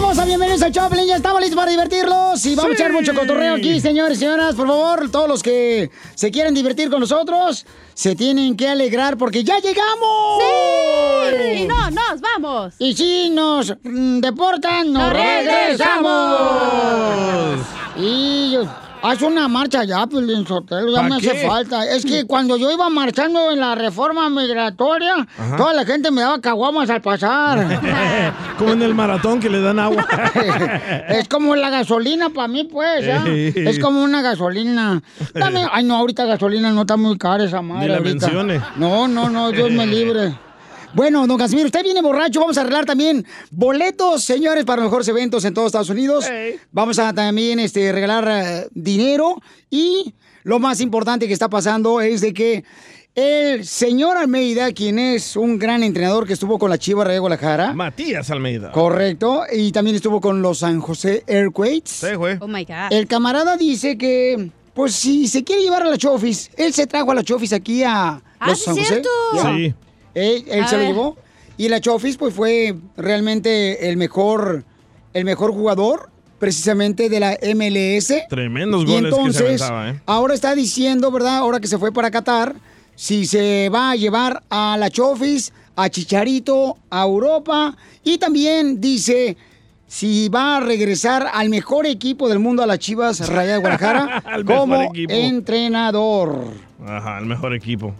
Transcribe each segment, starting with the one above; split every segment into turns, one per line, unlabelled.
hermosa! Bienvenidos al Choplin. Ya estamos listos para divertirlos. Y vamos a echar mucho cotorreo aquí, señores y señoras. Por favor, todos los que se quieran divertir con nosotros, se tienen que alegrar porque ya llegamos.
Y no, nos vamos.
Y si nos mm, deportan, nos
¡Nos
regresamos. Y yo- haz una marcha ya, Pilín Sotelo, ya
¿Pa'
me
qué?
hace falta. Es que cuando yo iba marchando en la reforma migratoria, toda la gente me daba caguamas al pasar.
Como en el maratón que le dan agua.
es como la gasolina para mí, pues, ¿ya?
Ey.
Es como una gasolina. Dame- Ay, no, ahorita gasolina no está muy cara esa madre.
Ni la
ahorita.
mencione.
No, no, no, Dios me libre. Bueno, don Casimiro, usted viene borracho. Vamos a arreglar también boletos, señores, para los mejores eventos en todos Estados Unidos. Vamos a también este, regalar eh, dinero. Y lo más importante que está pasando es de que el señor Almeida, quien es un gran entrenador que estuvo con la Chiva Real Guadalajara.
Matías Almeida.
Correcto. Y también estuvo con los San José Earthquakes.
Oh my God.
El camarada dice que, pues si se quiere llevar a la Chofis, él se trajo a la Chofis aquí a
Ah,
los
sí,
San José.
cierto.
Ya.
Sí.
Él, él
A
se
ver.
lo llevó. Y la Chofis, pues fue realmente el mejor, el mejor jugador precisamente de la MLS.
Tremendos
Y
goles
entonces,
que se aventaba, ¿eh?
ahora está diciendo, ¿verdad? Ahora que se fue para Qatar, si se va a llevar a la Chofis, a Chicharito, a Europa. Y también dice si va a regresar al mejor equipo del mundo, a las Chivas Rayadas de Guadalajara,
Al mejor
como
equipo.
entrenador.
Ajá, el mejor equipo.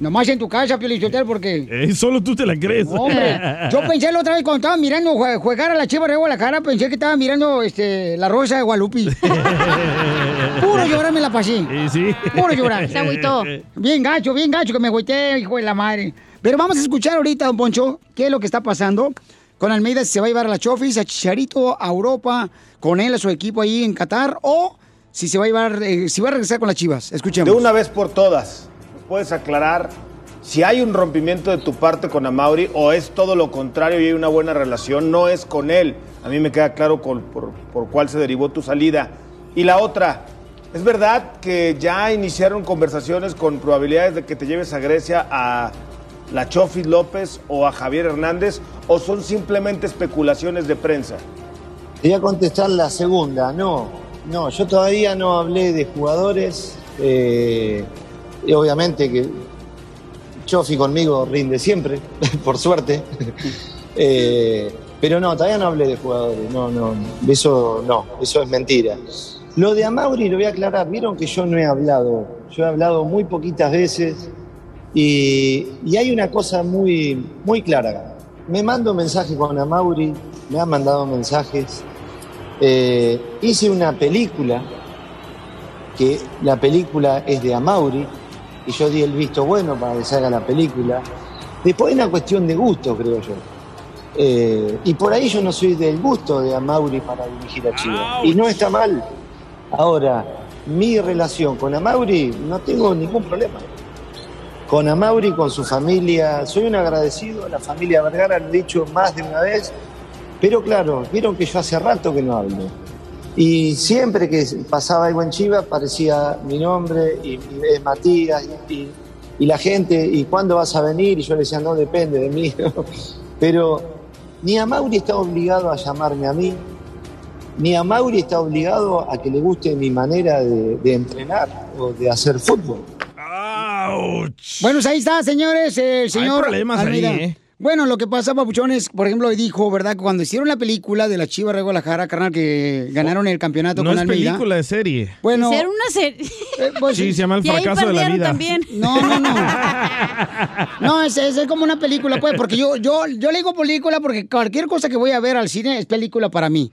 Nomás en tu casa, Piolichotel, porque...
Eh, solo tú te la crees.
Hombre, yo pensé la otra vez cuando estaba mirando jue- jugar a la Chivas Rayadas de Guadalajara, pensé que estaba mirando este, la Rosa de Guadalupe. Puro llorar me la pasé.
Y sí.
Puro llorar.
Se agüitó.
Bien gacho, bien gacho que me agüité, hijo de la madre. Pero vamos a escuchar ahorita, don Poncho, qué es lo que está pasando. Con Almeida si se va a llevar a la Chofis, a Chicharito, a Europa, con él, a su equipo ahí en Qatar, o si se va a llevar, eh, si va a regresar con las Chivas. Escuchemos.
De una vez por todas, ¿nos puedes aclarar si hay un rompimiento de tu parte con Amauri o es todo lo contrario y hay una buena relación? No es con él. A mí me queda claro con- por, por cuál se derivó tu salida. Y la otra, ¿es verdad que ya iniciaron conversaciones con probabilidades de que te lleves a Grecia a la Chofis López o a Javier Hernández o son simplemente especulaciones de prensa?
Te voy a contestar la segunda, no, no, yo todavía no hablé de jugadores, eh, y obviamente que Chofi conmigo rinde siempre, por suerte, Eh, pero no, todavía no hablé de jugadores, no, no, eso no, eso es mentira. Lo de Amauri lo voy a aclarar, vieron que yo no he hablado, yo he hablado muy poquitas veces y, y hay una cosa muy, muy clara. Me mando mensajes con Amauri, me han mandado mensajes. Eh, hice una película, que la película es de Amauri, y yo di el visto bueno para que salga la película. Después es una cuestión de gusto, creo yo. Eh, y por ahí yo no soy del gusto de Amauri para dirigir a Chivas. Y no está mal. Ahora, mi relación con Amauri no tengo ningún problema con Amauri, con su familia. Soy un agradecido a la familia Vergara, lo he dicho más de una vez, pero claro, vieron que yo hace rato que no hablo. Y siempre que pasaba algo en Chivas parecía mi nombre y, y es Matías y, y- y la gente, ¿y cuándo vas a venir? Y yo le decía, no depende de mí. pero ni Amauri está obligado a llamarme a mí, ni a Mauri está obligado a que le guste mi manera de, de entrenar o de hacer fútbol.
Ah,
Bueno, pues ahí está, señores. El señor.
problemas ahí,
Almeida.
¿eh?
Bueno, lo que pasa, Papuchón, es, por ejemplo, hoy dijo, ¿verdad? Que cuando hicieron la película de la Chivas de Guadalajara, carnal, que ganaron el campeonato
No
con
es
Almeida.
película, es serie.
Bueno, eh,
Hicieron una serie.
Sí, se llama El
Y ahí
fracaso de la
perdieron
vida.
también.
No, no, no. No, es, es- es como una película, pues, porque yo, yo, yo le digo película porque cualquier cosa que voy a ver al cine es película para mí.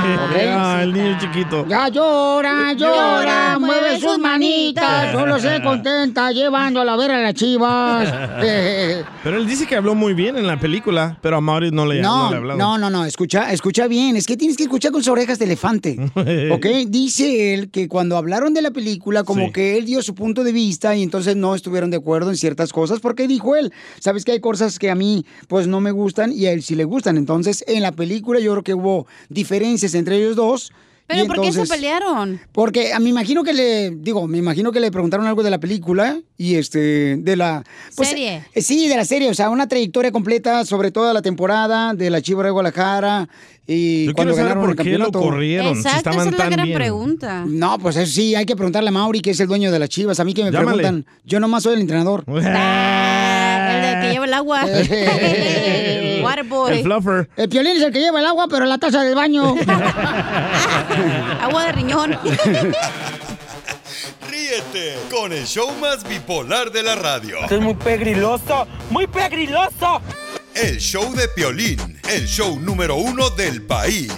Ah, el niño chiquito.
Ya llora, llora,
Llora,
mueve sus manitas, solo se contenta llevando a la ver a las chivas. Eh,
Pero él dice que habló muy bien en la película, pero a Mauri no le, no
No,
le ha hablado.
no, no, no, escucha, escucha bien, es que tienes que escuchar con sus orejas de elefante, ¿ok? Dice él que cuando hablaron de la película, como
Sí.
que él dio su punto de vista y entonces no estuvieron de acuerdo en ciertas cosas, porque dijo él, sabes que hay cosas que a mí pues no me gustan y a él sí le gustan, entonces en la película yo creo que hubo diferencias entre ellos dos.
¿Pero
y
por qué se
entonces-
pelearon?
Porque a me imagino que le, digo, me imagino que le preguntaron algo de la película y este, de la
Serie.
eh, sí, de la serie, o sea, una trayectoria completa sobre toda la temporada de la Chiva de Guadalajara y
Yo
cuando
quiero saber
ganaron
por
el
qué lo
campeonato.
corrieron, si
Exacto, esa
estaban
es la
tan
gran
bien.
pregunta.
No, pues eso sí, hay que preguntarle a Mauri, que es el dueño de las Chivas. A mí que me
Llámale.
preguntan, yo nomás soy el entrenador.
Ah, el de que lleva el agua.
El-
El
Waterboy.
fluffer.
El piolín es el que lleva el agua, pero la taza del baño.
Agua de riñón.
Ríete Este, con el show más bipolar de la radio.
Este es muy pegriloso, muy pegriloso.
El show de Piolín, el show número uno del país.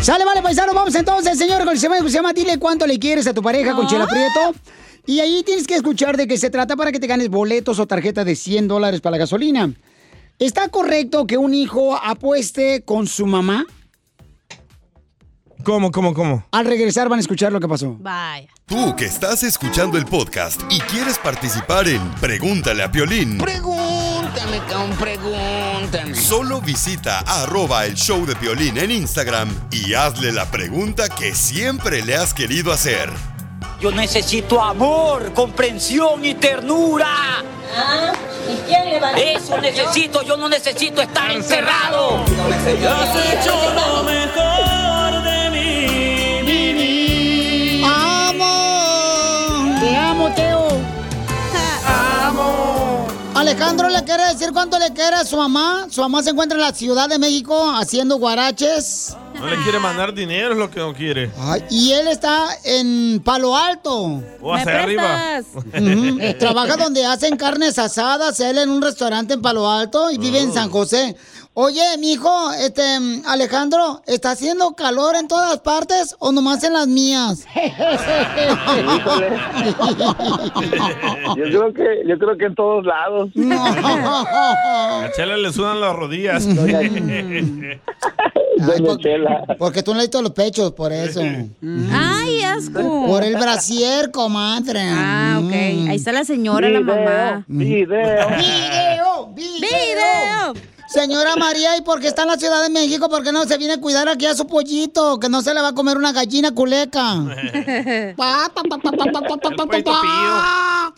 Sale, vale, paisano. Vamos entonces, señor, con el segmento que se llama Dile cuánto le quieres a tu pareja con Chela Prieto. Y ahí tienes que escuchar de qué se trata para que te ganes boletos o tarjeta de 100 dólares para la gasolina. ¿Está correcto que un hijo apueste con su mamá?
¿Cómo, cómo, cómo?
Al regresar van a escuchar lo que pasó.
Vaya.
Tú que estás escuchando el podcast y quieres participar en Pregúntale a Piolín,
Pregúntame, cabrón, pregúntame.
solo visita arroba el show de Piolín en Instagram y hazle la pregunta que siempre le has querido hacer.
Yo necesito amor, comprensión y ternura. Eso necesito, yo no necesito estar encerrado.
¡Amo! ¡Te amo, Teo! ¡Amo! Alejandro le quiere decir cuánto le quiere a su mamá. Su mamá se encuentra en la Ciudad de México haciendo guaraches.
No le quiere mandar dinero, es lo que no quiere.
Ay, y él está en Palo Alto.
O
¿Me
hacia arriba.
prestas?
Ujú. Trabaja donde hacen carnes asadas, él en un restaurante en Palo Alto y vive en San José. Oye, mijo, este mm, Alejandro, ¿está haciendo calor en todas partes o nomás en las mías?
Híjole. Yo creo que, yo creo que en todos lados.
A Chela le sudan las rodillas.
Doña Chela.
pues, Porque tú no le diste los pechos por eso.
Ay, asco.
Mm. Por el brasier, comadre. Mm.
Ah, ok. Ahí está la señora, la mamá.
Video.
Video, video.
¡Video!
Señora María, ¿y por qué está en la Ciudad de México? ¿Por qué no se viene a cuidar aquí a su pollito? Que no se le va a comer una gallina culeca. Pa, pa, pa, pa, pa, pa, pa, pa, pa, pa, pa.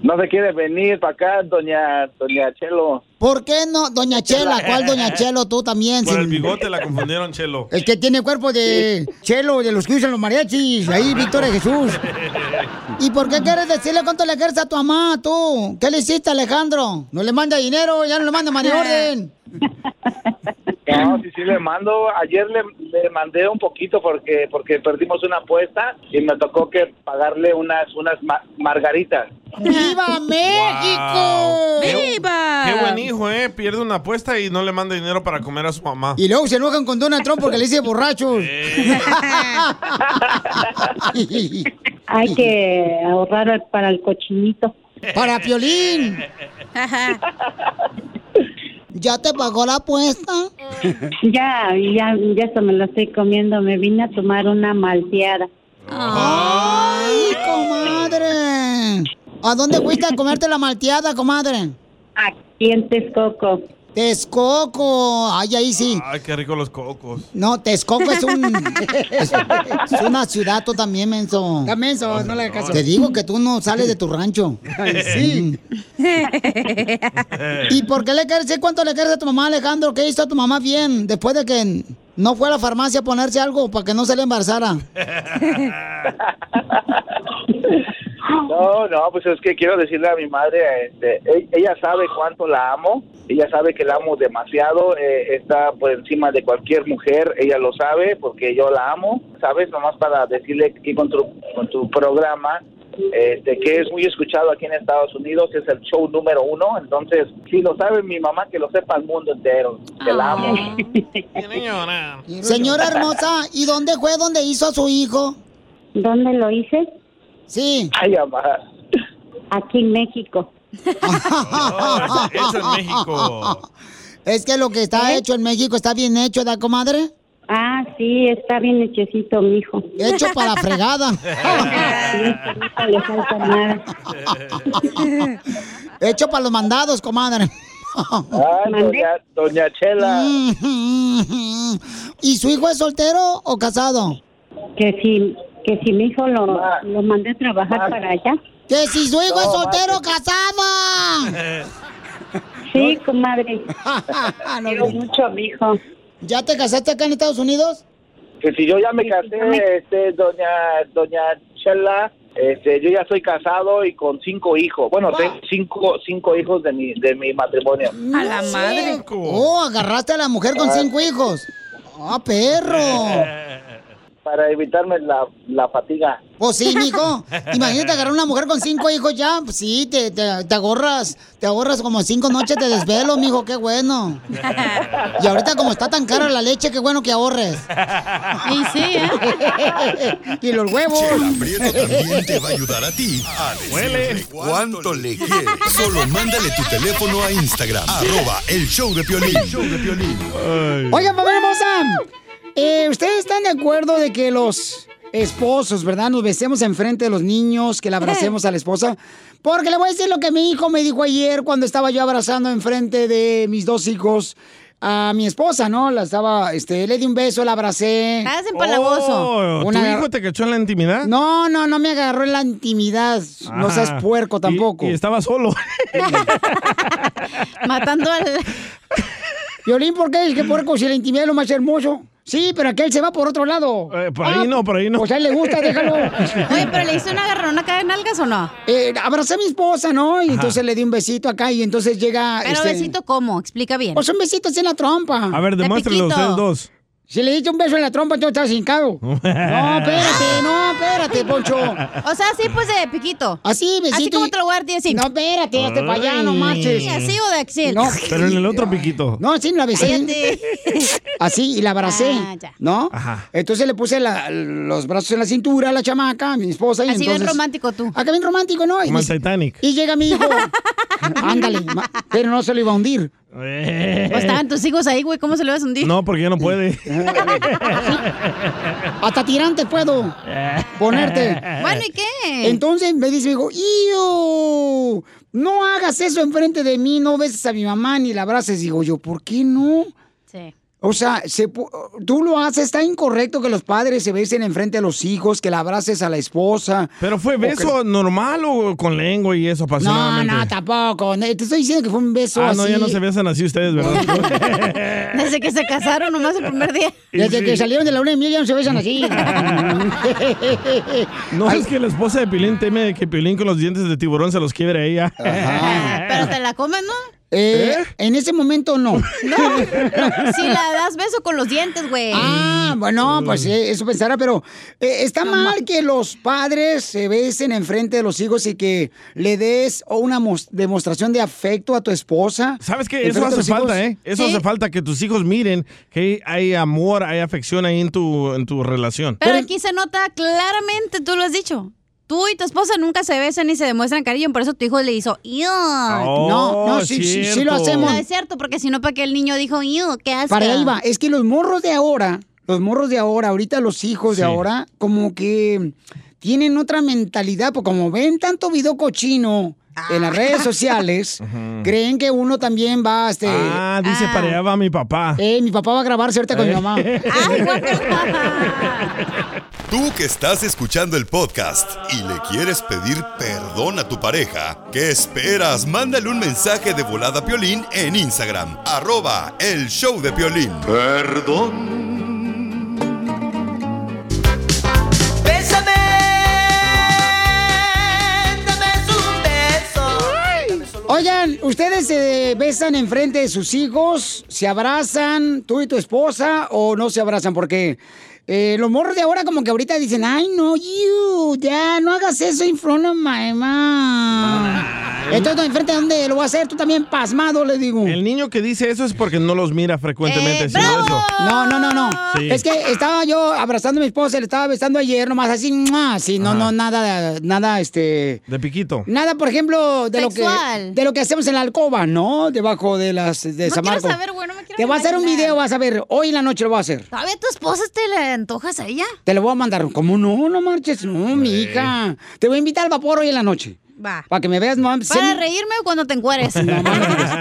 No se quiere venir para acá, doña, doña Chelo.
¿Por qué no? Doña Chela, ¿cuál Doña Chelo? Tú también.
Por el
sin-
bigote la confundieron, Chelo.
El que tiene cuerpo de Chelo, de los que usan los mariachis.
Ah.
Ahí, Víctor de Jesús. ¿Y por qué quieres decirle cuánto le quieres a tu mamá, tú? ¿Qué le hiciste, Alejandro? No le manda dinero, ya no le manda
Ah.
mani orden.
No, sí, sí le mando. Ayer le, le mandé un poquito porque porque perdimos una apuesta y me tocó que pagarle unas unas ma- margaritas.
¡Viva México!
¡Viva!
Ah, Qué buen hijo, ¿eh? Pierde una apuesta y no le manda dinero para comer a su mamá.
Y luego se enojan con Donald Trump porque le dice borrachos.
Hay que Eh, ahorrar para el cochinito.
Para Piolín. ¿Ya te pagó la apuesta?
Ya, ya, ya se me lo estoy comiendo. Me vine a tomar una malteada.
¡Ay, comadre! ¿A dónde fuiste a comerte la malteada, comadre?
Aquí en Texcoco.
Texcoco. Ay, ahí sí.
Ay, qué rico los cocos.
No, Texcoco es un... Es, es una ciudad tú también, menso. menso, no le caso. Te digo que tú no sales de tu rancho. sí. ¿Y por qué le quieres decir cuánto le quieres a tu mamá, Alejandro? ¿Qué hizo a tu mamá bien después de que No fue a la farmacia a ponerse algo para que no se le embarazara.
No, no, pues es que quiero decirle a mi madre, este, e- ella sabe cuánto la amo, ella sabe que la amo demasiado, eh, está por encima de cualquier mujer, ella lo sabe porque yo la amo, ¿sabes? Nomás para decirle que con tu, con tu programa, este, que es muy escuchado aquí en Estados Unidos, es el show número uno, entonces si lo sabe mi mamá, que lo sepa el mundo entero, que la amo.
Señora hermosa, ¿y dónde fue donde hizo a su hijo?
¿Dónde lo hice?
Sí.
Ay, mamá.
Aquí en México.
hecho en México.
Es que lo que está hecho en México está bien hecho, ¿da, comadre?
¿Eh? Ah, sí, está bien hechecito, mijo.
Hecho para la fregada.
No le falta nada.
hecho para los mandados, comadre.
Ah, doña, doña Chela.
Mm. ¿Y su hijo es ¿pues soltero o casado?
Que si, que si mi hijo lo, lo mandé a trabajar para allá.
Que si su hijo
No,
es Pues soltero o casado.
Sí, comadre. Quiero mucho a mi hijo.
¿Ya te casaste acá en Estados Unidos?
que si yo ya me casé, este, doña, doña Chela, este, yo ya soy casado y con cinco hijos. Bueno, tengo cinco, cinco hijos de mi, de mi matrimonio.
A la madre. Oh, agarraste a la mujer con
Ah.
cinco hijos. Ah, perro.
Para evitarme la, la fatiga.
Pues sí, mijo. Imagínate agarrar una mujer con cinco hijos ya. Pues sí, te, te, te ahorras. Te ahorras como cinco noches de desvelo, mijo. Qué bueno. Y ahorita como está tan cara la leche, qué bueno que ahorres.
Y sí,
¿eh? y los huevos.
Chela Prieto también te va a ayudar a ti a decirle cuánto le quieres. Solo mándale tu teléfono a Instagram, arroba el show de Piolín.
Oigan, papá hermosa. eh, ¿Ustedes están de acuerdo de que los esposos, verdad, nos besemos enfrente de los niños, que le abracemos a la esposa? Porque le voy a decir lo que mi hijo me dijo ayer cuando estaba yo abrazando enfrente de mis dos hijos. A mi esposa, ¿no? La estaba, este, le di un beso, la abracé. Estás
Oh, ¿Tu hijo te cachó en la intimidad?
No, no, no me agarró en la intimidad. No
Ah,
seas puerco
y-
tampoco.
y estaba solo.
Matando al. Violín, ¿por qué? Es que puerco, si la intimidad es lo más hermoso. Sí, pero aquel se va por otro lado.
Eh, por ahí no, por ahí no.
Pues a él le gusta, déjalo.
Oye, pero le hizo una agarrona acá de nalgas o no?
Eh, abracé a mi esposa, ¿no? Y entonces le di un besito acá y entonces llega. este-
Pero besito cómo, explica bien.
Pues un besito así en la trompa.
A ver, demuéstrelo ustedes dos.
Si le diste un beso en la trompa, entonces estás hincado. No, espérate, no, espérate, Poncho.
O sea, sí, pues de piquito.
Así, besito.
Así como te lo voy a dar, tío, así. No,
espérate, hazte pa' allá, no marches.
Sí, así o de axil.
No.
Pero en el otro piquito.
No, sí, la besé. Así, y la abracé.
Ah, ya.
¿No? Entonces le puse la- los brazos en la cintura a la chamaca, a mi esposa. Y
Así bien
entonces,
romántico tú.
Acá bien romántico, ¿no? Y,
Como el
dice-
Titanic.
y llega mi hijo. Ándale, ma- pero no se lo iba a hundir.
Pues estaban tus hijos ahí, güey, ¿cómo se lo vas a hundir?
Eh. No, porque ya no puede.
Hasta pues, tirante puedo ponerte.
Bueno, ¿y qué?
Entonces me dice, digo, ¡Iyo! No hagas eso enfrente de mí, no beses a mi mamá ni la abraces. Digo yo, ¿por qué no?
Sí.
O sea, se pu- tú lo haces, está incorrecto que los padres se besen enfrente a los hijos, que la abraces a la esposa.
Pero fue
O que-
beso normal o con lengua y eso
No,
apasionadamente.
no, tampoco. No, Te estoy diciendo que fue un beso
Ah,
así.
no, ya no se besan así ustedes, ¿verdad?
Desde que se casaron, nomás el primer día.
Desde que salieron de la luna de miel ya no se besan así.
No, es que la esposa de Piolín teme que Piolín con los dientes de tiburón se los quiebre a ella.
Pero te la comes, ¿no?
Eh, En ese momento no.
No, si la das beso con los dientes, güey.
Ah, bueno, pues eh, eso pensara, pero eh, está mal que los padres se besen enfrente de los hijos y que le des o una mos- demostración de afecto a tu esposa.
¿Sabes qué? Eso hace falta, ¿eh? Eso hace falta que tus hijos miren que hay amor, hay afección ahí en tu, en tu relación.
Pero aquí se nota claramente, tú lo has dicho. Tú y tu esposa nunca se besan ni se demuestran cariño, por eso tu hijo le hizo "Ew".
No, no, sí, sí, sí lo hacemos.
No es cierto, porque si no, para que el niño dijo "Ew, qué asco.
Para ahí va. Es que los morros de ahora, los morros de ahora, ahorita los hijos de
Sí.
ahora, como que tienen otra mentalidad, porque como ven tanto video cochino en las redes sociales, creen que uno también va a... Este,
Ah, dice, para allá va mi papá. Eh.
Eh, mi papá va a grabarse ahorita con mi mamá.
Ah,
Tú que estás escuchando el podcast y le quieres pedir perdón a tu pareja, ¿qué esperas? Mándale un mensaje de volada a Piolín en Instagram, arroba el show de Piolín. Perdón.
Oigan, ¿ustedes se besan enfrente de sus hijos? ¿Se abrazan tú y tu esposa o no se abrazan? Porque eh, los morros de ahora como que ahorita dicen, ay, no, you, ya, no hagas eso in front of my mom. Entonces, enfrente de dónde lo voy a hacer, tú también pasmado, le digo. Eh,
El niño que dice eso es porque no los mira frecuentemente. sino eso.
No, no, no, no.
Sí.
Es que estaba yo abrazando a mi esposa, le estaba besando ayer, nomás así, ¡mua! así, no,
Ajá.
no, nada, nada, este...
De piquito.
Nada, por ejemplo, de lo, que,
Sexual.
de lo que hacemos en la alcoba, ¿no? Debajo de las de
No
San
quiero
Marco.
saber, güey, no me quiero
Te voy a hacer un
imaginar.
video, vas a ver. Hoy en la noche lo voy a hacer.
¿Todavía tu esposa te le antojas a ella?
Te lo voy a mandar. Como no, no marches. No, mi hija. Te voy a invitar al vapor hoy en la noche.
Va.
Para que me veas, no,
Para
sé-
reírme cuando te encueres.
No manches.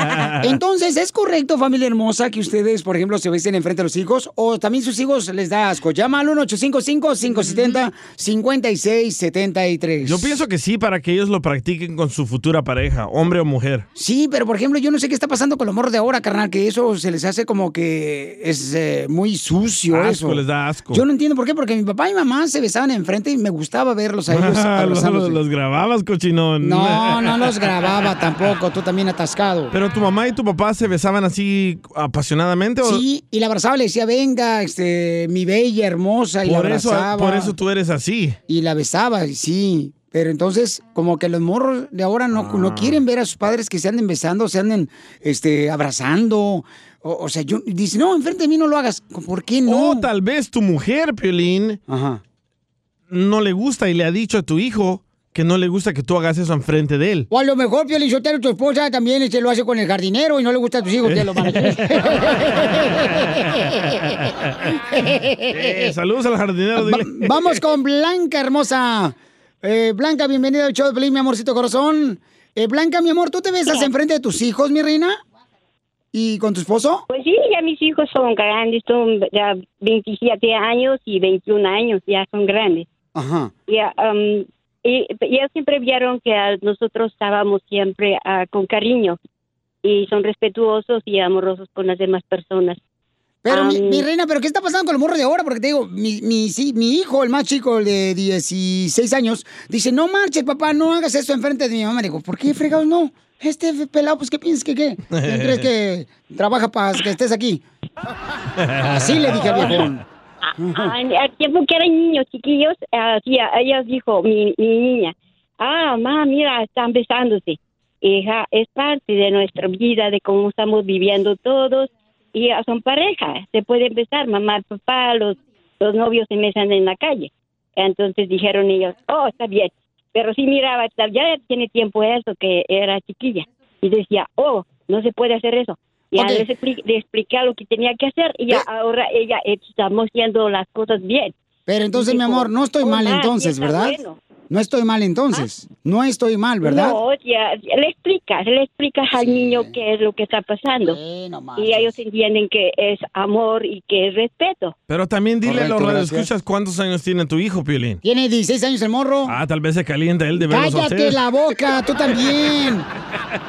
Entonces, ¿es correcto, familia hermosa, que ustedes, por ejemplo, se besen enfrente a los hijos o también sus hijos les da asco? Llama al 1-855-570-5673.
Yo pienso que sí, para que ellos lo practiquen con su futura pareja, hombre o mujer.
Sí, pero por ejemplo, yo no sé qué está pasando con los morros de ahora, carnal, que eso se les hace como que es eh, muy sucio
Asco,
eso.
les da asco.
Yo no entiendo por qué, porque mi papá y mamá se besaban enfrente y me gustaba verlos a ellos abrazándose.
los, los grababas, cochinón.
No, no los grababa tampoco, tú también atascado.
Pero tu mamá y tu papá se besaban así apasionadamente. o-
Sí, y la abrazaba, le decía, venga, este, mi bella, hermosa, y la
Por eso- ah,
abrazaba.
por eso tú eres así.
Y la besaba, y sí. Pero entonces, como que los morros de ahora no,
Ah.
no quieren ver a sus padres que se anden besando, se anden este, abrazando. O, o sea, yo dice, no, enfrente de mí no lo hagas. ¿Por qué no?
O tal vez tu mujer, Piolín, no le gusta y le ha dicho a tu hijo que no le gusta que tú hagas eso enfrente de él.
O Pues a lo mejor, Pio Lizotero, tu esposa también este, lo hace con el jardinero y no le gusta a tus hijos que lo manejen.
Eh, saludos al jardinero. dile.
Va- vamos con Blanca, hermosa. Eh, Blanca, bienvenida al show de Pelín, mi amorcito corazón. Eh, Blanca, mi amor, ¿tú te besas enfrente de tus hijos, mi reina? ¿Y con tu esposo?
Pues sí, ya mis hijos son grandes, son ya 27 años y 21 años, ya son grandes.
Ajá.
Ya, um, y ellos siempre vieron que ah, nosotros estábamos siempre ah, con cariño y son respetuosos y amorosos con las demás personas. Um,
Pero, mi,
Am,
mi reina, ¿pero qué está pasando con el morro de ahora? Porque te digo, mi, mi, sí, mi hijo, el más chico, el de 16 años, dice, no marches, papá, no hagas eso enfrente de mi mamá. Le digo, ¿por qué, fregados, no? Este pelado, pues, ¿qué piensas que qué? ¿Quién crees que trabaja para que estés aquí? Así le dije al viejón.
Ay, Al tiempo que eran niños chiquillos, así a- ella dijo, mi, mi niña, ah, mamá, mira, están besándose. Hija, es parte de nuestra vida, de cómo estamos viviendo todos. Y ah, son pareja, se pueden besar, mamá, papá, los, los novios se besan en la calle. Entonces dijeron ellos, oh, está bien. Pero sí miraba, está- ya tiene tiempo eso, que era chiquilla. Y decía, oh, no se puede hacer eso. Ya
Ok.
les expli- le expliqué lo que tenía que hacer y ya ahora ella eh, estamos haciendo las cosas bien. "Oh,
Pero entonces, mi amor, no estoy mal entonces, ¿verdad? No estoy mal entonces. No estoy mal, ¿verdad?
No, ya, ya le explicas, le explicas al niño qué es lo que está pasando. y ellos entienden que es amor y que es respeto.
Pero también dile a
Correcto,
los
gracias.
radioescuchas cuántos años tiene tu hijo, Piolín.
Tiene 16 años el morro.
Ah, tal vez se calienta él de verlos a
Cállate
ustedes.
la boca, tú también.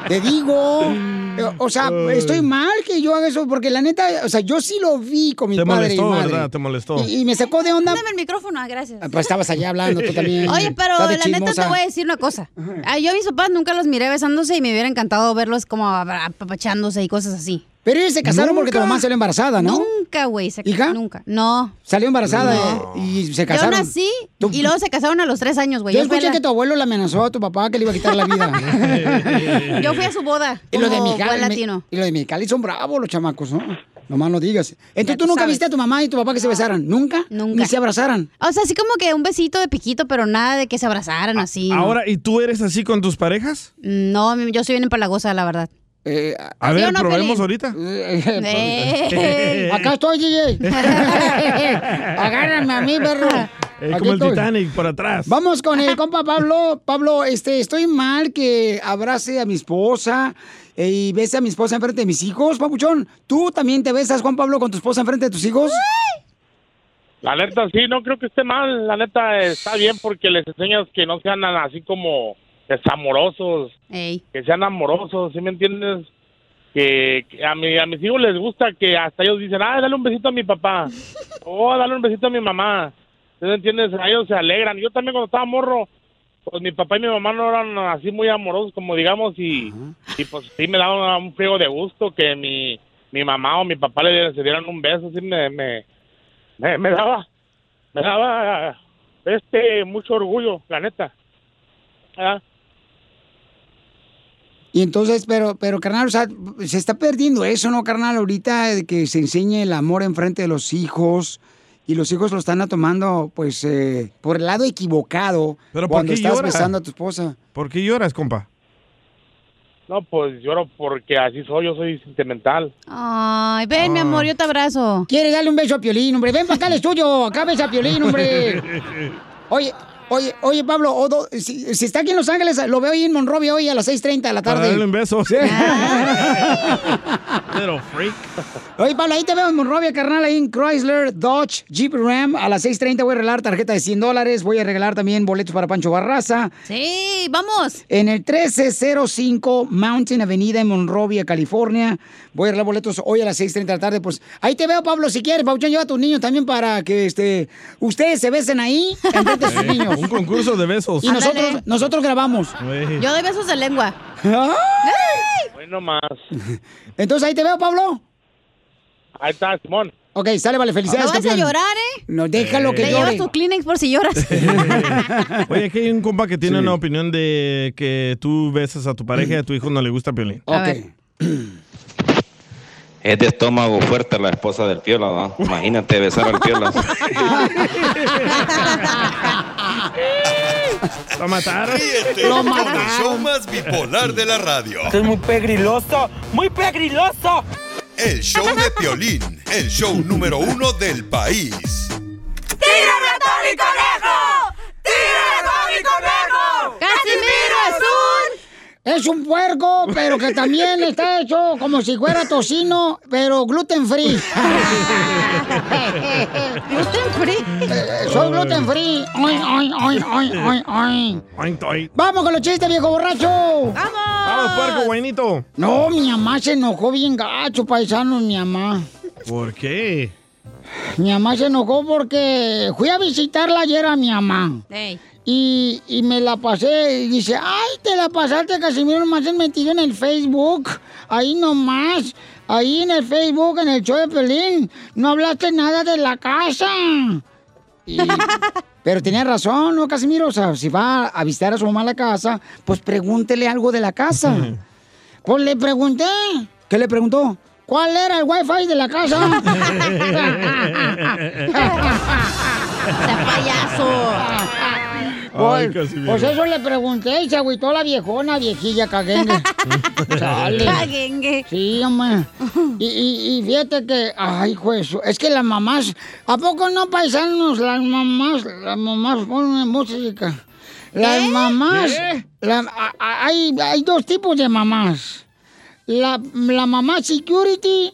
Te digo. Eh, O sea, estoy mal que yo haga eso, porque la neta, o sea, yo sí lo vi con mi
Te
padre y
molestó,
madre.
¿verdad? Te molestó.
Y, y me sacó de onda.
Dame el micrófono, ah, gracias.
Ah, Pues estabas allá hablando tú también.
Oye, pero
Estás
la
de
neta
chismosa.
te voy a decir una cosa. Ah, yo a mis papás nunca los miré besándose y me hubiera encantado verlos como abra- apapachándose y cosas así.
Pero ellos se casaron porque tu mamá salió embarazada, ¿no?
Nunca, güey. se-
¿Hija?
Nunca. No.
Salió embarazada eh, y se casaron.
Yo nací y luego se casaron a los tres años, güey. fui
Yo
a
escuché
la-
que tu abuelo le amenazó a tu papá que le iba a quitar la vida.
Yo fui a su boda.
Y lo de
como
Mexicali.
buen
me-
latino.
Y lo de Mexicali son bravos los chamacos, ¿no? Nomás no digas. Entonces tú nunca viste a tu mamá y tu papá que se besaran. ¿Nunca? Nunca. Ni se abrazaran.
O sea, así como que un besito de piquito, pero nada de que se abrazaran así. ¿no?
Ah, Ahora, ¿y tú eres así con tus parejas?
No, mi- yo soy bien empalagosa, la verdad.
A
Eh,
¿sí o
ver,
no,
probemos
Piolín?
ahorita.
Eh.
Acá estoy, DJ. Agárrame a mí, perro.
Eh,
Aquí
como el
estoy.
Titanic por atrás.
Vamos con el compa Pablo. Pablo, este, estoy mal que abrace a mi esposa eh, y bese a mi esposa enfrente de mis hijos, papuchón. ¿Tú también te besas, Juan Pablo, con tu esposa enfrente de tus hijos?
La neta, sí, no creo que esté mal. La neta, está bien porque les enseñas que no sean así como desamorosos. Que sean amorosos, ¿sí me entiendes? Que, que a, mi, a mis hijos les gusta que hasta ellos dicen, ah, dale un besito a mi papá. "Oh, o dale un besito a mi mamá. ¿Sí me entiendes? A ellos se alegran. Yo también cuando estaba morro, pues mi papá y mi mamá no eran así muy amorosos como digamos y, y pues sí me daban un frío de gusto que mi, mi mamá o mi papá le dieran- se dieran un beso, sí me, me, me, me daba, me daba este mucho orgullo, la neta. Ah, ¿verdad?
Y entonces, pero, pero carnal, o sea, se está perdiendo eso, ¿no, carnal? Ahorita eh, que se enseñe el amor enfrente de los hijos y los hijos lo están tomando, pues, eh, por el lado equivocado
¿Pero por
cuando
qué
estás
llora?
besando a tu esposa.
¿Por qué lloras, compa?
No, pues lloro porque así soy, yo soy sentimental.
Ay, ven, mi amor, yo te abrazo.
¿Quieres darle un beso a Piolín, hombre? Ven para acá al estudio, acá besa a Piolín, hombre. Oye, oye, oye, Pablo, o do- si, si está aquí en Los Ángeles, lo veo ahí en Monrovia hoy a las 6.30 de la
Para darle un
tarde.
beso.
Little freak.
Oye, Pablo, ahí te veo en Monrovia, carnal, ahí en Chrysler, Dodge, Jeep Ram. A las 6.30 voy a regalar tarjeta de 100 dólares. Voy a regalar también boletos para Pancho Barraza.
Sí, vamos.
En el 1305 Mountain Avenida en Monrovia, California. Voy a regalar boletos hoy a las 6.30 de la tarde. Pues ahí te veo, Pablo, si quieres. Pauchón, lleva a tus niños también para que este, ustedes se besen ahí enfrente de sus
Eh,
niños.
un concurso de besos.
Y nosotros, nosotros grabamos. Ah.
Güey.
Yo doy besos de lengua.
¡Ay!
Bueno, más.
Entonces ahí te veo, Pablo.
Ahí está, Simón.
Ok, sale, vale, felicidades.
No vas a
campeón.
llorar, ¿eh?
No, déjalo que
Te
llore.
llevas tu Kleenex por si lloras.
Oye, aquí hay un compa que tiene una opinión de que tú besas a tu pareja y a tu hijo no le gusta Piolín.
Ok.
Es de estómago fuerte la esposa del piola, ¿no? Imagínate besar al piola.
Lo mataron.
Lo Con el show más bipolar de la radio.
Esto es muy pegriloso, muy pegriloso.
El show de Piolín, el show número uno del país.
¡Tírame a Tony Conejo! ¡Tírame a Tony Conejo!
Es un puerco, pero que también está hecho como si fuera tocino, pero gluten free. gluten free. Soy gluten free. Ay, ay, ay, ay, ay, ay. Vamos con los chistes, viejo borracho. Vamos.
Vamos, puerco, guainito.
No, mi mamá se enojó bien gacho, paisano, mi mamá.
¿Por qué?
Mi mamá se enojó porque fui a visitarla ayer a mi mamá. Y, y me la pasé y dice, ay, te la pasaste, Casimiro, nomás has metido en el Facebook. Ahí nomás, ahí en el Facebook, en el show de Pelín. No hablaste nada de la casa. Y- pero tenía razón, ¿no, Casimiro? O sea, si va a visitar a su mamá a la casa, pues pregúntele algo de la casa. Pues le pregunté. ¿Qué le preguntó? ¿Cuál era el wifi de la casa? Pues, pues eso le pregunté y se agüitó la viejona, viejilla caguengue. Chale.
Caguengue.
Sí, hombre. Y, y- y fíjate que, ay, juez, es que las mamás, ¿a poco no paisanos? Las mamás, las mamás ponen música. Las
¿Eh?
¿Qué?
mamás,
¿Qué?
la- a- a- hay, hay dos tipos de mamás. La, la mamá security,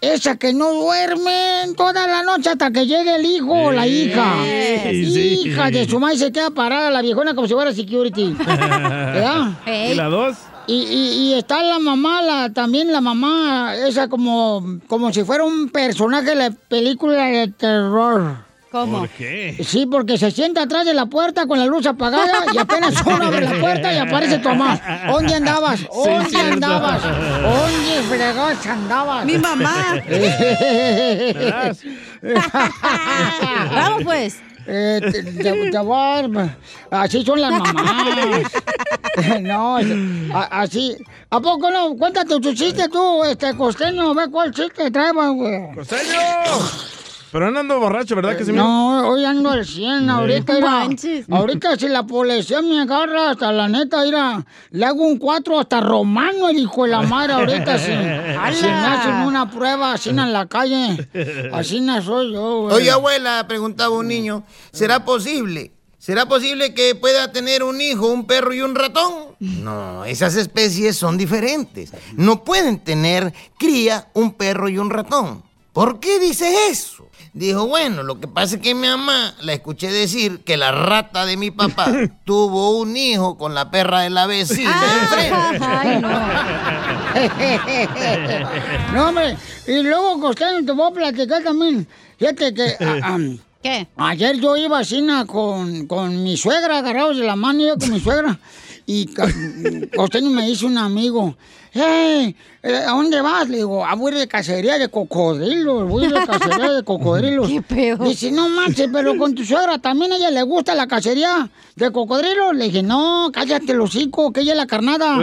esa que no duerme toda la noche hasta que llegue el hijo o la hija.
Sí, ¿Eh? sí.
Hija de su madre se queda parada la viejona como si fuera security. ¿Verdad?
¿Y la dos?
Y, y- y está la mamá, la, también la mamá, esa como, como si fuera un personaje de película de terror.
¿Cómo?
¿Por qué?
Sí, porque se sienta atrás de la puerta con la luz apagada y apenas uno abre la puerta y aparece tu mamá. ¿Dónde andabas? ¿Dónde
cierto.
andabas? ¿Dónde fregados andabas?
Mi mamá.
das?
Vamos pues. te, te- te voy a dar- Así son las mamás. no, es- a- así. ¿A poco no? Cuéntate tu chiste tú, este costeño. Ve cuál chiste trae, güey.
Pero no ando borracho, ¿verdad que sí?
No, hoy ando al 100, ahorita
No
mira, Ahorita si la policía me agarra hasta la neta, mira, le hago un 4 hasta romano, el hijo de la madre, ahorita si, si me hacen una prueba así en la calle. Así no soy yo, güey.
Oye, abuela, preguntaba un niño, ¿será posible? ¿Será posible que pueda tener un hijo, un perro y un ratón? No, esas especies son diferentes. No pueden tener cría, un perro y un ratón. ¿Por qué dices eso? Dijo, bueno, lo que pasa es que mi mamá la escuché decir que la rata de mi papá tuvo un hijo con la perra de la vecina. de enfrente".
Ay, No, hombre, y luego, Costeño, te voy a platicar también. Fíjate que... ah, ah,
¿Qué?
Ayer yo iba a China con, con mi suegra, agarrados de la mano, iba con mi suegra. Y ca- costeño me dice un amigo, hey, eh, ¿a dónde vas? Le digo, ah, voy de cacería de cocodrilos, voy de cacería de cocodrilos.
¿Qué pedo?
Dice, no manches, pero con tu suegra también a ella le gusta la cacería de cocodrilos. Le dije, no, cállate el hocico, que ella es la carnada.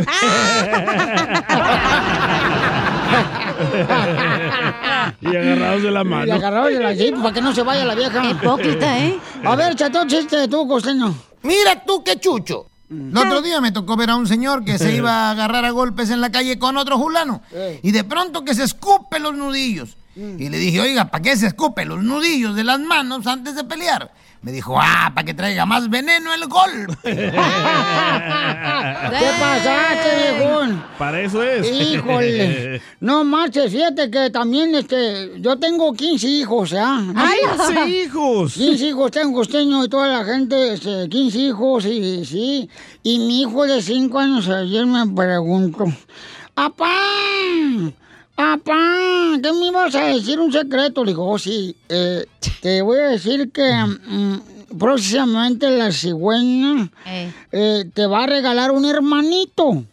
y agarrados de la
Y
mano.
agarrados de la jeep para que no se vaya la vieja.
Hipócrita, ¿eh?
A ver, chato, chiste tú, costeño.
Mira tú qué chucho. El otro día me tocó ver a un señor que se iba a agarrar a golpes en la calle con otro fulano. Y de pronto que se escupe los nudillos. Y le dije, oiga, ¿para qué se escupe los nudillos de las manos antes de pelear? Me dijo, ah, para que traiga más veneno el golpe.
¿Qué pasaste, viejón?
Para eso es.
Híjole. No marches, fíjate que también este, yo tengo 15 hijos, ¿ya?
¡Ay, 15
hijos! 15 hijos tengo, costeño, y toda la gente, este, 15 hijos, y sí. Y mi hijo de 5 años ayer me preguntó, ¡Apá! ¡Apá! ¿Qué me ibas a decir un secreto? Le digo, "Oh, sí, eh, te voy a decir que mm, próximamente la cigüeña eh, te va a regalar un hermanito.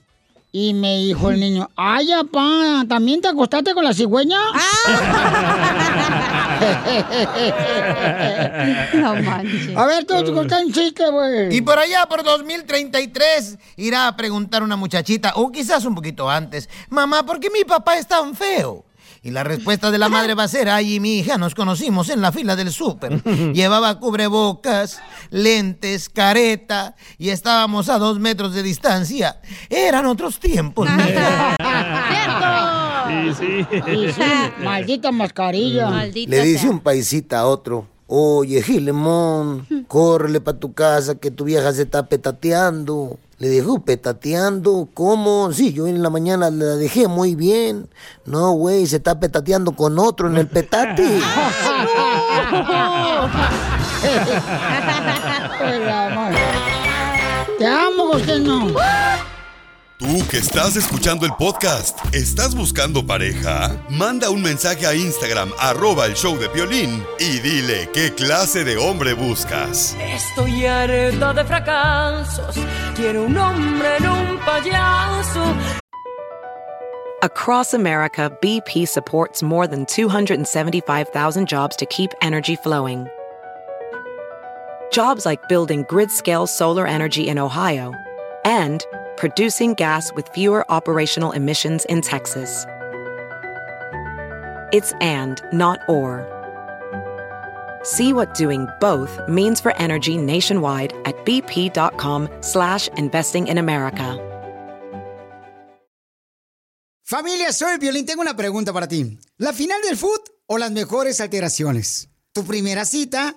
Y me dijo el niño, ay, apá, ¿también te acostaste con la cigüeña?
Ah.
No
manches. A ver, tú, tú contá un chiste, güey.
Y por allá, por 2033, irá a preguntar una muchachita, o quizás un poquito antes, mamá, ¿por qué mi papá es tan feo? Y la respuesta de la madre va a ser, ay, y mi hija, nos conocimos en la fila del súper. Llevaba cubrebocas, lentes, careta, y estábamos a dos metros de distancia. Eran otros tiempos.
Y sí.
Y sí, maldita mascarilla.
Le dice un paisita a otro. Oye, Gilemón, córrele para tu casa que tu vieja se está petateando. Le dijo, petateando, ¿cómo? Sí, yo en la mañana la dejé muy bien. No, güey, se está petateando con otro en el petate.
Te amo, costeño.
Tú que estás escuchando el podcast, ¿estás buscando pareja? Manda un mensaje a Instagram, arroba el show de violín, y dile qué clase de hombre buscas.
Estoy harta de fracasos. Quiero un hombre en un payaso.
Across America, BP supports more than 275,000 jobs to keep energy flowing. Jobs like building grid scale solar energy in Ohio and producing gas with fewer operational emissions in Texas. It's and, not or. See what doing both means for energy nationwide at bp.com slash investing in America.
Familia, soy Violín. Tengo una pregunta para ti. ¿La final del foot o las mejores alteraciones? ¿Tu primera cita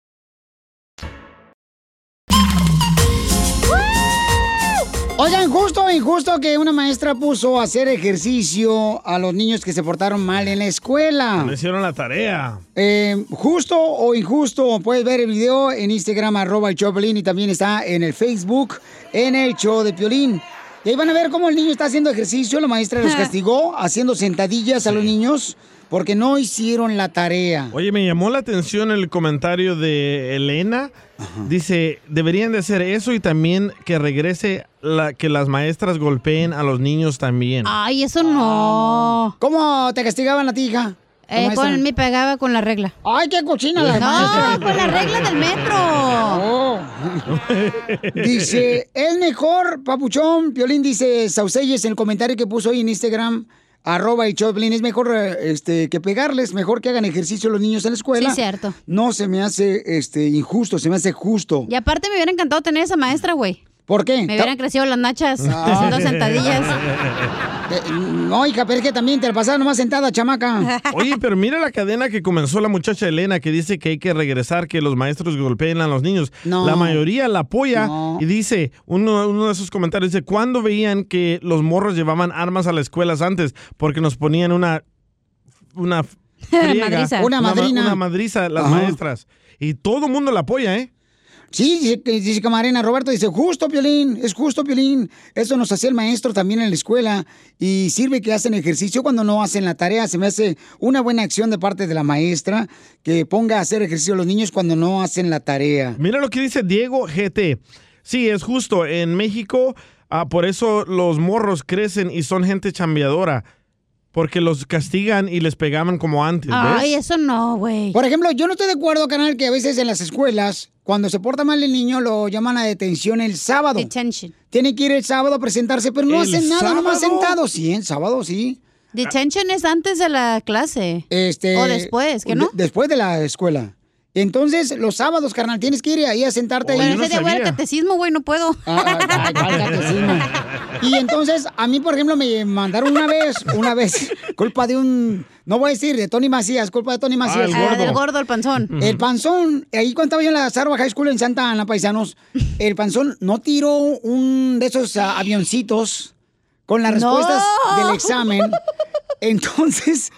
Oigan, justo o injusto que una maestra puso a hacer ejercicio a los niños que se portaron mal en la escuela.
No hicieron la tarea.
Eh, justo o injusto, puedes ver el video en Instagram, arroba el show de Piolín, y también está en el Facebook, en el show de Piolín. Y ahí van a ver cómo el niño está haciendo ejercicio, la maestra los castigó haciendo sentadillas a los niños porque no hicieron la tarea.
Oye, me llamó la atención el comentario de Elena. Dice, deberían de hacer eso y también que regrese la que las maestras golpeen a los niños también.
Ay, eso no.
¿Cómo te castigaban a ti, hija?
Eh,
maestra?
con, me pegaba con la regla.
¡Ay, qué cochina la
No, con la regla del metro.
Dice, es mejor, Papuchón. Piolín dice, Sauselles, en el comentario que puso hoy en Instagram, arroba y Choplin, es mejor eh, este, que pegarles, mejor que hagan ejercicio los niños en la escuela.
Sí, cierto.
No se me hace este, injusto, se me hace justo.
Y aparte me hubiera encantado tener esa maestra, güey.
¿Por qué?
Me hubieran crecido las nachas
Ah,
haciendo sentadillas.
Eh, No, hija, pero es que también te la pasaba nomás sentada, chamaca.
Oye, pero mira la cadena que comenzó la muchacha Elena que dice que hay que regresar, que los maestros golpeen a los niños.
No.
La mayoría la apoya
No.
y dice, uno, uno de sus comentarios dice, ¿cuándo veían que los morros llevaban armas a las escuelas antes? Porque nos ponían una... una friega,
Madriza. Una
ma-
madrina.
Una madriza, las
Ajá.
maestras. Y todo el mundo la apoya, ¿eh?
Sí, dice, que- dice Camarena, Roberto dice, justo, Piolín, es justo, Piolín. Eso nos hacía el maestro también en la escuela y sirve que hacen ejercicio cuando no hacen la tarea. Se me hace una buena acción de parte de la maestra que ponga a hacer ejercicio a los niños cuando no hacen la tarea.
Mira lo que dice Diego GT. Sí, es justo. En México, ah, por eso los morros crecen y son gente chambeadora. Porque los castigan y les pegaban como antes.
Ay,
¿ves?
eso no, güey.
Por ejemplo, yo no estoy de acuerdo, canal, que a veces en las escuelas, cuando se porta mal el niño, lo llaman a detención el sábado. Detention. Tiene que ir el sábado a presentarse, pero no
¿El
hacen nada, nomás
sábado?
sentados. Sí, el sábado sí.
Detention es antes de la clase.
Este,
O después, ¿que no?
de- después de la escuela. Entonces, los sábados, carnal, tienes que ir ahí a sentarte.
Pero
ahí.
ese día voy al catecismo, güey, no puedo.
Ah, ah, al catecismo. Y entonces, a mí, por ejemplo, me mandaron una vez, una vez, culpa de un, no voy a decir, de Tony Macías, culpa de Tony Macías.
el Ah, gordo. del gordo, el panzón.
El panzón, ahí cuando estaba yo en la Sarva High School en Santa Ana, paisanos, el panzón no tiró un de esos ah, avioncitos con las
No.
respuestas del examen. Entonces,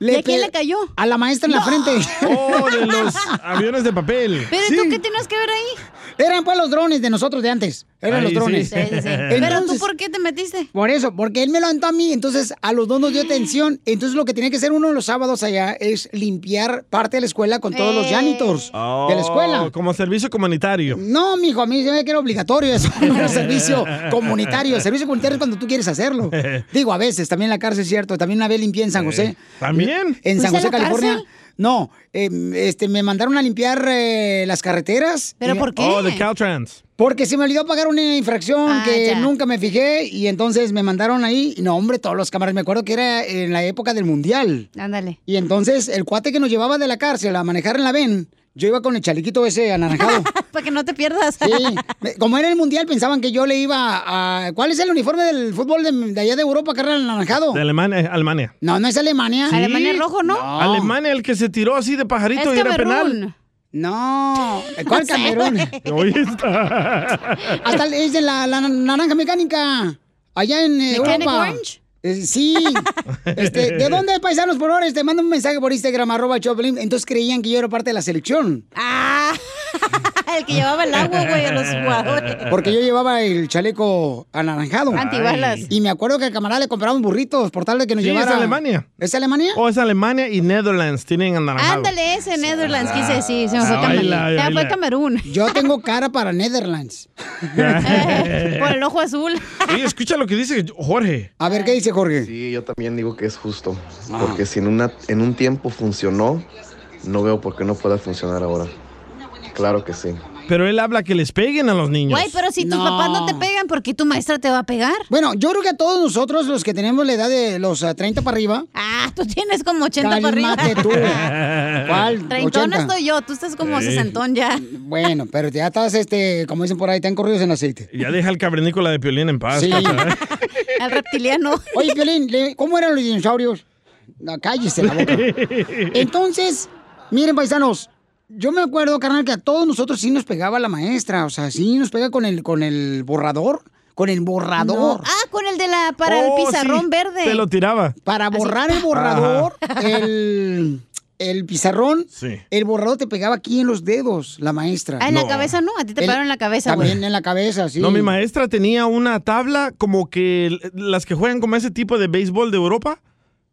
¿Y a quién
pe-
le cayó?
A la maestra en la
No.
frente.
Oh, de los aviones de papel.
Pero ¿y tú qué tienes que ver ahí?
Eran pues los drones de nosotros de antes. Eran
Ahí
los
sí.
drones.
Sí, sí, sí.
Pero tú
Entonces,
por qué te metiste? Mm.
por eso, porque él me lo aventó a mí, entonces a los dos nos dio tensión. Entonces lo que tenía que hacer uno los sábados allá es limpiar parte de la escuela con todos
Eh.
los janitors de la escuela.
Oh, Como servicio comunitario.
No, mijo, a mí se me que era obligatorio eso, era servicio comunitario. El servicio comunitario es cuando tú quieres hacerlo. Digo, a veces, también en la cárcel es cierto. También una vez limpié en
Eh,
San José.
¿También?
En
¿Fuiste
San
a
Pues
José,
la
California.
cárcel?
No, eh, este, me mandaron a limpiar eh, las carreteras. Y-
Oh, de Caltrans.
porque se me olvidó pagar una infracción
Ah,
que nunca me fijé y entonces me mandaron ahí. Y no, hombre, todos los cámaras. Me acuerdo que era en la época del mundial.
Ándale.
Y entonces el cuate que nos llevaba de la cárcel a manejar en la VEN, yo iba con el chalequito ese anaranjado.
Para que no te pierdas.
Sí. Me- Como era el mundial, pensaban que yo le iba a. ¿Cuál es el uniforme del fútbol de, de allá de Europa, carnal, anaranjado?
De Alemania. eh, Alemania.
No, no es Alemania.
Sí. Alemania, el que se tiró así de pajarito y era penal.
No. ¿Cuál Camerún?
Hoy está.
Hasta le dicen la, la naranja mecánica. Allá en eh,
Mechanic
Europa.
Orange.
Eh, sí. Este, ¿De dónde, paisanos, por favor? Te mando un mensaje por Instagram, arroba Choplin. Entonces creían que yo era parte de la selección.
El que llevaba el agua, güey, a Ah, los jugadores.
Porque yo llevaba el chaleco anaranjado.
Antibalas.
Y me acuerdo que al camarada le compraban burritos por tal de que nos
Sí, es
llevara.
Alemania.
¿Es Alemania?
O es Alemania y Netherlands tienen anaranjado.
Ándale, ese Netherlands, quise decir. Se me fue
Ah,
Camerún.
baila,
Se me fue
baila.
Camerún.
Yo tengo cara para Netherlands.
Por el ojo azul.
Oye, escucha lo que dice Jorge.
A ver, ¿qué dice Jorge?
Sí, yo también digo que es justo. Porque si en, una, en un tiempo funcionó, no veo por qué no pueda funcionar ahora. Claro que sí.
Pero él habla que les peguen a los niños.
Güey, pero si tus papás no te pegan, ¿por qué tu maestra te va a pegar?
Bueno, yo creo que a todos nosotros, los que tenemos la edad de los ah, 30 para arriba.
Ah, tú tienes como 80 para arriba.
Cálmate tú. ¿Cuál?
Treintón
80?
estoy yo, tú estás como
Sí.
sesentón ya.
Bueno, pero ya estás, este, como dicen por ahí, están corridos en aceite.
Ya deja el cavernícola de Piolín en paz.
Sí.
Cacha.
El reptiliano.
Oye, Piolín, le- ¿cómo eran los dinosaurios? No, cállese la boca. Entonces, miren, paisanos, yo me acuerdo, carnal, que a todos nosotros sí nos pegaba la maestra. O sea, sí nos pega con el, con el borrador. Con el
No.
borrador.
Ah, con el de la para
Oh,
el pizarrón
sí,
verde.
te lo
tiraba.
Para
Así,
borrar el
pa.
borrador, eh,
Ajá.
el, el pizarrón,
Sí.
el borrador te pegaba aquí en los dedos, la maestra.
Ah, en la cabeza no, a ti te
El-
pegaron en la cabeza, güey.
También en la cabeza, sí.
No, mi maestra tenía una tabla como que l- las que juegan como ese tipo de béisbol de Europa.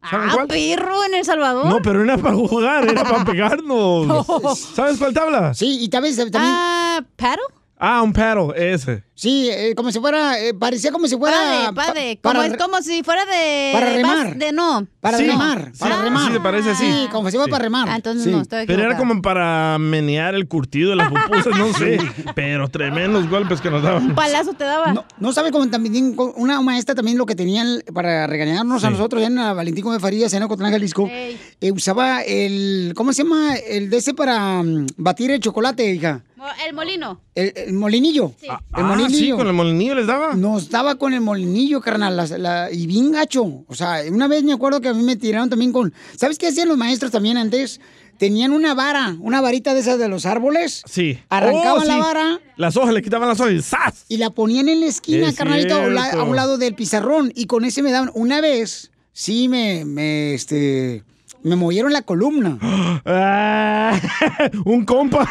¿Saben
Ah,
cuál?
perro en El Salvador.
No, pero no era para jugar, era para pegarnos. ¿Sabes cuál tabla?
Sí, y tal vez también.
Ah, paddle.
Ah, un paddle, ese.
Sí, eh, como si fuera, eh, parecía como si fuera...
Pade, pade, como, es- como si fuera de...
para remar.
vas- De no.
Para
Sí,
remar,
sí,
para
sí,
remar.
se parece así.
Sí, como si fuera
Sí.
para remar.
Ah, entonces
Sí.
no, estoy
pero era
equivocada.
como para menear el curtido de las pupusas, no sé. Pero tremendos golpes que nos daban.
palazo te daba.
No, no sabe cómo también una maestra también lo que tenían para regañarnos a
Sí.
nosotros en la Valentín Gómez Farías, en Ocotlán, Jalisco. eh, usaba el, ¿cómo se llama? El de ese para mm, batir el chocolate, hija.
Mo- El molino.
El, el molinillo.
ah, sí, ¿con el molinillo les daba?
Nos daba con el molinillo, carnal, las- la- y bien gacho. O sea, una vez me acuerdo que a mí me tiraron también con... ¿Sabes qué hacían los maestros también antes? Tenían una vara, una varita de esas de los árboles.
Sí.
Arrancaban
Oh,
la
sí.
vara.
Las hojas, le quitaban las hojas y ¡zas!
Y la ponían en la esquina,
Es
carnalito, a un la- a
cierto.
un lado del pizarrón. Y con ese me daban. Una vez, sí me, me, este. Me movieron la columna.
Ah, un compa.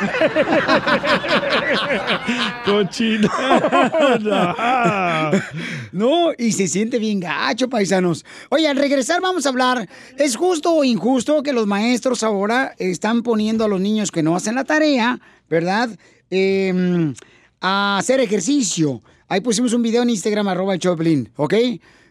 Cochino.
no, y se siente bien gacho, paisanos. Oye, al regresar vamos a hablar. ¿Es justo o injusto que los maestros ahora están poniendo a los niños que no hacen la tarea, ¿verdad? Eh, a hacer ejercicio. Ahí pusimos un video en Instagram, arroba el Choplin, ¿ok?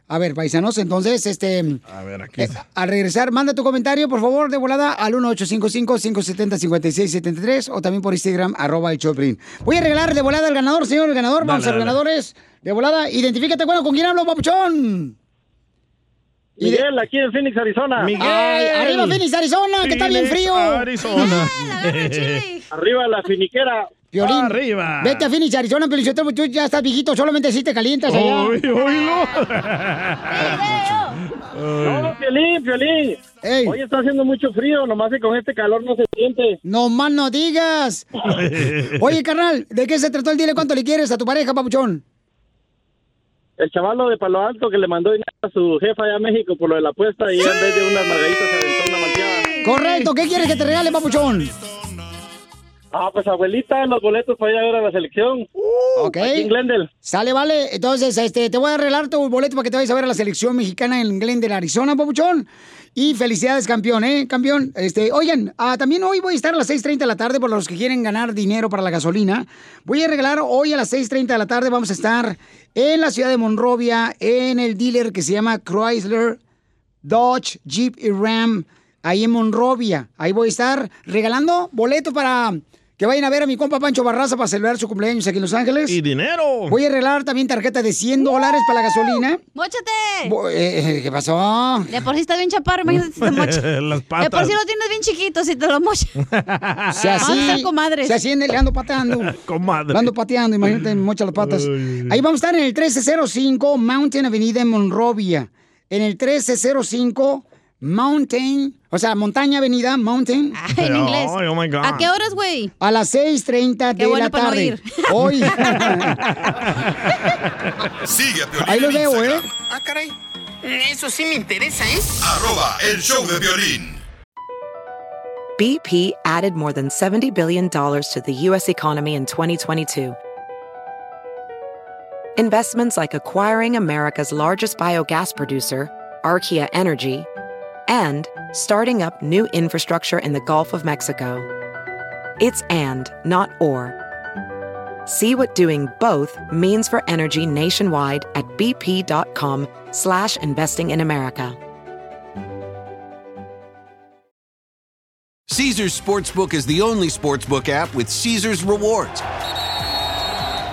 A ver, paisanos, entonces, este...
A ver, aquí.
Eh, al regresar, manda tu comentario, por favor, de volada al 1855-570-5673 o también por Instagram, arroba el Choplin. Voy a regalar de volada al ganador, señor, el ganador.
Dale,
Vamos a los
dale.
ganadores. De volada, identifícate, bueno, ¿con quién hablo, papuchón?
Miguel, aquí en Phoenix, Arizona.
Ay, arriba Phoenix, Arizona, que está bien frío.
Arizona.
Arriba la finiquera.
Piolín,
Arriba.
Vete a Phoenix, Arizona, Pelichotero, tú ya estás viejito, solamente si te calientas allá.
Uy,
No, Piolín, Piolín. Hoy está haciendo mucho frío, nomás que con este calor no se siente.
No más no digas. Oye, carnal, ¿de qué se trató el dile cuánto le quieres a tu pareja, papuchón?
El chavalo de Palo Alto que le mandó dinero a su jefa allá a México por lo de la apuesta y en vez de unas margaritas se aventó una malteada.
Correcto, ¿qué quieres que te regale, papuchón?
Ah, pues abuelita, los boletos para ir a ver a la selección.
ok.
Aquí en Glendale.
Sale, vale. Entonces, este, te voy a arreglar tu boleto para que te vayas a ver a la selección mexicana en Glendale, Arizona, papuchón. Y felicidades, campeón, ¿eh? Campeón. Este, oigan, ah, también hoy voy a estar a las 6.30 de la tarde por los que quieren ganar dinero para la gasolina. Voy a regalar hoy a las 6.30 de la tarde. Vamos a estar en la ciudad de Monrovia, en el dealer que se llama Chrysler Dodge, Jeep y Ram, ahí en Monrovia. Ahí voy a estar regalando boleto para que vayan a ver a mi compa Pancho Barraza para celebrar su cumpleaños aquí en Los Ángeles.
Y dinero.
Voy a regalar también tarjeta de 100 dólares para la gasolina.
¡Móchate!
Bo- eh, eh, ¿Qué pasó?
De por sí estás bien chaparro, imagínate si te mochas.
Las
De por
patas.
sí lo tienes bien chiquito si te lo mochas.
Se así,
Vamos a ser comadres.
Se así ande- le ando pateando.
Comadre.
Le ando pateando, imagínate, me mocha las patas. Ahí vamos a estar en el 1305 Mountain Avenida en Monrovia. En el 1305 Mountain, o sea, Montaña Avenida, Mountain.
Ah, en inglés.
Ay, oh my God.
¿A qué horas, güey?
A las 6.30
Qué
de
bueno
la
para no
tarde.
ir.
Hoy.
Sigue a Piolín
Ahí lo
en
veo, ¿eh?
Instagram,
Ah, caray. Eso sí me interesa, ¿eh?
Arroba el show de violín.
BP added more than $70 billion to the U.S. economy in 2022. Investments like acquiring America's largest biogas producer, Archaea Energy, and starting up new infrastructure in the Gulf of Mexico. It's and, not or. See what doing both means for energy nationwide at bp.com slash investing in America.
Caesars Sportsbook is the only sportsbook app with Caesars rewards.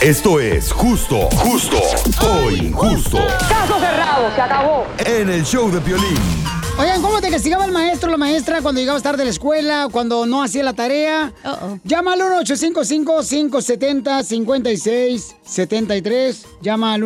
Esto es justo, justo o injusto.
Caso cerrado, se acabó.
En el show de violín.
Oigan, ¿cómo te castigaba el maestro o la maestra cuando llegabas tarde de la escuela, cuando no hacía la tarea? Llama al 1-855-570-5673. Llama al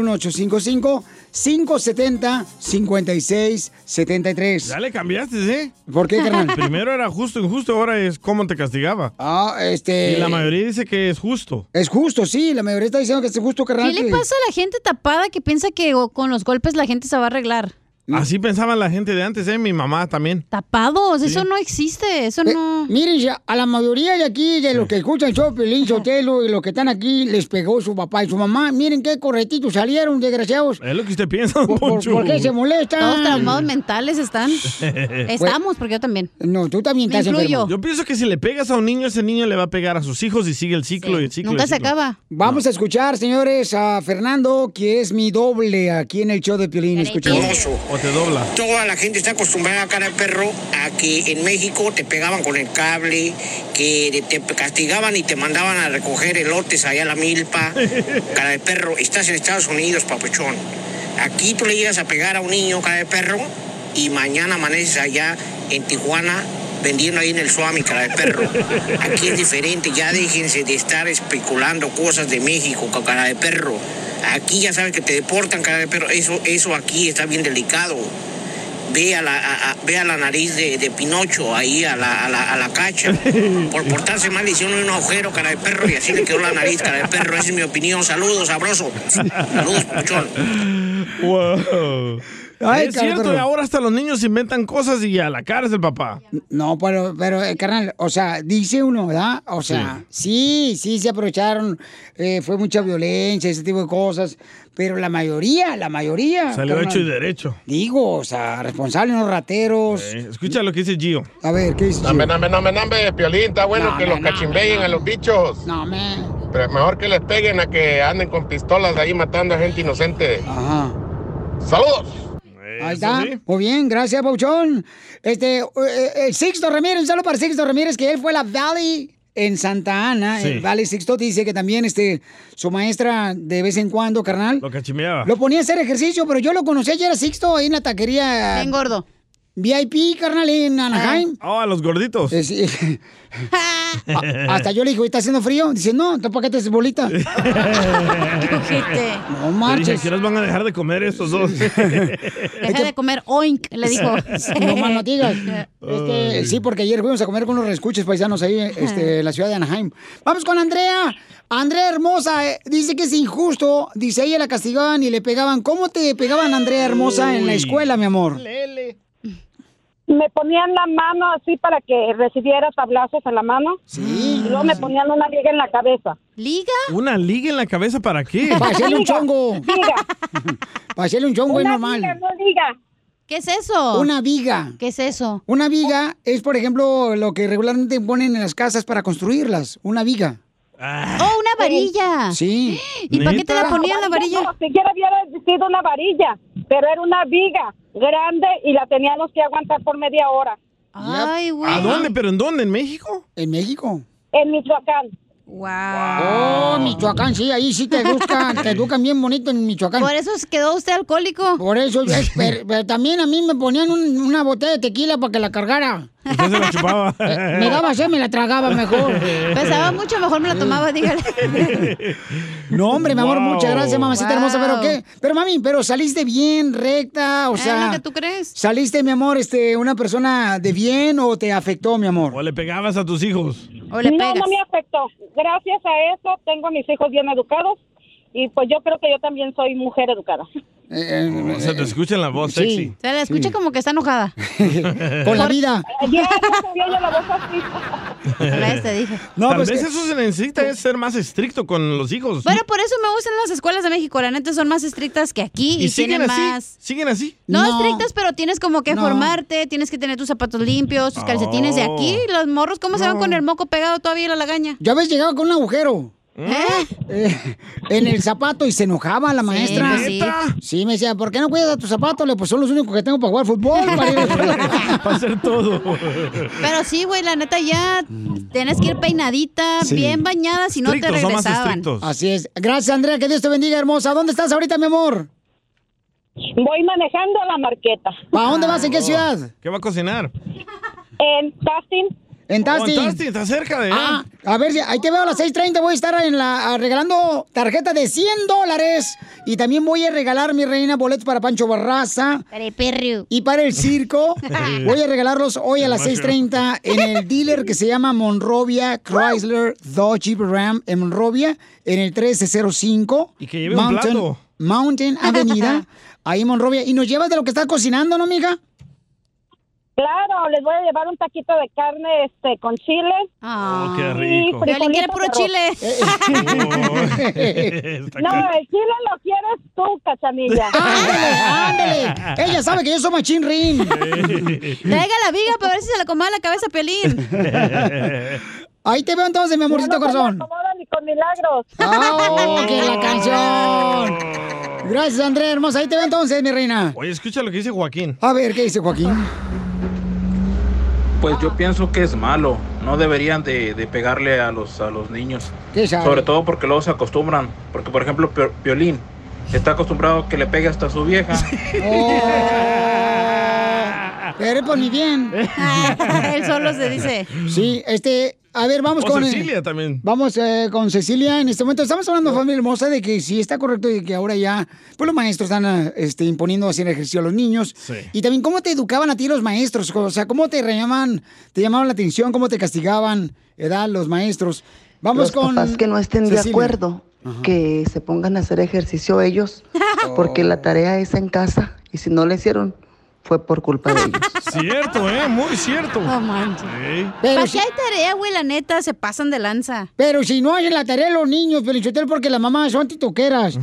1-855-570-5673.
Ya le cambiaste, ¿eh?
¿Por qué, carnal?
Primero era justo, injusto, ahora es cómo te castigaba.
Ah, este...
Y la mayoría dice que es justo.
Es justo, sí. La mayoría está diciendo que es justo, carnal.
¿Qué le pasa a la gente tapada que piensa que o, con los golpes la gente se va a arreglar?
Así pensaba la gente de antes, ¿eh? Mi mamá también.
Tapados, eso no existe, eso
Eh,
no...
Miren, ya, a la mayoría de aquí, de los que escuchan el show, Pelín Sotelo y los que están aquí, les pegó su papá y su mamá. Miren qué corretitos salieron, desgraciados.
Es lo que usted piensa, don
¿Por, por-
Poncho.
por qué se molestan?
Todos traumados mentales están.
Eh.
Estamos, porque yo también.
No, tú también
Me incluyo.
Yo pienso que si le pegas a un niño, ese niño le va a pegar a sus hijos y sigue el ciclo y el ciclo. y el ciclo.
Vamos a escuchar, señores, a Fernando, que es mi doble aquí en el show de Piolín. Escuchemos.
O te dobla.
Toda la gente está acostumbrada acá al perro a que en México te pegaban con el cable, que te castigaban y te mandaban a recoger elotes allá a la milpa. Cara de perro, estás en Estados Unidos, papuchón. Aquí tú le llegas a pegar a un niño, cara de perro, y mañana amaneces allá en Tijuana vendiendo ahí en el Suami, cara de perro. Aquí es diferente, ya déjense de estar especulando cosas de México, ca- cara de perro. Aquí ya saben que te deportan, cara de perro. Eso, eso aquí está bien delicado ve a la, a- a- ve a la nariz de, de Pinocho, ahí a la, a, la, a la cacha. Por portarse mal le hicieron un agujero, cara de perro, y así le quedó la nariz, cara de perro. Esa es mi opinión. Saludos, sabroso. Saludos, puchón.
Wow.
Ay,
es
cara,
cierto,
perro.
ahora hasta los niños inventan cosas y a la cárcel, papá.
No, pero, pero eh, carnal, o sea, dice uno, ¿verdad? O sea, sí, sí, se aprovecharon, eh, fue mucha violencia, ese tipo de cosas, pero la mayoría, la mayoría.
Salió
carnal,
hecho y derecho.
Digo, o sea, responsables, no rateros.
Eh, Escucha lo que dice Gio.
A ver, ¿qué dice?
Dame, dame, dame, dame, Piolín, está bueno que los cachimbellen a los bichos.
No, me.
Pero mejor que les peguen a que anden con pistolas ahí matando a gente inocente.
Ajá.
¡Saludos!
Ahí está. Muy bien, gracias, Pauchón. Este, eh, eh, Sixto Ramírez, un saludo para Sixto Ramírez, que él fue a la Valley en Santa Ana.
Sí.
El Valley Sixto dice que también este, su maestra de vez en cuando, carnal.
Lo cachimeaba.
¿Mm? Lo ponía a hacer ejercicio, pero yo lo conocí ayer a Sixto ahí en la taquería.
Bien gordo.
VIP, carnal, en Anaheim.
Oh, a los gorditos.
Ah.
A- Eh, Ah. Hasta yo le dije, "Oye, ¿está haciendo frío? Dice, no, entonces ¿para qué te haces bolita? No
Te
marches.
dije, ¿qué nos van a dejar de comer estos dos?
Deja de comer oink, le dijo.
No más no digas. Este,
Ay.
sí, porque ayer fuimos a comer con unos reescuches paisanos ahí este, en la ciudad de Anaheim. Vamos con Andrea. Andrea hermosa, eh, dice que es injusto. Dice, a ella la castigaban y le pegaban. ¿Cómo te pegaban, Andrea hermosa, en la
Uy.
escuela, mi amor?
Me ponían la mano así para que recibiera tablazos en la mano.
Sí.
Y luego me ponían una liga en la cabeza.
¿Liga?
¿Una liga en la cabeza para qué?
Para hacerle un
Liga,
chongo. Para hacerle un chongo es
Una
normal.
liga, no liga.
¿Qué es eso?
Una viga.
¿Qué es eso?
Una viga es, por ejemplo, lo que regularmente ponen en las casas para construirlas. Una viga.
¡Oh, una varilla!
Sí.
¿Y para qué te la
No,
ponían la varilla?
no, siquiera hubiera existido una varilla, pero era una viga grande y la teníamos que aguantar por media hora.
Ay, güey.
¿A dónde? ¿Pero en dónde? ¿En México?
¿En México?
En Michoacán.
Wow.
Oh, Michoacán, sí, ahí sí te educan, te educan bien bonito en Michoacán.
Por eso quedó usted alcohólico.
Por eso, yo- pero, pero también a mí me ponían un- una botella de tequila para que la cargara.
Usted se la chupaba.
Eh, Me daba sed, me la tragaba mejor.
Eh. Pesaba mucho, mejor me la tomaba, dígale.
No, hombre, mi amor,
Wow.
muchas gracias, mamacita
Wow.
hermosa, pero qué. Pero mami, pero saliste bien, recta, o
Es
sea.
Eh, lo que tú crees.
¿Saliste, mi amor, este, una persona de bien o te afectó, mi amor?
¿O le pegabas a tus hijos?
no, no me afectó. Gracias a eso tengo a mis hijos bien educados y pues yo creo que yo también soy mujer educada.
Eh,
O sea, te escuchan la voz sexy.
Se la escucha como que está enojada. Por-
Con No,
No,
Tal
pues
vez
que-
eso se necesita es ser más estricto con los hijos.
Bueno, por eso me gustan las escuelas de México. La neta son más estrictas que aquí y,
¿Y siguen
tienen
así?
más.
¿Siguen así?
No, estrictas, pero tienes como que
No.
formarte, tienes que tener tus zapatos limpios, tus calcetines de
Oh.
aquí. Los morros, ¿cómo se van con el moco pegado todavía a la lagaña?
Ya ves, llegaba con un agujero. Eh, en el zapato y se enojaba la maestra.
pues sí. ¿Neta?
Sí, me decía, ¿por qué no cuidas a tus zapatos? Le digo, pues son los únicos que tengo para jugar fútbol. para ir a la escuela".
Para hacer todo.
Pero sí, güey, la neta ya tienes que ir peinadita,
Sí.
bien bañada, si no te regresaban.
Así es. Gracias, Andrea, que Dios te bendiga, hermosa. ¿Dónde estás ahorita, mi amor?
Voy manejando a la marqueta.
¿Para dónde vas? ¿En qué ciudad?
Oh, ¿Qué va a cocinar?
En Tasting.
En Tasting.
Oh, en Tustin, está cerca de
Ah, a ver, si- ahí te veo a las 6.30. Voy a estar en la, a- regalando tarjeta de 100 dólares. Y también voy a regalar, mi reina, boletos para Pancho Barraza.
Para el perro.
Y para el circo. voy a regalarlos hoy a las 6.30 en el dealer que se llama Monrovia Chrysler Dodge Jeep Ram en Monrovia, en el 1305.
Y que lleve un plato.
Mountain Avenida, ahí en Monrovia. Y nos llevas de lo que estás cocinando, ¿no, mija?
Claro, les voy a llevar un taquito de carne este con chile.
Ah,
Oh, qué rico.
Piolín quiere puro chile.
No, el chile lo quieres tú, cachanilla.
ándale, ándale. Ella sabe que yo soy machín rin.
Traiga la viga para ver si se le acomoda la cabeza a Pelín.
Ahí te veo entonces, mi amorcito corazón.
Ni con milagros.
¡Oh, que la canción! Gracias, Andrea, hermosa. Ahí te veo entonces, mi reina.
Oye, escucha lo que dice Joaquín.
A ver, ¿qué dice Joaquín?
Pues yo pienso que es malo, no deberían de, de pegarle a los, a los niños.
¿Qué sabe?
Sobre todo porque luego se acostumbran, porque por ejemplo Pio- Piolín está acostumbrado a que le pegue hasta a su vieja.
Oh, pero pues ni bien.
Él solo se dice.
Sí, este, a ver, vamos
O
con. eh,
Cecilia también.
Vamos eh, con Cecilia en este momento. Estamos hablando, familia hermosa, de que sí está correcto de que ahora ya, pues los maestros están ah, este, imponiendo hacer ejercicio a los niños.
Sí.
Y también, ¿cómo te educaban a ti los maestros? O sea, ¿cómo te llamaban, te llamaban la atención? ¿Cómo te castigaban, edad, los maestros? Vamos
los
con.
papás que no estén de
Cecilia.
acuerdo, que se pongan a hacer ejercicio ellos, porque la tarea es en casa y si no la hicieron fue por culpa de ellos.
Cierto, eh, muy cierto.
No manches.
Sí.
¿Para qué hay tarea, güey? La neta, se pasan de lanza.
Pero si no hacen la tarea los niños, Pelichotel, porque las mamás son titoqueras. sí,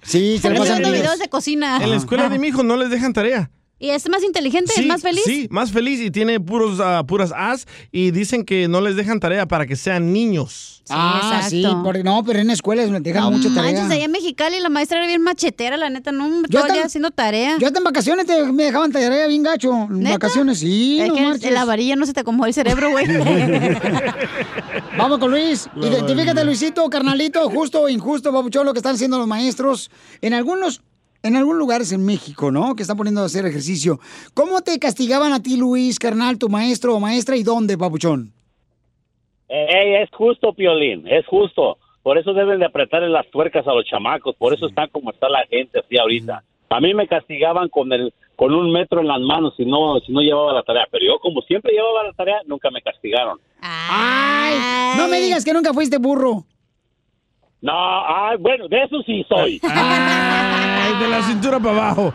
se
Están
lo pasan
haciendo
niños.
videos de cocina.
En la
Ah.
escuela de mi hijo no les dejan tarea.
¿Y es más inteligente? ¿Es más feliz?
Sí, más feliz y tiene puros, ah, puras as y dicen que no les dejan tarea para que sean niños.
ah, sí, porque no, pero en escuelas me dejan
No
Ah, mucha tarea.
Manches, allá en Mexicali la maestra era bien machetera, la neta, no, hombre,
Yo
todo el día
tam-
haciendo tarea.
Yo hasta en vacaciones te- me dejaban tarea bien gacho. En
¿Neta?
vacaciones, sí.
Es
no
que
marches.
la varilla no se te acomodó el cerebro, güey.
Vamos con Luis.
La
Identifícate,
varilla.
Luisito, carnalito, justo o injusto, papuchón, lo que están haciendo los maestros en algunos. En algunos lugares en México, ¿no? Que están poniendo a hacer ejercicio. ¿Cómo te castigaban a ti, Luis, carnal, tu maestro o maestra y dónde, papuchón?
Ey, es justo, Piolín, es justo. Por eso deben de apretarle las tuercas a los chamacos, por eso está como está la gente así ahorita. A mí me castigaban con el con un metro en las manos si no si no llevaba la tarea, pero yo como siempre llevaba la tarea, nunca me castigaron.
Ay, no me digas que nunca fuiste burro.
No, ah, bueno, de eso sí soy.
Ay, de la cintura para abajo.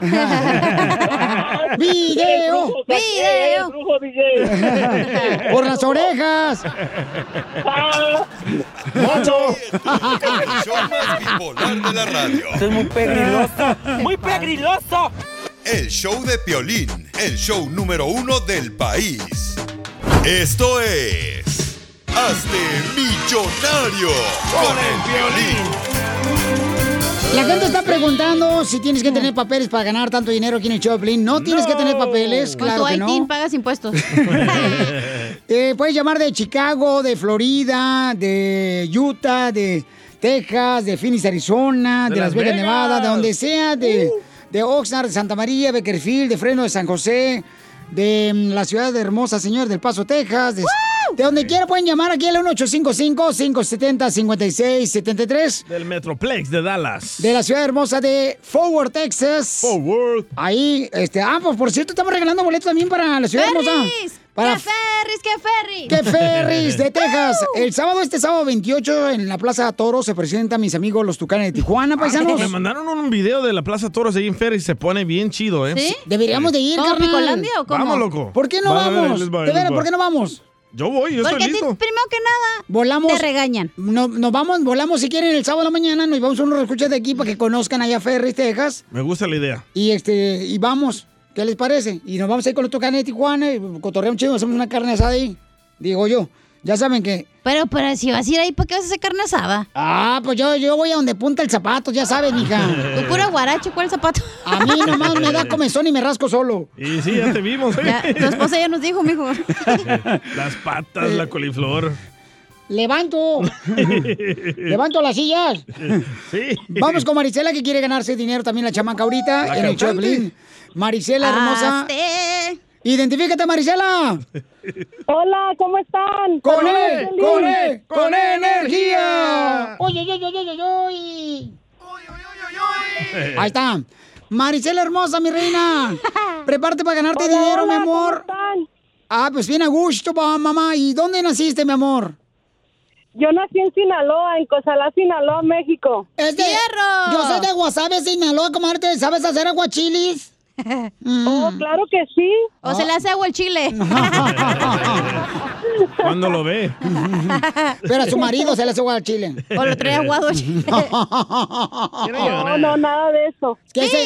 ¡Video!
¡Video!
¡Por las orejas!
Ah. ¡Mocho!
de la radio.
es muy
pegriloso,
muy pegriloso.
El show de Piolín, el show número uno del país. Esto es... Hazte millonario con el Piolín.
La gente está preguntando si tienes que tener papeles para ganar tanto dinero aquí en el Choplin. No Pues tienes que tener papeles,
Con tu
claro que
ITIN
no.
pagas impuestos.
Eh, puedes llamar de Chicago, de Florida, de Utah, de Texas, de Phoenix, Arizona, de, Las Vegas, Uh. Nevada, de donde sea, de, de Oxnard, de Santa María, Beckerfield, de Freno, de San José, de mm, la ciudad de Hermosa Señor, del Paso, Texas. De, de donde quiera pueden llamar aquí al 1855-570-5673.
Del Metroplex de Dallas.
De la ciudad hermosa de Forward, Texas.
Forward.
Ahí, este, ah, pues por cierto, estamos regalando boletos también para la ciudad hermosa.
Ferris,
Para
¡Qué ferris, qué ferris!
que Ferris de Texas. El sábado, este sábado 28, en la Plaza Toro se presentan mis amigos los Tucanes de Tijuana, paisanos.
Ah, Me mandaron un video de la Plaza Toros ahí en Ferry y se pone bien chido, ¿eh?
Deberíamos de ir,
¿Cómo,
carnal.
Picolandia o cómo?
Vamos, loco.
¿Por qué no
Van a ver,
vamos?
ahí les va, ahí
De
les
veras,
va.
¿por qué no vamos?
Yo voy, yo estoy
Porque a ti,
listo.
primero que nada,
Volamos.
te regañan.
No- nos vamos, volamos si quieren el sábado a la mañana, nos vamos a unos escuchas de aquí para que conozcan allá Ferris, Texas.
Me gusta la idea.
Y este, y vamos. ¿Qué les parece? Y nos vamos a ir con los Tucanes de Tijuana, y cotorreamos chido, hacemos una carne asada ahí. Digo yo. Ya saben que.
Pero, pero si vas a ir ahí, ¿por qué vas a hacer carne asada?
Ah, pues yo, yo voy a donde punta el zapato, ya sabes, mija.
Tu pura guaracho, ¿cuál zapato?
A mí nomás me da comezón y me rasco solo.
Y sí, ya te vimos. ¿eh?
Ya, tu esposa ya nos dijo, mijo.
Eh.
Las patas, la coliflor.
Levanto. Levanto las sillas.
Sí.
Vamos con Marisela que quiere ganarse dinero también la chamaca ahorita
La
en el
cantante.
Chaplin. Marisela
Ah,
hermosa. Identifícate, Marisela.
Hola, ¿cómo están?
Con
Saludos,
él,
Piolín.
con él, con E, energía. Oye, oye, oye, oye, Ahí está. Maricela hermosa, mi reina. Prepárate para ganarte dinero, mi amor. Ah, pues bien a gusto, pa- mamá. ¿Y dónde naciste, mi amor?
Yo nací en Sinaloa, en Cozalá, Sinaloa, México.
Es de- Este, Yo soy de Guasave, Sinaloa, comadre. ¿Sabes hacer aguachilis?
Oh, claro que sí.
Mm. O se le hace agua el chile.
¿Cuándo lo ve?
Pero a su marido se le hace agua al chile.
O lo trae aguado al chile.
No,
no, nada de eso.
¿Qué se,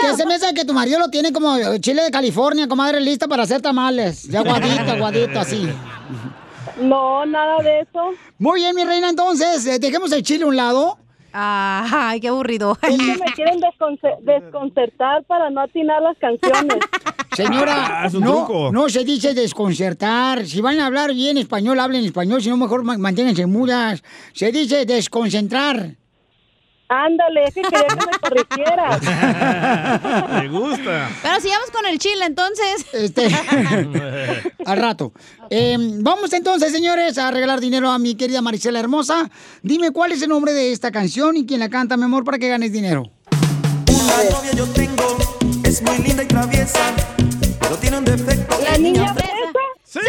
¿Qué se me hace que tu marido lo tiene como chile de California, comadre, lista para hacer tamales? Ya aguadito, aguadito, así.
No, nada de eso.
Muy bien, mi reina, entonces, eh, dejemos el chile a un lado.
Ay, qué aburrido.
Es que me quieren desconce- desconcertar para no atinar las canciones.
Señora,
Ah, es un
no,
truco.
no se dice desconcertar. Si van a hablar bien español, hablen español, si no, mejor ma- manténganse mudas. Se dice desconcentrar.
Ándale, es que quería que me corrigieras.
Me gusta.
Pero sigamos con el chile, entonces.
Este, Al rato. Eh, vamos entonces, señores, a regalar dinero a mi querida Marisela Hermosa. Dime cuál es el nombre de esta canción y quién la canta, mi amor, para que ganes dinero.
La novia yo tengo es muy linda y traviesa, pero tiene un defecto.
¿La niña fresa?
¡Sí!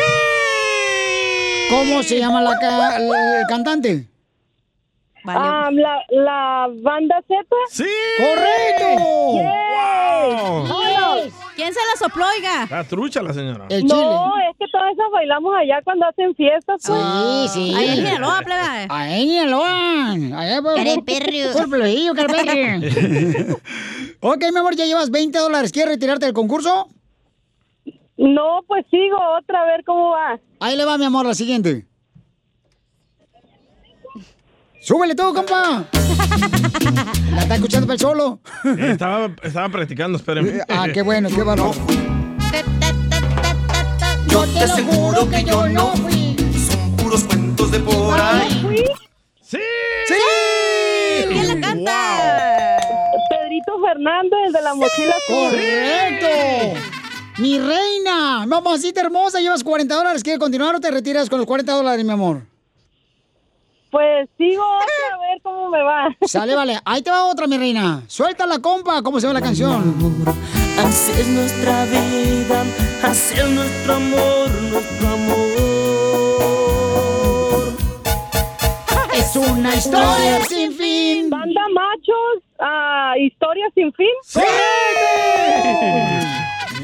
¿Cómo se llama la ca- la- el cantante?
Ah, la, la banda Z.
¡Sí!
¡Correcto!
¡Wow!
¿Quién se la sopló, oiga?
La trucha la señora.
No, es que todas esas bailamos allá cuando hacen fiestas. pues.
Sí, sí.
Ahí en
Sinaloa,
plebe.
Ahí en Sinaloa. Allá por-
Careperrio.
Por Plejillo, careperrio. ok, mi amor, ya llevas 20 dólares. ¿Quieres retirarte del concurso?
No, pues sigo otra, a ver cómo va.
Ahí le va, mi amor, la siguiente. ¡Súbele todo, compa! La está escuchando para el solo.
Eh, estaba, estaba practicando, espérenme.
Ah, qué bueno, qué bueno.
Yo te aseguro que yo no fui. Son puros cuentos de por ahí.
¡Sí!
¡Sí!
¿Quién la canta?
Pedrito Fernández de la mochila. azul.
¡Correcto! Mi reina, mamacita hermosa, llevas 40 dólares. ¿Quieres continuar o te retiras con los 40 dólares, mi amor?
Pues sigo otra, a ver cómo me va.
Sale, vale. Ahí te va otra, mi reina. Suelta la compa, ¿cómo se va la canción?
Así es nuestra vida, así es nuestro amor, nuestro amor.
Es una
historia
sin fin.
Banda machos, ah, historia sin fin.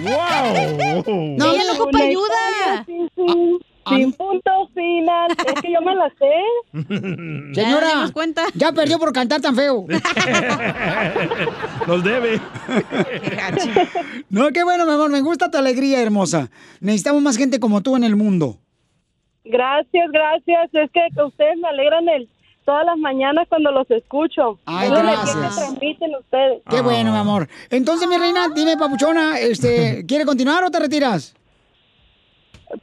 ¡Wow!
No, Ah, Ella no ocupa
Una
ayuda.
historia Sin, fin,
A- a
sin
mí-
punto final. Es que yo me la sé.
Señora,
Ya dimos
ya perdió por cantar tan feo.
Nos debe.
No, qué bueno, mi amor. Me gusta tu alegría, hermosa. Necesitamos más gente como tú en el mundo.
Gracias, gracias. Es que ustedes me alegran el todas las mañanas cuando los escucho.
Ay,
Es la energía
gracias.
que transmiten ustedes.
Qué bueno, mi amor. Entonces, mi reina, dime, papuchona, este, ¿quiere continuar o te retiras?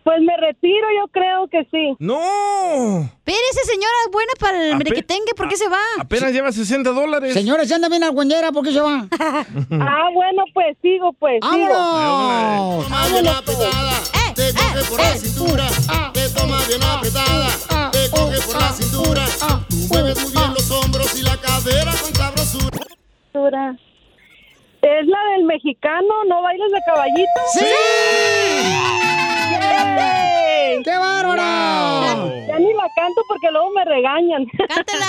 Pues me retiro, yo creo que sí.
¡No!
Pero esa señora es buena para el
Ape-
merequetengue, ¿por qué se va?
Apenas lleva 60 dólares.
Señores, ya anda bien argüendera, ¿por qué se va?
Ah, bueno, pues sigo, pues sigo.
¡Vámonos!
la pesada, te coge por la cintura, te toma bien apretada, te coge por la cintura, tú mueves muy bien los hombros y la cadera con sabrosura.
Dura. Es la del mexicano, ¿no bailes de caballito?
¡Sí!
¡Yay!
¡Qué bárbara!
Ya, ya ni la canto porque luego me regañan.
Cántale,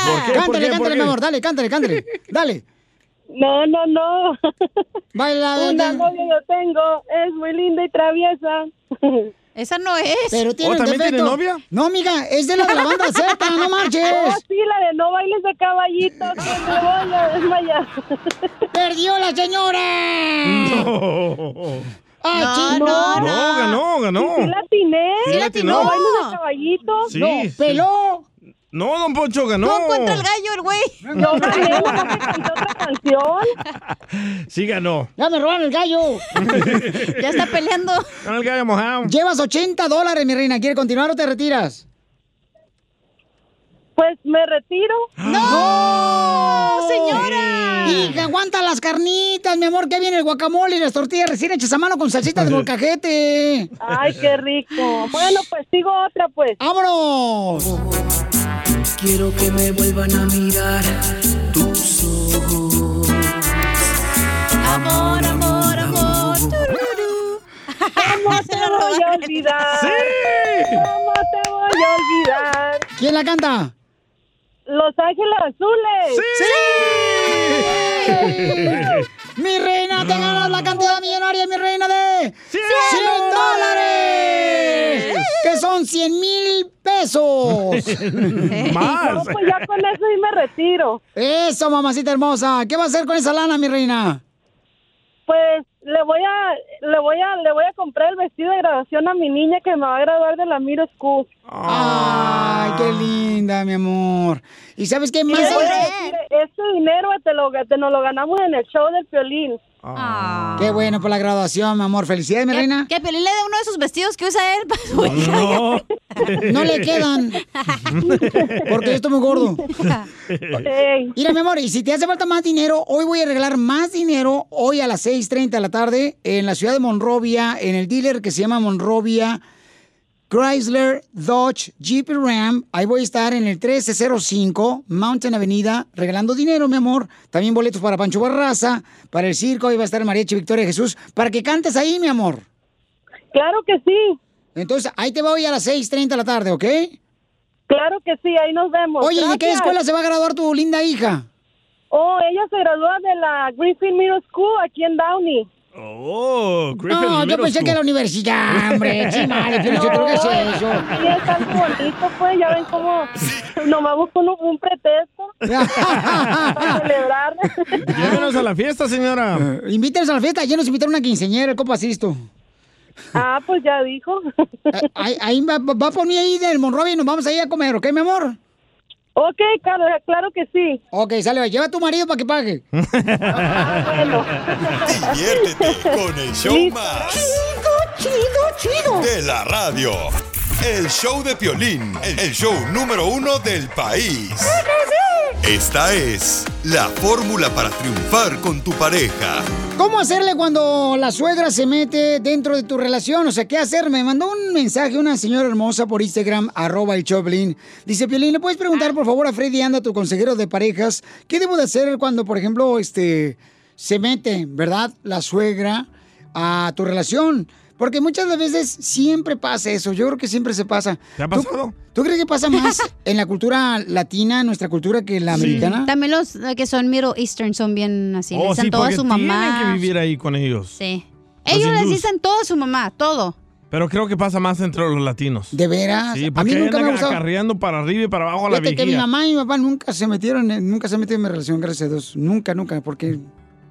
cántale, mi amor, dale, cántale, cántale, dale.
No, no, no.
Baila de-
Una novia yo tengo, es muy linda y traviesa.
Esa no es.
Pero tiene un defecto. No, amiga, es de la de la banda Z, no
Oh,
marches.
sí, la de no bailes de caballito, que me voy a desmayar. Mm.
¡Perdió la señora!
No.
Ah,
No, no, no. No, ganó, ganó.
¿Sí, sí la atiné?
Sí la atinó.
¿No bailes de caballito?
Sí,
no,
sí.
peló.
No, don Poncho ganó.
gallo el güey. No, gané, no me cantó otra canción.
Sí ganó.
Ya me robaron el gallo.
ya
está peleando.
Con el gallo mojado.
Llevas 80 dólares, mi reina. ¿Quieres continuar o te retiras?
Pues me retiro.
¡No! ¡Señora! Hija, aguanta las carnitas, mi amor, que viene el guacamole y las tortillas recién hechas a mano con salsita de molcajete.
Ay, qué rico. Bueno, pues sigo otra, pues.
¡Vámonos!
Quiero que me vuelvan a mirar tus ojos. Amor, amor, amor.
¿Cómo te voy a olvidar? ¿Cómo te voy a olvidar?
¿Quién la canta?
Los Ángeles Azules.
Mi reina, te ganas la cantidad millonaria, mi reina de 100 dólares, que son 100 mil pesos.
Más. No, pues ya con eso y me retiro.
Eso, mamacita hermosa. ¿Qué va a hacer con esa lana, mi reina?
Pues le voy a le voy a le voy a comprar el vestido de graduación a mi niña que me va a graduar de la Miro School.
Ay, qué linda, mi amor. ¿Y sabes qué
Y
más?
le voy a decir, Este dinero te lo te nos lo ganamos en el show del violín.
Qué bueno por la graduación, mi amor. Felicidades, mi reina.
Que Pelín le dé uno de esos vestidos que usa él pues. para su hija.
No. No le quedan. Porque yo estoy muy gordo. Mira, mi amor, y si te hace falta más dinero, hoy voy a regalar más dinero hoy a las 6.30 de la tarde en la ciudad de Monrovia, en el dealer que se llama Monrovia Chrysler Dodge Jeep Ram. Ahí voy a estar en el 1305 Mountain Avenida regalando dinero, mi amor. También boletos para Pancho Barraza, para el circo. Ahí va a estar Mariachi Victoria Jesús. Para que cantes ahí, mi amor.
Claro que sí.
Entonces, ahí te voy a las 6.30 de la tarde, ¿ok?
Claro que sí, ahí nos vemos.
Oye, ¿y de qué
Gracias.
escuela se va a graduar tu linda hija?
Oh, ella se gradúa de la Griffin Middle School aquí en Downey.
Oh, Griffin
No, yo
Middle
pensé
School.
que era universidad, hombre. Sí, madre, pero yo creo que sí,
No,
eso.
Sí, es algo bonito, pues, ya ven cómo nomás busco un, un pretexto para celebrar.
Llévenos a la fiesta,
Ah.
señora.
Invítenos a la fiesta. Ayer nos invitaron a una quinceñera, el copa Sisto.
Ah, pues ya dijo.
Eh, Ahí, ahí va, va por mí ahí del Monrovia y nos vamos a ir a comer, ¿ok, mi amor?
Ok, claro, claro que sí.
Ok, sale, lleva a tu marido para que pague.
Diviértete con el show
Listo.
más
Chido, chido, chido.
de la radio. El show de Piolín, el show número uno del país. Esta es la fórmula para triunfar con tu pareja.
¿Cómo hacerle cuando la suegra se mete dentro de tu relación? O sea, ¿qué hacer? Me mandó un mensaje una señora hermosa por Instagram, arroba el Choplin. Dice, Piolín, ¿le puedes preguntar por favor a Freddy Anda, tu consejero de parejas, qué debo de hacer cuando, por ejemplo, este, se mete, ¿verdad? La suegra a tu relación. Porque muchas de las veces siempre pasa eso. Yo creo que siempre se pasa.
¿Te ha
¿Tú-
pasado?
¿Tú, crees que pasa más en la cultura latina, en nuestra cultura, que en la americana?
También los eh, que son Middle Eastern son bien así. le
Oh,
dicen
sí,
todo a
porque
su
tienen que
mamá.
vivir ahí con ellos.
Sí. Ellos les
hindús.
dicen todo a su mamá, todo.
Pero creo que pasa más entre los latinos.
¿De veras?
Sí,
A
porque
mí
ahí
nunca me ha
andan
gustado.
acarreando para arriba y para abajo a la
Fíjate que mi
vigía.
mamá y mi papá nunca se metieron, en- nunca se han metido en mi relación, gracias a Dios. Nunca, nunca, porque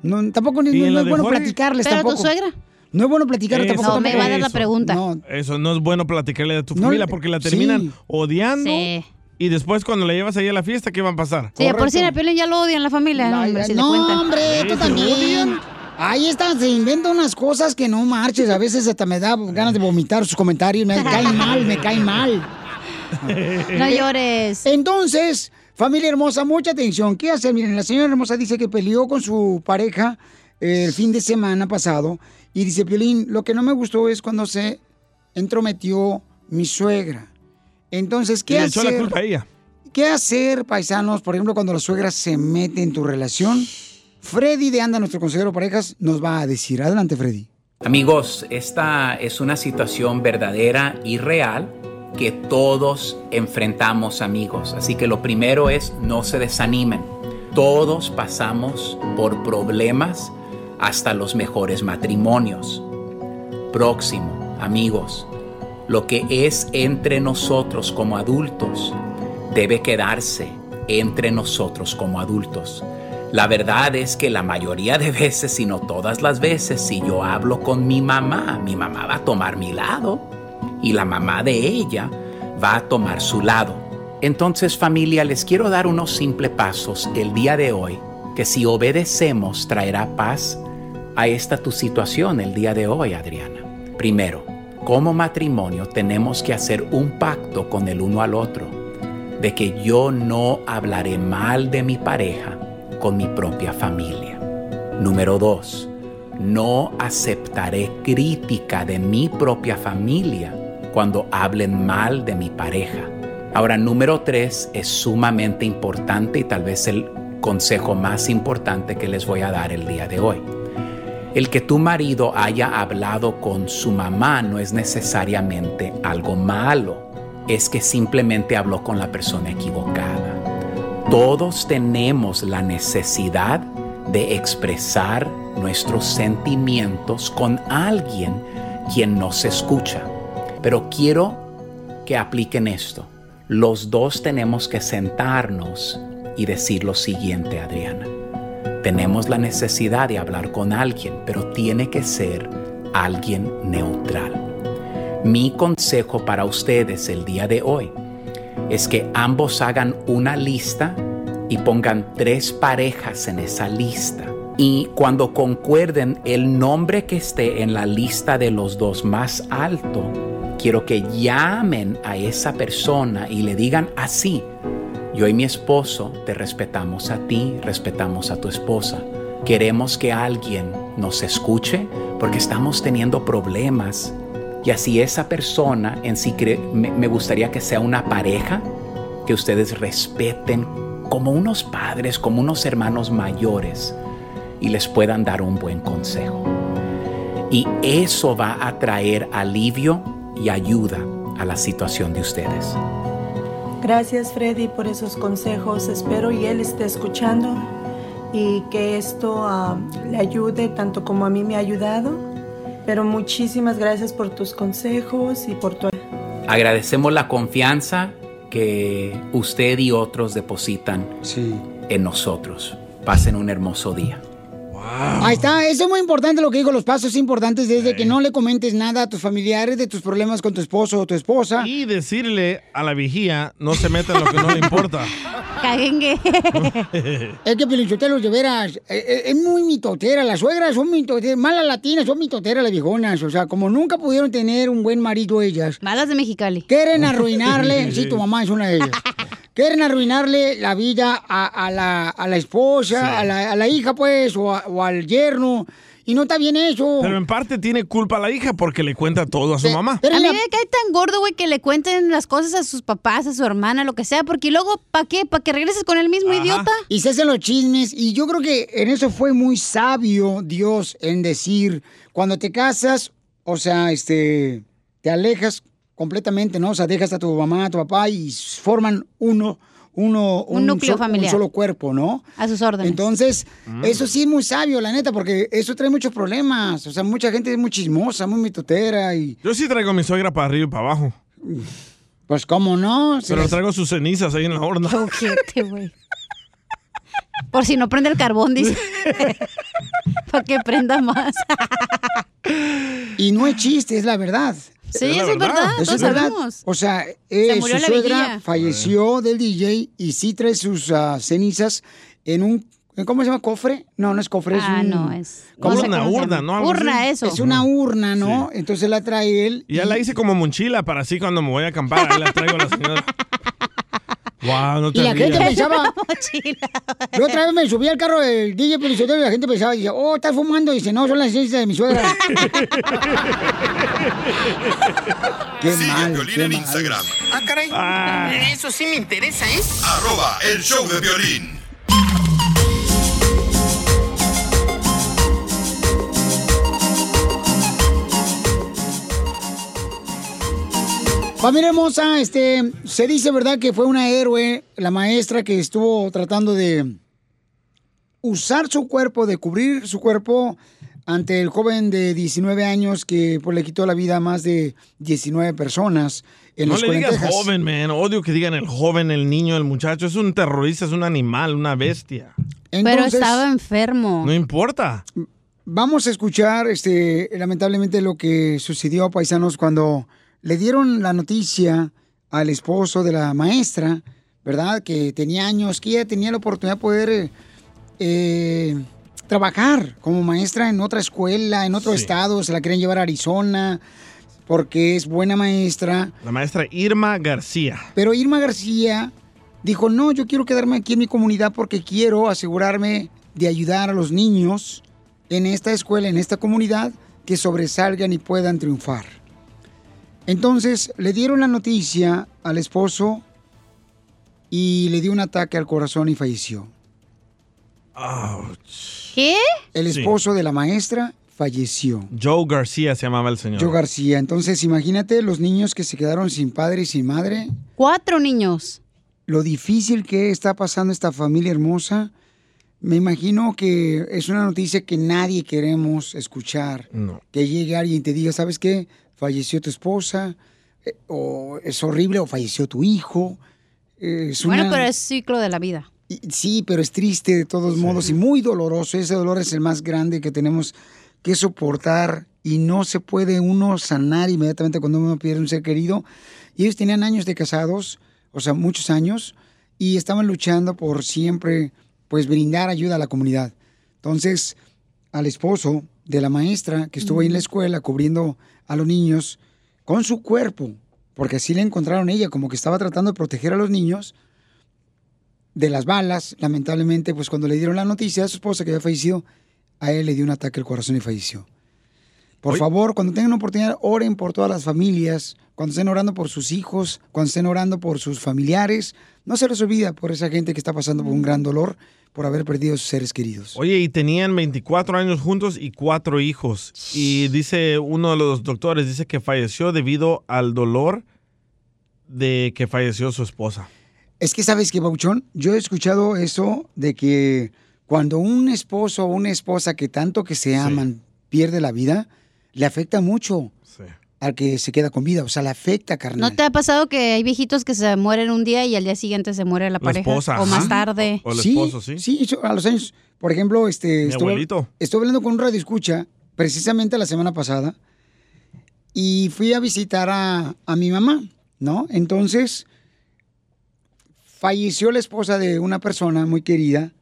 no, tampoco ni-
¿Y
no,
en la
es
de
bueno
Jorge?
platicarles
Pero tu
tampoco.
suegra.
No es bueno platicarles
Eso,
tampoco.
No, me va a dar la
eso.
pregunta.
Eso no es bueno platicarle a tu
No,
familia porque la
sí.
terminan odiando.
Sí.
Y después cuando la llevas ahí a la fiesta, ¿qué va a pasar?
Sí, de por si en el Piolín ya lo odian la familia. No, hombre, si le
no,
cuentan.
hombre, tú también. Ahí están, se inventan unas cosas que no marches. A veces hasta me da ganas de vomitar sus comentarios. Me caen mal, me caen mal.
No llores.
Eh, Entonces, familia hermosa, mucha atención. ¿Qué hacer? Miren, la señora hermosa dice que peleó con su pareja eh, el fin de semana pasado. Y dice, Piolín, lo que no me gustó es cuando se entrometió mi suegra. Entonces,
Y
¿qué
le echó
hacer?
la culpa a ella.
¿Qué hacer, paisanos, por ejemplo, cuando la suegra se mete en tu relación? Freddy de Anda, nuestro consejero de parejas, nos va a decir. Adelante, Freddy.
Amigos, esta es una situación verdadera y real que todos enfrentamos, amigos. Así que lo primero es no se desanimen. Todos pasamos por problemas hasta los mejores matrimonios. Próximo, amigos, lo que es entre nosotros como adultos debe quedarse entre nosotros como adultos. La verdad es que la mayoría de veces, si no todas las veces, si yo hablo con mi mamá, mi mamá va a tomar mi lado y la mamá de ella va a tomar su lado. Entonces familia, les quiero dar unos simples pasos el día de hoy que si obedecemos traerá paz a esta tu situación el día de hoy, Adriana. Primero, como matrimonio tenemos que hacer un pacto con el uno al otro de que yo no hablaré mal de mi pareja con mi propia familia. Número dos, no aceptaré crítica de mi propia familia cuando hablen mal de mi pareja. Ahora, número tres es sumamente importante y tal vez el consejo más importante que les voy a dar el día de hoy. El que tu marido haya hablado con su mamá no es necesariamente algo malo, es que simplemente habló con la persona equivocada. Todos tenemos la necesidad de expresar nuestros sentimientos con alguien quien nos escucha. Pero quiero que apliquen esto. Los dos tenemos que sentarnos y decir lo siguiente, Adriana. Tenemos la necesidad de hablar con alguien, pero tiene que ser alguien neutral. Mi consejo para ustedes el día de hoy es que ambos hagan una lista y pongan tres parejas en esa lista. Y cuando concuerden el nombre que esté en la lista de los dos más alto, quiero que llamen a esa persona y le digan así, yo y mi esposo te respetamos a ti, respetamos a tu esposa. Queremos que alguien nos escuche porque estamos teniendo problemas. Y así esa persona en sí cre- me, me gustaría que sea una pareja que ustedes respeten como unos padres, como unos hermanos mayores y les puedan dar un buen consejo. Y eso va a traer alivio y ayuda a la situación de ustedes.
Gracias Freddy por esos consejos. Espero y él esté escuchando y que esto ah, le ayude tanto como a mí me ha ayudado. Pero muchísimas gracias por tus consejos y por tu...
Agradecemos la confianza que usted y otros depositan en nosotros. Pasen un hermoso día.
Ahí está, eso es muy importante lo que digo, los pasos importantes desde que no le comentes nada a tus familiares de tus problemas con tu esposo o tu esposa.
Y decirle a la vigía, no se meta en lo que no le importa.
Caguengue.
Es que Pilinchotelos, de veras, eh, eh, es muy mitotera. Las suegras son mitoteras, malas latinas son mitoteras las viejonas. O sea, como nunca pudieron tener un buen marido ellas.
Malas de Mexicali.
Quieren arruinarle, sí, tu mamá es una de ellas. Quieren arruinarle la vida a, a la, a la esposa, a, la, a la hija, pues, o, a- o al yerno. Y no está bien eso.
Pero en parte tiene culpa la hija porque le cuenta todo a su mamá.
a mí me cae tan gordo, güey, que le cuenten las cosas a sus papás, a su hermana, lo que sea, porque luego, ¿para qué? ¿Para que regreses con el mismo idiota?
Y se hacen los chismes. Y yo creo que en eso fue muy sabio Dios en decir, cuando te casas, o sea, este, te alejas completamente, ¿no? O sea, dejas a tu mamá, a tu papá y forman uno, uno,
Un núcleo familiar.
Un solo cuerpo, ¿no?
A sus órdenes.
Entonces,
Mm.
eso sí es muy sabio, la neta, porque eso trae muchos problemas. O sea, mucha gente es muy chismosa, muy mitotera y,
Yo sí traigo a mi suegra para arriba y para abajo.
pues, ¿cómo no? Si
Pero
las-
traigo sus cenizas ahí en la horna.
Ojete, güey. Por si no prende el carbón, dice. Para que prenda más.
Y no es chiste, es la verdad.
Sí, Es la eso es verdad, verdad,
Eso
todos
es verdad.
sabemos.
O sea, eh,
Se murió
su
la
suegra
vigía.
falleció del DJ y sí trae sus ah, cenizas en un... eh, ¿Cómo se llama? ¿Cofre? No, no es cofre.
Ah,
es un-
no, es-
no sé Urna, cómo se urna, llama. ¿no? Algo
Urna, así. eso.
Es una urna, ¿no? Entonces la trae él.
Y ya la hice como mochila para así cuando me voy a acampar. Ahí la traigo a la señora. Wow, no
Y
te
la gente
rías.
pensaba... Yo otra vez me subí al carro del DJ Pelizotero y la gente pensaba, dice, oh, estás fumando. Y dice, no, son las cenizas de mi suegra. Qué
Sigue a
mal,
Piolín
qué
en
mal.
Instagram.
Ah, caray. Eso sí me interesa, ¿eh?
Arroba el show de violín.
Familia hermosa, este, se dice, ¿verdad?, que fue una héroe, la maestra que estuvo tratando de usar su cuerpo, de cubrir su cuerpo ante el joven de 19 años que pues, le quitó la vida a más de 19 personas en
no
los
le digas joven, man. Odio que digan el joven, el niño, el muchacho. Es un terrorista, es un animal, una bestia.
Pero estaba enfermo.
No importa.
Vamos a escuchar, este, lamentablemente, lo que sucedió a Paisanos cuando le dieron la noticia al esposo de la maestra, ¿verdad? Que tenía años, que ella tenía la oportunidad de poder eh, eh, trabajar como maestra en otra escuela, en otro estado, se la querían llevar a Arizona, porque es buena maestra.
La maestra Irma García.
Pero Irma García dijo, no, yo quiero quedarme aquí en mi comunidad porque quiero asegurarme de ayudar a los niños en esta escuela, en esta comunidad, que sobresalgan y puedan triunfar. Entonces le dieron la noticia al esposo y le dio un ataque al corazón y falleció.
¿Qué?
El
Sí.
esposo de la maestra falleció.
Joe García se llamaba el señor.
Joe García. Entonces, imagínate los niños que se quedaron sin padre y sin madre.
Cuatro niños.
Lo difícil que está pasando esta familia hermosa. Me imagino que es una noticia que nadie queremos escuchar.
No.
Que llegue alguien y te diga, ¿sabes qué? Falleció tu esposa, eh, o es horrible, o falleció tu hijo. Eh, es
Bueno,
una-
pero es ciclo de la vida.
y- Sí, pero es triste de todos modos y muy doloroso. Ese dolor es el más grande que tenemos que soportar y no se puede uno sanar inmediatamente cuando uno pierde un ser querido. Y ellos tenían años de casados, o sea, muchos años, y estaban luchando por siempre, pues, brindar ayuda a la comunidad. Entonces, al esposo de la maestra que estuvo ahí en la escuela cubriendo a los niños con su cuerpo, porque así la encontraron ella, como que estaba tratando de proteger a los niños, de las balas, lamentablemente, pues cuando le dieron la noticia a su esposa que había fallecido, a él le dio un ataque al corazón y falleció. Por favor, cuando tengan oportunidad, oren por todas las familias, cuando estén orando por sus hijos, cuando estén orando por sus familiares, no se les olvida por esa gente que está pasando por un gran dolor por haber perdido a sus seres queridos.
Oye, y tenían 24 años juntos y cuatro hijos. Y dice uno de los doctores, dice que falleció debido al dolor de que falleció su esposa.
Es que sabes que, Bauchón, yo he escuchado eso de que cuando un esposo o una esposa que tanto que se aman pierde la vida, le afecta mucho al que se queda con vida. O sea, le afecta, carnal.
¿No te ha pasado que hay viejitos que se mueren un día y al día siguiente se muere la, pareja?
esposa,
O más
ajá.
tarde.
sí. yo a los años. Por ejemplo, este.
Mi
estuve-
abuelito.
Estuve hablando con un radio escucha precisamente la semana pasada y fui a visitar a, a mi mamá, ¿no? Entonces, falleció la esposa de una persona muy querida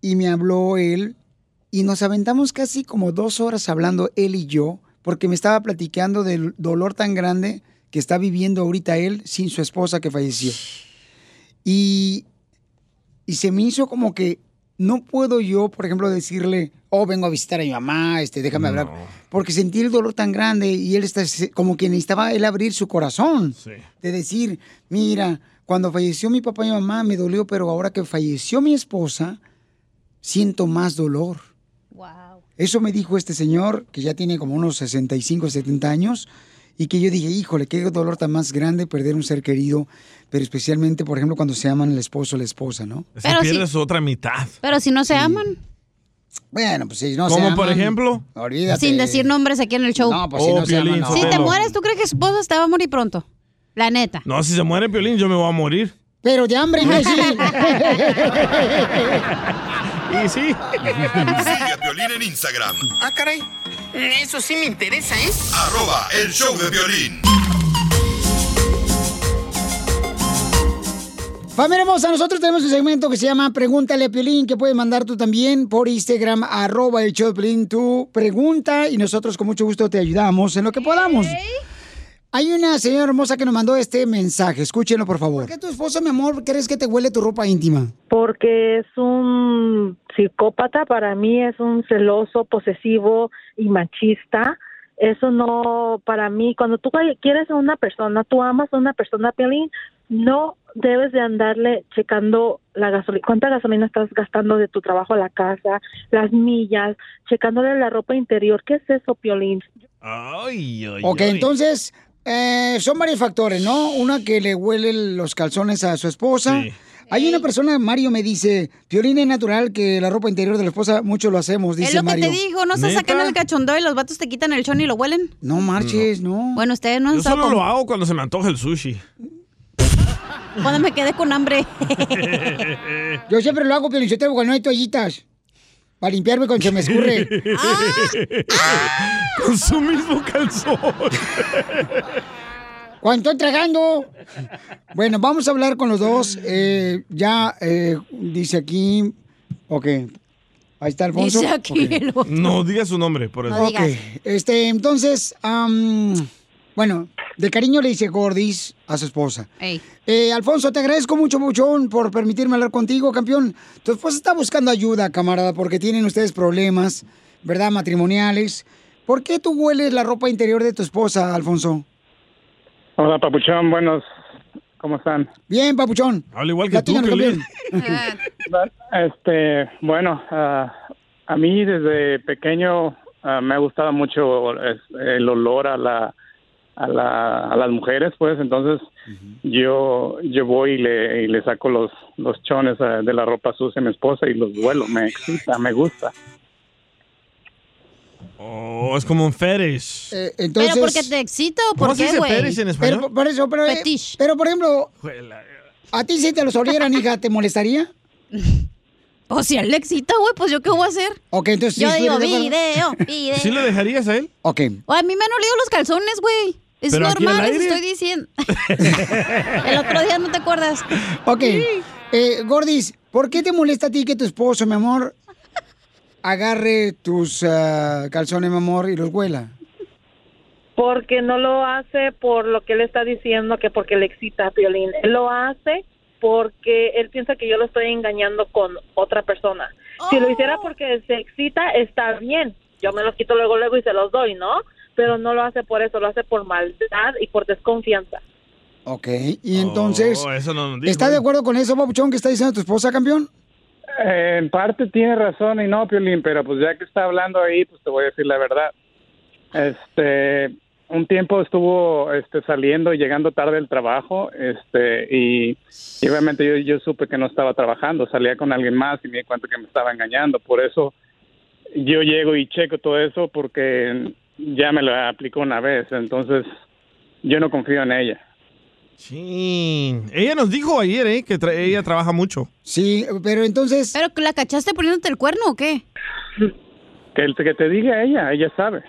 y me habló él y nos aventamos casi como dos horas hablando él y yo porque me estaba platicando del dolor tan grande que está viviendo ahorita él sin su esposa que falleció. Y y se me hizo como que no puedo yo, por ejemplo, decirle, oh, vengo a visitar a mi mamá, este, déjame hablar, porque sentí el dolor tan grande y él está se- como que necesitaba él abrir su corazón, de decir, mira, cuando falleció mi papá y mi mamá me dolió, pero ahora que falleció mi esposa, siento más dolor. Eso me dijo este señor, que ya tiene como unos 65, 70 años, y que yo dije, híjole, qué dolor tan más grande perder un ser querido, pero especialmente, por ejemplo, cuando se aman el esposo o la esposa, ¿no?
Se pierde su otra mitad.
Pero si no se aman,
Bueno, pues si no
Como
se
por
aman,
ejemplo.
Olvídate.
sin decir nombres aquí en el show.
No, pues si Oh, no se Piolín, aman, no.
Si te
Sotelo.
mueres, ¿tú crees que esposa te va a morir pronto? La neta.
No, si se muere Piolín, yo me voy a morir.
Pero de hambre, imbécil.
Y sí.
Sigue a Piolín en Instagram.
Ah, caray. Eso sí me interesa, ¿eh?
Arroba el show de violín.
Familia hermosa, nosotros tenemos un segmento que se llama Pregúntale a Piolín, que puedes mandar tú también por Instagram, arroba el show de Piolín, tu pregunta y nosotros con mucho gusto te ayudamos en lo que podamos. Hay una señora hermosa que nos mandó este mensaje, escúchenlo por favor. ¿Por qué tu esposo, mi amor, crees que te huele tu ropa íntima?
Porque es un psicópata, para mí es un celoso, posesivo y machista. Eso no, para mí, cuando tú quieres a una persona, tú amas a una persona, Piolín, no debes de andarle checando la gasolina, cuánta gasolina estás gastando de tu trabajo a la casa, las millas, checándole la ropa interior. ¿Qué es eso, Piolín?
ok, entonces eh, son varios factores, ¿no? Una que le huele los calzones a su esposa. Hay una persona, Mario me dice, Piolín es natural que la ropa interior de la esposa, mucho lo hacemos, dice
es lo que
Mario.
te digo, no se sacan el cachondeo y los vatos te quitan el chon y lo huelen.
No marches, no.
Bueno, ustedes no han
Mm. Yo
estado
solo
con-
lo hago cuando se me antoja el sushi.
Cuando me quedé con hambre.
Yo siempre lo hago, pero yo tengo cuando no hay toallitas. Para limpiarme cuando se me escurre.
¡Ah!
Con su mismo calzón.
Cuando estoy tragando. Bueno, vamos a hablar con los dos. Eh, ya eh, dice aquí. Ok. Ahí está Alfonso. Ok.
No diga su nombre, por eso.
Ok, Este, entonces, am, bueno, De cariño le dice gordis a su esposa. Eh, Alfonso, te agradezco mucho, muchón, por permitirme hablar contigo, campeón. Tu esposa está buscando ayuda, camarada, porque tienen ustedes problemas, ¿verdad? Matrimoniales. ¿Por qué tú hueles la ropa interior de tu esposa, Alfonso?
Hola, Papuchón, buenos. ¿Cómo están?
Bien, papuchón.
Habla igual
que tú, Piolín.
campeón.
Este, bueno, ah, a mí desde pequeño ah, me ha gustado mucho es, el olor a la a, la, a las mujeres, pues, entonces yo yo voy y le, y le saco los los chones ah, de la ropa sucia a mi esposa y los vuelo, me excita, me gusta.
Oh, es como un fetish.
Eh, entonces,
¿Pero porque te excita o por
¿Cómo se
qué,
dice
güey?
fetish en español?
Pero, por eso, pero, eh, pero, por ejemplo, a ti si te los olieran, hija, ¿te molestaría?
O si a él le excita, güey, pues yo qué voy a hacer.
Ok, entonces...
Yo
sí,
digo,
estoy de
video,
acuerdo.
video.
dejarías a él?
Ok.
O a mí me han olido los calzones, güey. Es
¿Pero aquí
normal,
al
les
aire?
estoy diciendo. El otro día no te acuerdas.
Ok. Eh, Gordis, ¿por qué te molesta a ti que tu esposo, mi amor, agarre tus ah, calzones, mi amor, y los huela?
porque no lo hace por lo que él está diciendo que porque le excita a Piolín. Él lo hace porque él piensa que yo lo estoy engañando con otra persona. Si lo hiciera porque se excita, está bien. Yo me los quito luego, luego y se los doy, ¿no? Pero no lo hace por eso, lo hace por maldad y por desconfianza.
Ok, y entonces...
Oh, eso no nos dijo.
¿Estás de acuerdo con eso, Papuchón, que está diciendo tu esposa, campeón?
Eh, en parte tiene razón y no, Piolín, pero pues ya que está hablando ahí, pues te voy a decir la verdad. Este, un tiempo estuvo este, saliendo y llegando tarde del trabajo, este, y, y obviamente yo, yo supe que no estaba trabajando, salía con alguien más y me di cuenta que me estaba engañando, por eso yo llego y checo todo eso porque ya me lo aplicó una vez, entonces yo no confío en ella.
Chin. Ella nos dijo ayer, ¿eh? Que tra- ella trabaja mucho.
Sí, pero entonces...
¿Pero la cachaste poniéndote el cuerno o qué?
Que, el- que te diga ella, ella sabe.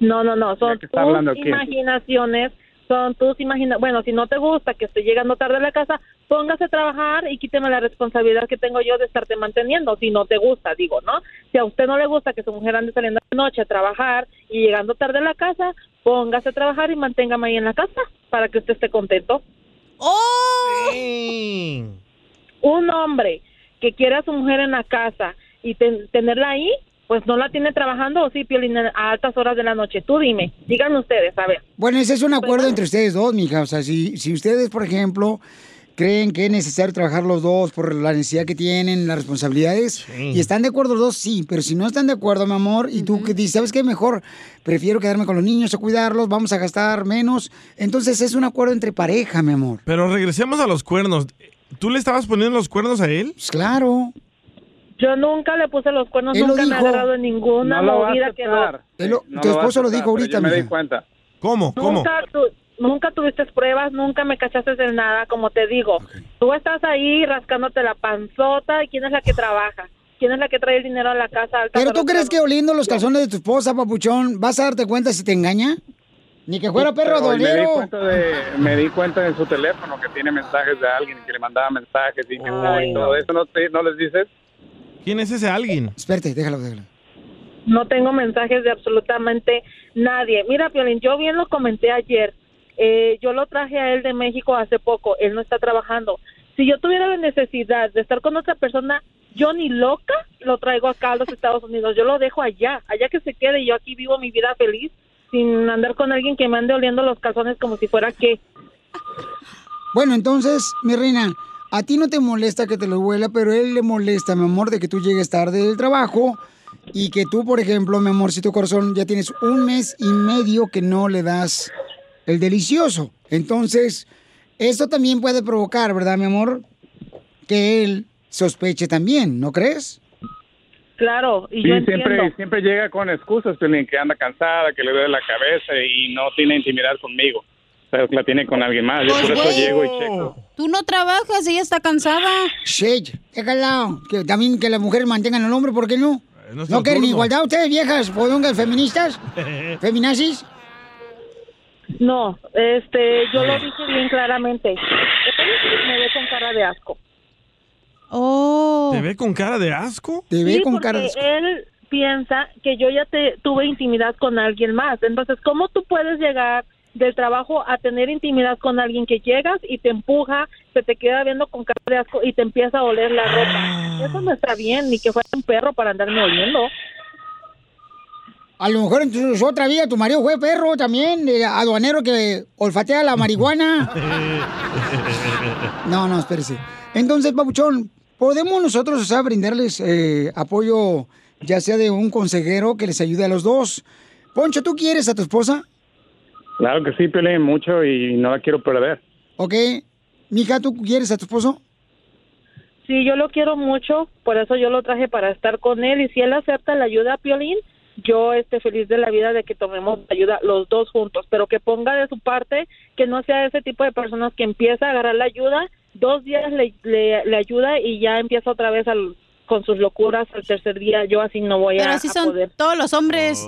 No, no, no, son tus
está hablando aquí.
imaginaciones, son tus imaginaciones. Bueno, si no te gusta que estoy llegando tarde a la casa, póngase a trabajar y quíteme la responsabilidad que tengo yo de estarte manteniendo, si no te gusta, digo, ¿no? Si a usted no le gusta que su mujer ande saliendo de noche a trabajar y llegando tarde a la casa, póngase a trabajar y manténgame ahí en la casa para que usted esté contento.
¡Oh!
Un hombre que quiere a su mujer en la casa y ten- tenerla ahí, pues no la tiene trabajando o sí, Piolín, a altas horas de la noche. Tú dime, díganme ustedes, a ver.
Bueno, ese
Pues
es un acuerdo entre ustedes dos, mija. O sea, si, si ustedes, por ejemplo, creen que es necesario trabajar los dos por la necesidad que tienen, las responsabilidades, y están de acuerdo los dos, sí, pero si no están de acuerdo, mi amor, y tú que dices, ¿sabes qué? Mejor prefiero quedarme con los niños a cuidarlos, vamos a gastar menos. Entonces es un acuerdo entre pareja, mi amor.
Pero regresemos a los cuernos. ¿Tú le estabas poniendo los cuernos a él?
Pues Claro.
Yo nunca le puse los cuernos,
Él lo
nunca me ha
dijo.
agarrado en ninguna
No lo va a
movida que no.
aceptar. No va a aceptar, pero yo me di cuenta.
¿Cómo? ¿Cómo?
Nunca, tu- nunca tuviste pruebas, nunca me cachaste en nada, como te digo. Tú estás ahí rascándote la panzota y quién es la que trabaja, quién es la que trae el dinero a la casa. a altas
Pero tú
horas de la
crees que oliendo los calzones de tu esposa, papuchón, vas a darte cuenta si te engaña? Ni que fuera perro
Pero hoy Me di,
dolero.
cuenta de, me di cuenta de su teléfono que tiene mensajes de alguien que le mandaba mensajes y que y todo eso. ¿No, te- no les dices?
¿Quién es ese alguien?
Espérate, déjalo, déjalo.
No tengo mensajes de absolutamente nadie. Mira, Piolín, yo bien lo comenté ayer. Eh, yo lo traje a él de México hace poco. Él no está trabajando. Si yo tuviera la necesidad de estar con otra persona, yo ni loca lo traigo acá a los Estados Unidos. Yo lo dejo allá, allá que se quede. y Yo aquí vivo mi vida feliz sin andar con alguien que me ande oliendo los calzones como si fuera que.
Bueno, entonces, mi reina, a ti no te molesta que te lo huela, pero él le molesta, mi amor, de que tú llegues tarde del trabajo y que tú, por ejemplo, mi amorcito corazón, ya tienes un mes y medio que no le das el delicioso. Entonces, esto también puede provocar, ¿verdad, mi amor? Que él sospeche también, ¿no crees?
Claro, y
Sí,
yo
siempre,
entiendo.
siempre llega con excusas, Piolín, que anda cansada, que le duele la cabeza y no tiene intimidad conmigo. O sea, la tiene con alguien más. Yo por eso llego y
Oh.
checo.
Tú no trabajas, ella está cansada.
Shit, déjala. Que también que las mujeres mantengan al hombre, ¿por qué no?
nuestro
¿No quieren
turno.
igualdad ustedes, viejas, podongas, feministas? ¿Feminazis?
No, este, yo lo dije bien claramente. Él me ve con cara de asco.
Oh.
¿Te ve con cara de asco?
Sí, porque él piensa que yo ya te, tuve intimidad con alguien más. Entonces, ¿cómo tú puedes llegar del trabajo a tener intimidad con alguien que llegas y te empuja, se te queda viendo con cara de asco y te empieza a oler la ropa. Eso no está bien, ni que fuera un perro para andarme oliendo.
A lo mejor en tu- su otra vida tu marido fue perro también, eh, aduanero que olfatea la marihuana. No, no, espérese. Entonces, Papuchón, ¿podemos nosotros, o sea, brindarles eh, apoyo, ya sea de un consejero que les ayude a los dos? Poncho, ¿tú quieres a tu esposa?
Claro que sí, Piolín, mucho y no la quiero perder.
¿Ok? Mija, ¿tú quieres a tu esposo?
Sí, yo lo quiero mucho, por eso yo lo traje para estar con él y si él acepta la ayuda a Piolín, yo esté feliz de la vida de que tomemos la ayuda los dos juntos, pero que ponga de su parte que no sea ese tipo de personas que empieza a agarrar la ayuda, dos días le, le- le ayuda y ya empieza otra vez al- con sus locuras al tercer día, yo así no voy
Pero
a,
así
a
son
poder.
todos los hombres.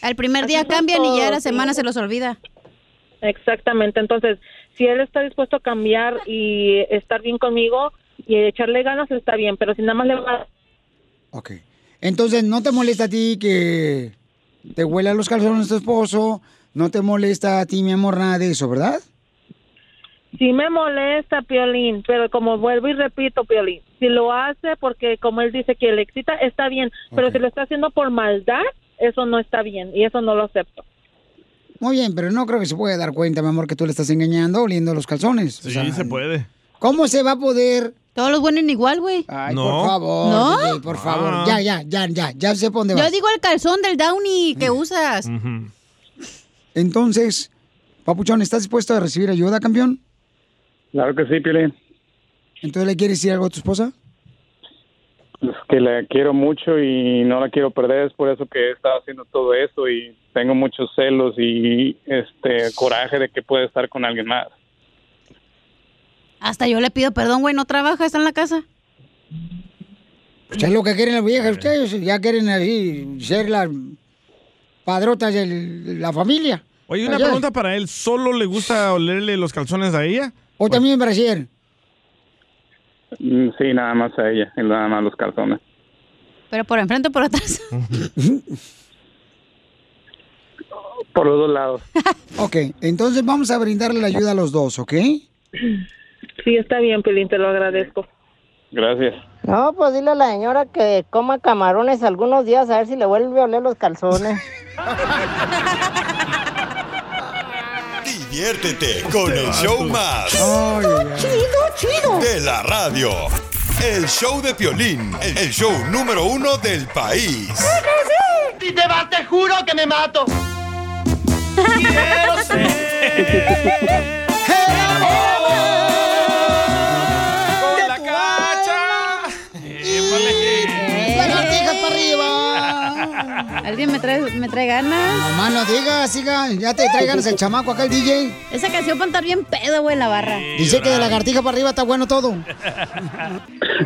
Al primer día
Así son
cambian y ya a la
todos,
semana
sí.
se los olvida.
Exactamente, entonces, si él está dispuesto a cambiar y estar bien conmigo y echarle ganas, está bien, pero si nada más le va a
Ok. Entonces, ¿no te molesta a ti que te huela los calzones tu esposo? No te molesta a ti, mi amor, nada de eso, ¿verdad?
Sí me molesta, Piolín, pero como vuelvo y repito, Piolín, si lo hace porque como él dice que le excita, está bien, pero si lo está haciendo por maldad, eso no está bien y eso no lo acepto.
Muy bien, pero no creo que se pueda dar cuenta, mi amor, que tú le estás engañando oliendo los calzones. O
Sí,
sea,
se puede.
¿Cómo se va a poder?
Todos los buenos igual, güey.
Ay,
No.
por favor,
¿No?
DJ, por favor.
Ah.
Ya, ya, ya, ya, ya sé por dónde
Yo
vas. Mm.
digo el calzón del Downy que usas.
Entonces, Papuchón, ¿estás dispuesto a recibir ayuda, campeón?
Claro que sí, Piolín,
Entonces, ¿le quieres decir algo a tu esposa?
es que la quiero mucho y no la quiero perder, es por eso que he estado haciendo todo eso y tengo muchos celos y este coraje de que puede estar con alguien más.
Hasta yo le pido perdón, güey, no trabaja, está en la casa.
Pues es lo que quieren las viejas ustedes, ya quieren así ser las padrotas de la familia.
Oye, una
Allá.
pregunta para él. ¿Solo le gusta olerle los calzones a ella?
O también Brasil.
Mm, Sí, nada más a ella y nada más los calzones.
Pero por enfrente o por atrás.
Por los dos lados.
Ok, entonces vamos a brindarle la ayuda a los dos, ¿ok?
Sí, está bien, Piolín, te lo agradezco.
Gracias.
No, pues dile a la señora que coma camarones algunos días a ver si le vuelve a oler los calzones.
Diviértete con el show más.
Chido, chido.
De la radio. El show de Piolín, el show número uno del país.
Si te vas, te juro que me mato. Quiero ser.
¡Con la cacha!
Eh, ¡Lagartijas para arriba!
Alguien me trae, me trae ganas.
Nomás no digas, siga, ya te trae ganas el chamaco acá el DJ.
Esa canción para estar bien pedo, güey, en la barra.
Dice que de la lagartija para arriba está bueno todo.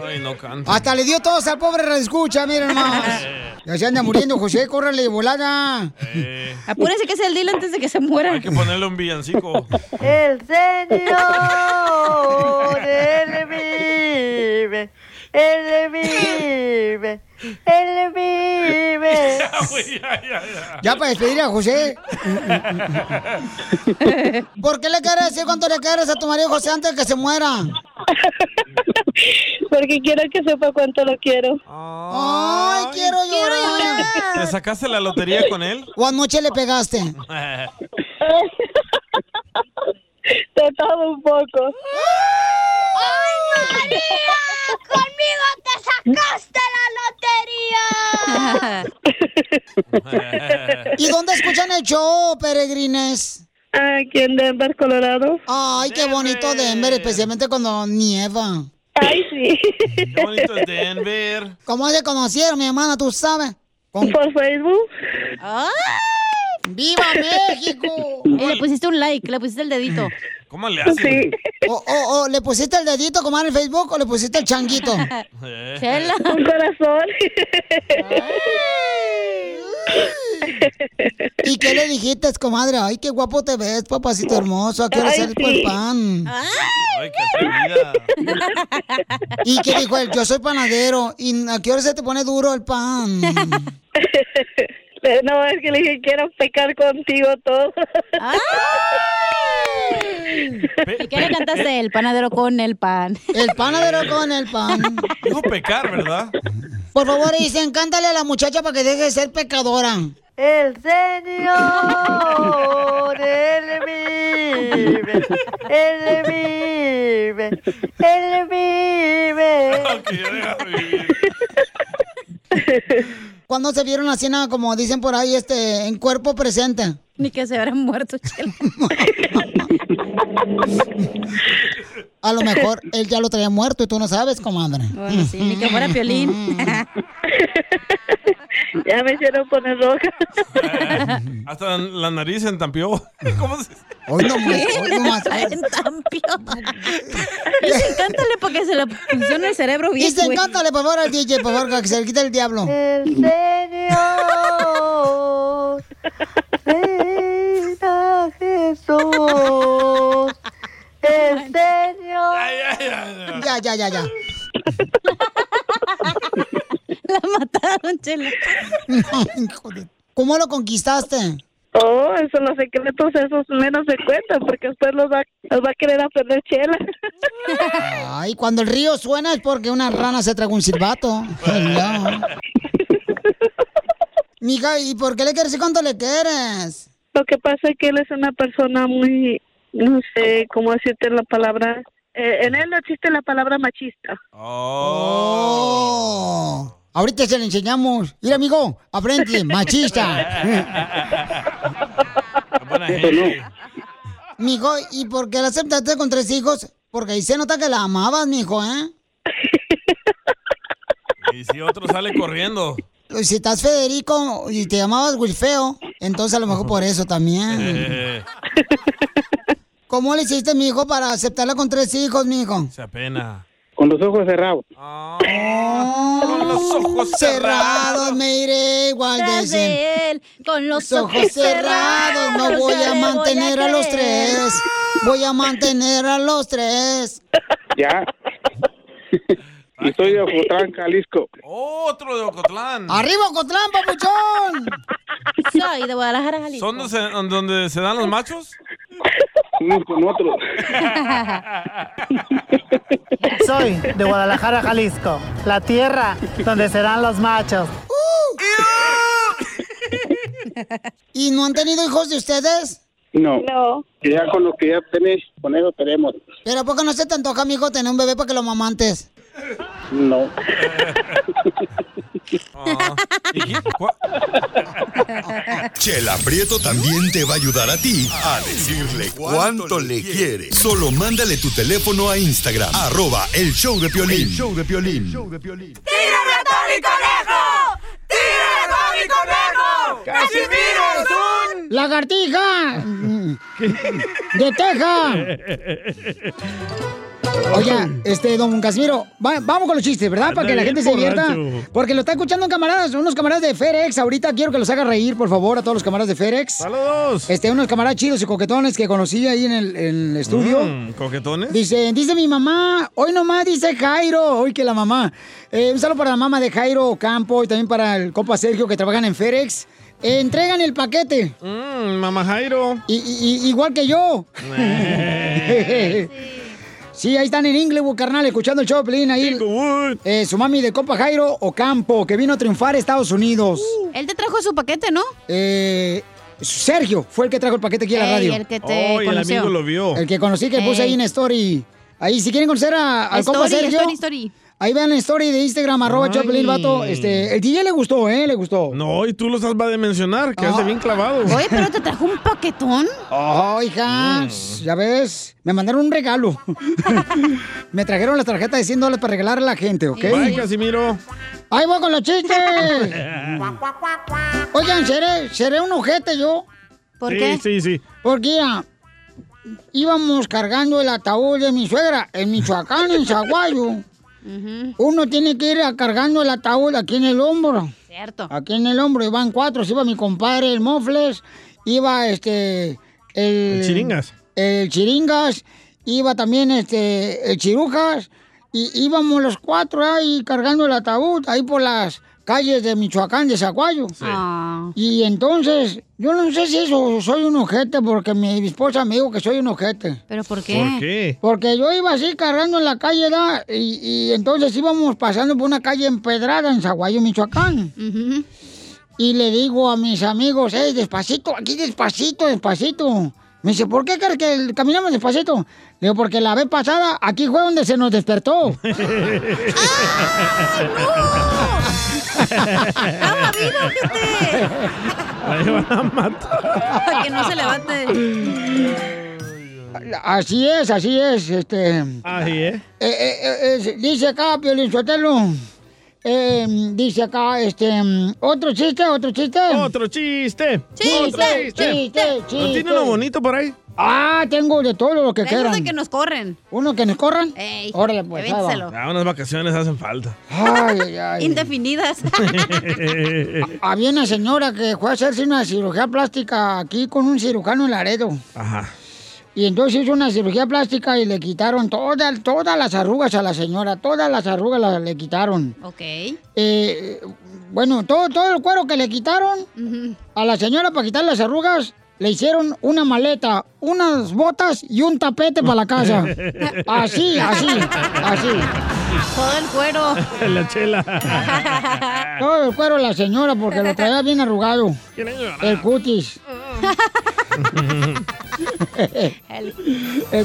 Ay, no canto.
Hasta le dio todos al pobre escucha, miren más. Ya se anda muriendo, José, córrele de volada.
Apúrese que es el deal antes de que se muera.
Hay Eh, que ponerle un villancico.
El Señor, Él vive, Él vive, Él vive.
Ya para despedir a José. ¿Por qué le quieres decir cuánto le quieres a tu marido José antes de que se muera?
Porque quiero que sepa cuánto lo quiero.
Ay, quiero llorar.
¿Te sacaste la lotería con él?
¿O anoche le pegaste?
De todo un poco.
¡Ay, María! ¡Conmigo te sacaste la lotería!
¿Y dónde escuchan el show, peregrines? Aquí en Denver, Colorado. Ay, qué bonito Denver, especialmente cuando nieva. Ay, sí.
Qué bonito es Denver.
¿Cómo se conocieron, mi hermana? ¿Tú sabes? ¿Por Facebook? ¡Viva México!
Y Eh, le pusiste un like, le pusiste el dedito.
¿Cómo le hacen?
O, o- o le pusiste el dedito como Ah, en el Facebook o le pusiste el changuito.
Chela.
Un corazón. ¿Y qué le dijiste, comadre? Ay, qué guapo te ves, papacito hermoso. ¿A qué hora
Ay,
sales por el
sí.
pan?
¡Ay, qué vida!
¿Y qué dijo él? Yo soy panadero. ¿Y a qué hora se te pone duro el pan?
Este, no, es que le dije, quiero pecar contigo todo.
¿Y qué le cantaste? El panadero con el pan.
El panadero con el pan.
No pecar, ¿verdad?
Por favor, dicen, cántale a la muchacha para que deje de ser pecadora.
El Señor, Él vive, Él vive, Él vive.
Cuando se vieron así, nada, como dicen por ahí, este, en cuerpo presente.
Ni que se hubieran muerto, chela.
A lo mejor él ya lo traía muerto y tú no sabes, comadre.
Bueno, sí, ni que fuera Piolín.
ya me hicieron poner roja.
Hasta la nariz se entampió. ¿Cómo se
Hoy no
más, hoy no más. Dicen, cántale para que se le funcione el cerebro bien.
Dicen,
güey.
cántale, por favor, al DJ, por favor, que se le quite el diablo.
El Señor, ven a Jesús. El Señor.
Ya, ya, ya, ya.
La mataron, chela.
¿Cómo lo conquistaste?
Oh, eso los secretos, esos menos se cuentan, porque después los va, los va a querer aprender chela.
Ay, cuando el río suena es porque una rana se tragó un silbato. Hello. Mija, ¿y por qué le quieres y cuánto le quieres?
Lo que pasa es que él es una persona muy, no sé cómo decirte la palabra. Eh, en él no existe la palabra machista.
Oh. Ahorita se le enseñamos. Mira, amigo, aprende, machista.
Buena gente.
Mijo, ¿y por qué la aceptaste con tres hijos? Porque ahí se nota que la amabas, mijo, ¿eh?
Y si otro sale corriendo.
Si estás Federico y te llamabas Wilfeo, entonces a lo mejor por eso también.
Eh,
¿Cómo le hiciste, mijo, para aceptarla con tres hijos, mijo?
se apena?
Con los ojos cerrados.
Con los ojos cerrados me iré igual de
Tras
cien.
de él, con los
Los ojos cerrados no voy
yo
a
le
mantener a los
creer.
tres. Voy a mantener a los tres.
Ya. y soy de Ocotlán, Jalisco.
Otro de Ocotlán.
¡Arriba, Cotlán, papuchón!
Soy de Guadalajara, Jalisco.
¿Son donde se, donde se dan los machos?
Unos con otros.
Soy de Guadalajara, Jalisco, la tierra donde serán los machos.
¿Y no han tenido hijos de ustedes?
No.
No.
Que Ya con lo que ya tenés, con eso tenemos.
¿Pero por qué no se te antoja, mijo, tener un bebé para que lo mamantes?
No.
Chela Prieto también te va a ayudar a ti a decirle cuánto le quiere. Solo mándale tu teléfono a Instagram, arroba el show de Piolín.
El
show de Piolín.
¡Tira ratón y conejo! ¡Tira ratón y conejo! ¡Casimiro es un...
¡Lagartija! ¡De Texas! Oye, este, don Casimiro, va- vamos con los chistes, ¿verdad? Para
Anda
que la
bien
gente se divierta.
borracho.
Porque lo está escuchando camaradas, unos camaradas de FedEx. Ahorita quiero que los haga reír, por favor, a todos los camaradas de FedEx. ¡Saludos! Este, unos camaradas chidos y coquetones que conocí ahí en el, en el estudio.
Mm, ¿Coquetones?
Dice, dice mi mamá, hoy nomás dice Jairo, hoy que la mamá. Eh, un saludo para la mamá de Jairo Campo y también para el compa Sergio que trabajan en FedEx. Eh, entregan el paquete.
Mm,
mamá Jairo.
igual que yo.
Eh.
sí, ahí están en Inglewood, carnal, escuchando el show de Pelín ahí. Eh, su mami de compa Jairo Ocampo, que vino a triunfar a Estados Unidos.
Él te trajo su paquete, ¿no?
Eh, Sergio fue el que trajo el paquete aquí a la
Ey,
radio.
el que te Oh, y el conoció. amigo lo
vio.
El que conocí que puse
Ey.
ahí en Story. Ahí, si quieren conocer a, al compa
Story,
Sergio.
story, story.
Ahí vean la story de Instagram, arroba
Ay.
Choplin, vato. Este, el DJ le gustó, ¿eh? Le gustó. Ah.
No, y tú los has de mencionar, que hace bien clavado.
Oye, pero
te trajo un paquetón.
Oh, hija,
Mm.
ya ves, me mandaron un regalo. me trajeron la tarjeta de 100 dólares para regalar a la gente, ¿ok?
Bye, Casimiro.
¡Ahí voy con los chistes! Oigan, seré, seré un ojete yo.
¿Por Sí, qué? sí, sí.
Porque mira, íbamos cargando el ataúd de mi suegra en Michoacán, en Zaguayo. Uno tiene que ir a- cargando el ataúd aquí en el hombro.
Cierto.
Aquí en el hombro iban cuatro, se iba mi compadre el Mofles, iba este el,
El Chiringas.
El Chiringas, iba también este el Chirujas y íbamos los cuatro ahí cargando el ataúd ahí por las calles de Michoacán, de Zaguayo.
Ah.
Y entonces, yo no sé si eso soy un ojete, porque mi esposa me dijo que soy un ojete.
¿Pero por qué?
¿Por Porque yo iba así cargando en la calle, ¿verdad? Y, y entonces íbamos pasando por una calle empedrada en Zaguayo, Michoacán. Y le digo a mis amigos, hey, despacito, aquí despacito, despacito. Me dice, ¿por qué crees que caminamos despacito? Le digo, porque la vez pasada aquí fue donde se nos despertó.
¡Ah, viva,
Para que no se levante.
Así es, así es, este.
Así es.
Eh, eh, eh, dice acá, Piolín Sotelo. eh, dice acá, este. mm, Otro chiste, otro chiste.
Otro chiste.
Chiste, chiste, chiste.
¿No tiene uno bonito por ahí?
Ah, tengo de todo lo que
De esos de
quieran.
que
nos corren.
¿Uno que nos corran?
Ey,
Órale, pues. ahí va.
avénselo.
Ah, unas vacaciones hacen falta.
Ay, ay, ay.
Indefinidas.
Había una señora que fue a hacerse una cirugía plástica aquí con un cirujano en Laredo.
Ajá.
Y entonces hizo una cirugía plástica y le quitaron todas, todas las arrugas a la señora, todas las arrugas las- le quitaron.
ok.
Eh, bueno, todo, todo el cuero que le quitaron a la señora para quitar las arrugas, le hicieron una maleta, unas botas y un tapete para la casa. Así, así, así.
Todo el cuero.
La chela.
Todo el cuero de la señora porque lo traía bien arrugado. El cutis. El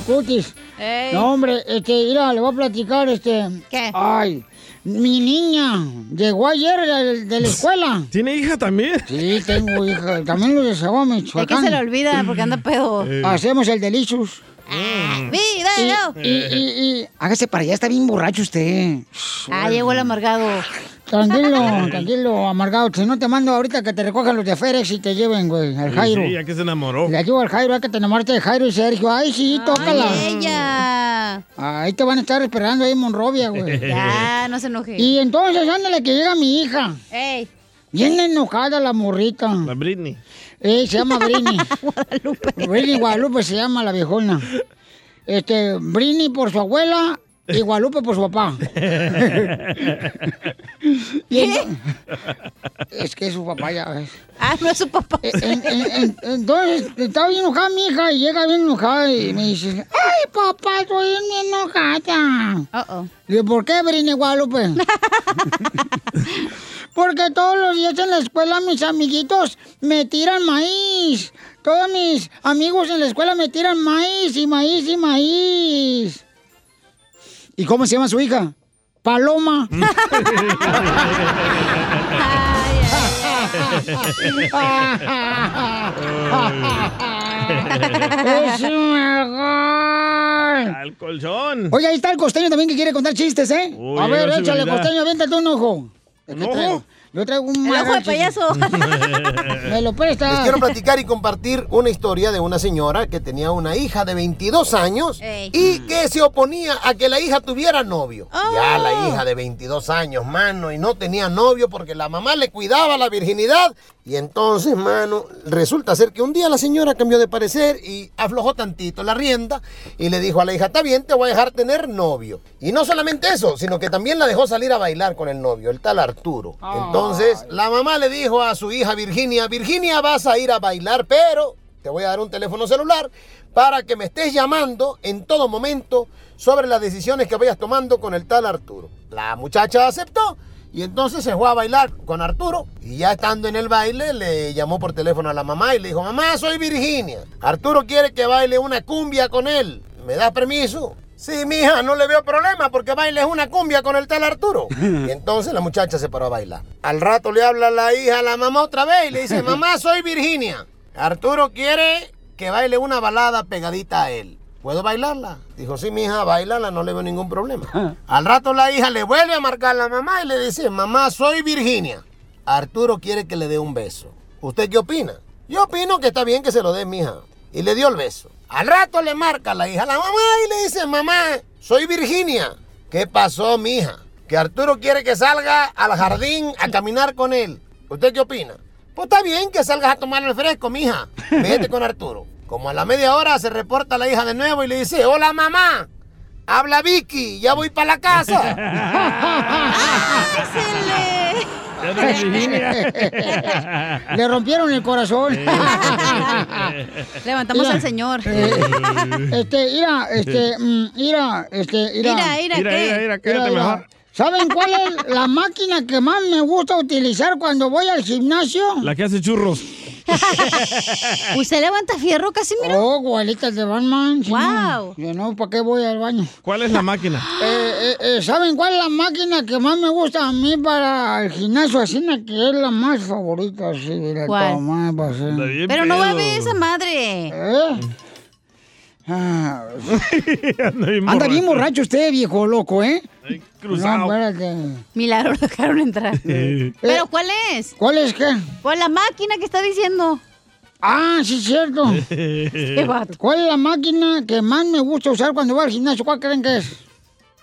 cutis.
Ey.
No, hombre, este, mira, le voy a platicar, este.
¿Qué?
Ay, mi niña llegó ayer de, de la escuela.
¿Tiene hija también?
Sí, tengo hija. También lo desagó mi
Es que se le olvida porque anda pedo. Ah,
Hacemos el delicious.
¡Video!
Y, y, y- hágase para allá, está bien borracho usted.
Ah, llegó el amargado.
Tranquilo, tranquilo, amargado. Si no te mando ahorita que te recojan los de Férex y te lleven, güey, al
Sí,
Jairo.
Sí, ya que se enamoró.
Le digo al Jairo, hay que te enamorarte de Jairo y Sergio. Ay, sí, tócala.
ella.
Ahí te van a estar esperando ahí en Monrovia, güey.
Ya, Ah, no se enoje.
Y entonces, ándale, que llega mi hija.
¡Ey!
Bien enojada la morrita.
La Britney.
Eh, se llama Brini. Guadalupe. Brini Guadalupe se llama la viejona. Este, Brini por su abuela y Guadalupe por su papá. Y ento- es que es su papá, ya ves. Eh,
Ah, no es su papá.
entonces, estaba bien enojada mi hija y llega bien enojada y me dice, ¡Ay, papá, estoy bien enojada! Le digo, ¿por qué, Brini Guadalupe? Porque todos los días en la escuela mis amiguitos me tiran maíz. Todos mis amigos en la escuela me tiran maíz y maíz y maíz. ¿Y cómo se llama su hija? Paloma. ¡Es un
Al colchón.
Oye, ahí está el costeño también que quiere contar chistes, ¿eh?
Uy,
a ver,
llegó
échale,
seguridad.
costeño, aviéntate un ojo. ¿Un
ojo?
Yo traigo un
El ojo de
marrón chiste.
payaso.
Me lo presta.
Les quiero platicar y compartir una historia de una señora que tenía una hija de 22 años
Ey.
y que se oponía a que la hija tuviera novio. Ya la Oh. hija de 22 años, mano, y no tenía novio porque la mamá le cuidaba la virginidad. Y entonces, mano, resulta ser que un día la señora cambió de parecer y aflojó tantito la rienda y le dijo a la hija, está bien, te voy a dejar tener novio. Y no solamente eso, sino que también la dejó salir a bailar con el novio, el tal Arturo. Entonces, la mamá le dijo a su hija Virginia, Virginia vas a ir a bailar, pero te voy a dar un teléfono celular para que me estés llamando en todo momento sobre las decisiones que vayas tomando con el tal Arturo. La muchacha aceptó y entonces se fue a bailar con Arturo y ya estando en el baile le llamó por teléfono a la mamá y le dijo, mamá, soy Virginia. Arturo quiere que baile una cumbia con él. ¿Me das permiso? Sí, mija, no le veo problema porque bailes una cumbia con el tal Arturo. Y entonces la muchacha se paró a bailar. Al rato le habla la hija a la mamá otra vez y le dice, mamá, soy Virginia. Arturo quiere que baile una balada pegadita a él. ¿Puedo bailarla? Dijo, sí, mija, bailala, no le veo ningún problema. Al rato la hija le vuelve a marcar la mamá y le dice, mamá, soy Virginia. Arturo quiere que le dé un beso. ¿Usted qué opina? Yo opino que está bien que se lo dé, mija. Y le dio el beso. Al rato le marca la hija a la mamá y le dice, mamá, soy Virginia. ¿Qué pasó, mija? Que Arturo quiere que salga al jardín a caminar con él. ¿Usted qué opina? Pues está bien que salgas a tomar el fresco, mija. Vete con Arturo. Como a la media hora se reporta la hija de nuevo y le dice, hola mamá, habla Vicky, ya voy para la casa.
Ya de Virginia.
Le rompieron el corazón.
Levantamos
Mira.
al señor.
Eh, Este, mira, este, mm, mira, este, mira.
Mira, mira, Mira, ¿qué? mira, mira, quédate mejor.
¿Saben cuál es la máquina que más me gusta utilizar cuando voy al gimnasio?
La que hace churros.
Pues
¿Usted levanta fierro casi, mira? Oh, gualitas de Batman.
Guau.
wow. Yo no, ¿para qué voy al baño?
¿Cuál es la máquina?
Eh, eh, eh, ¿Saben cuál es la máquina que más me gusta a mí para el gimnasio? Así na que es la más favorita, sí, mira,
¿Cuál?
toda madre, pues, sí.
Pero no va a ver esa
¿Eh?
madre.
Ah, Anda bien borracho usted, viejo loco, ¿eh?
cruzado.
No, espérate. Eh,
Milagro lo dejaron entrar. ¿Pero cuál es?
¿Cuál es qué?
Pues la máquina que está diciendo.
Ah, sí, es cierto.
Este vato.
¿Cuál es la máquina que más me gusta usar cuando voy al gimnasio? ¿Cuál creen que es?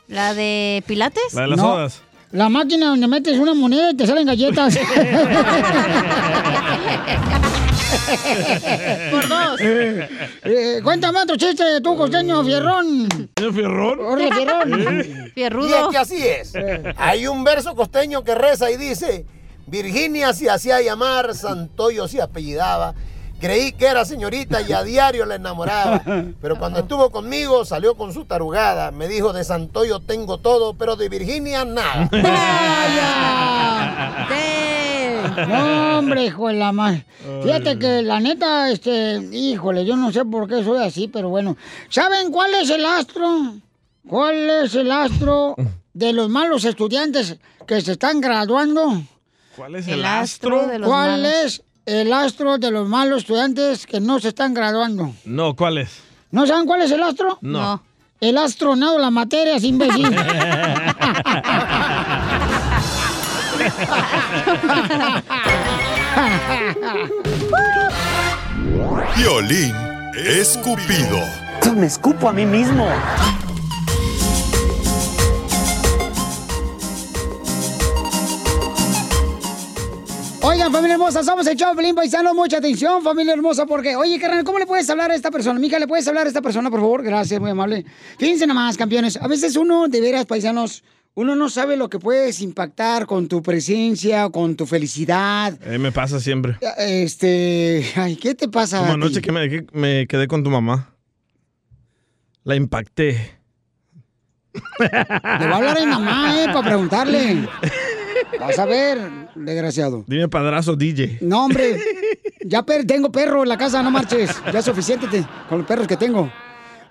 ¿La de Pilates?
La de las No. sodas. La máquina donde metes una moneda y te salen galletas.
Por dos.
Eh, eh, cuéntame otro chiste, tú, costeño, fierrón.
¿Fierrón?
Órale, fierrón.
Y es que así es. Hay un verso costeño que reza y dice: Virginia se hacía llamar, Santoyo se apellidaba. Creí que era señorita y a diario la enamoraba. Pero cuando estuvo conmigo, salió con su tarugada. Me dijo: De Santoyo tengo todo, pero de Virginia nada.
No, hombre, hijo de la madre. Fíjate que la neta, este, híjole, yo no sé por qué soy así, pero bueno. ¿Saben cuál es el astro? ¿Cuál es el astro de los malos estudiantes que se están graduando?
¿Cuál es el, astro?
¿Cuál es el astro de los malos estudiantes que no se están graduando?
No, ¿cuál es?
¿No saben cuál es el astro?
No. No.
El astronado, la materia, es imbécil.
Violín escupido.
Me escupo a mí mismo.
Oigan, familia hermosa, somos el show, de Pelín Paisano. Mucha atención, familia hermosa, porque, oye, carnal, ¿cómo le puedes hablar a esta persona? Mica, ¿le puedes hablar a esta persona, por favor? Gracias, muy amable. Fíjense nomás, campeones. A veces uno, de veras, paisanos, uno no sabe lo que puedes impactar con tu presencia, con tu felicidad.
Eh, me pasa siempre.
Este. Ay, ¿qué te pasa?
Como
a ti?
anoche que me, que me quedé con tu mamá. La impacté.
Le va a hablar a mi mamá, ¿eh? Para preguntarle. Vas a ver, desgraciado.
Dime padrazo DJ.
No, hombre. Ya per- tengo perro en la casa, no marches. Ya es suficiente te- con los perros que tengo.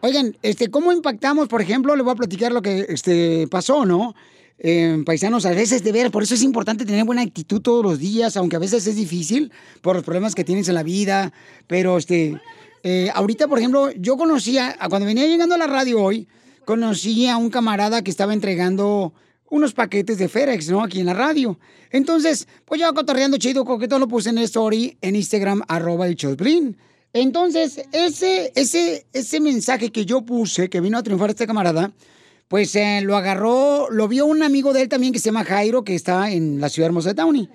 Oigan, este, ¿cómo impactamos? Por ejemplo, le voy a platicar lo que este, pasó, ¿no? Eh, paisanos, a veces de ver, por eso es importante tener buena actitud todos los días, aunque a veces es difícil por los problemas que tienes en la vida. Pero este, eh, ahorita, por ejemplo, yo conocía, cuando venía llegando a la radio hoy, conocí a un camarada que estaba entregando unos paquetes de FedEx, ¿no? Aquí en la radio. Entonces, pues yo cotorreando chido, coqueto, lo puse en el story en Instagram, arroba el show de Piolín. Entonces, ese, ese, ese mensaje que yo puse, que vino a triunfar este camarada, pues eh, lo agarró, lo vio un amigo de él también que se llama Jairo, que está en la ciudad hermosa de Downey.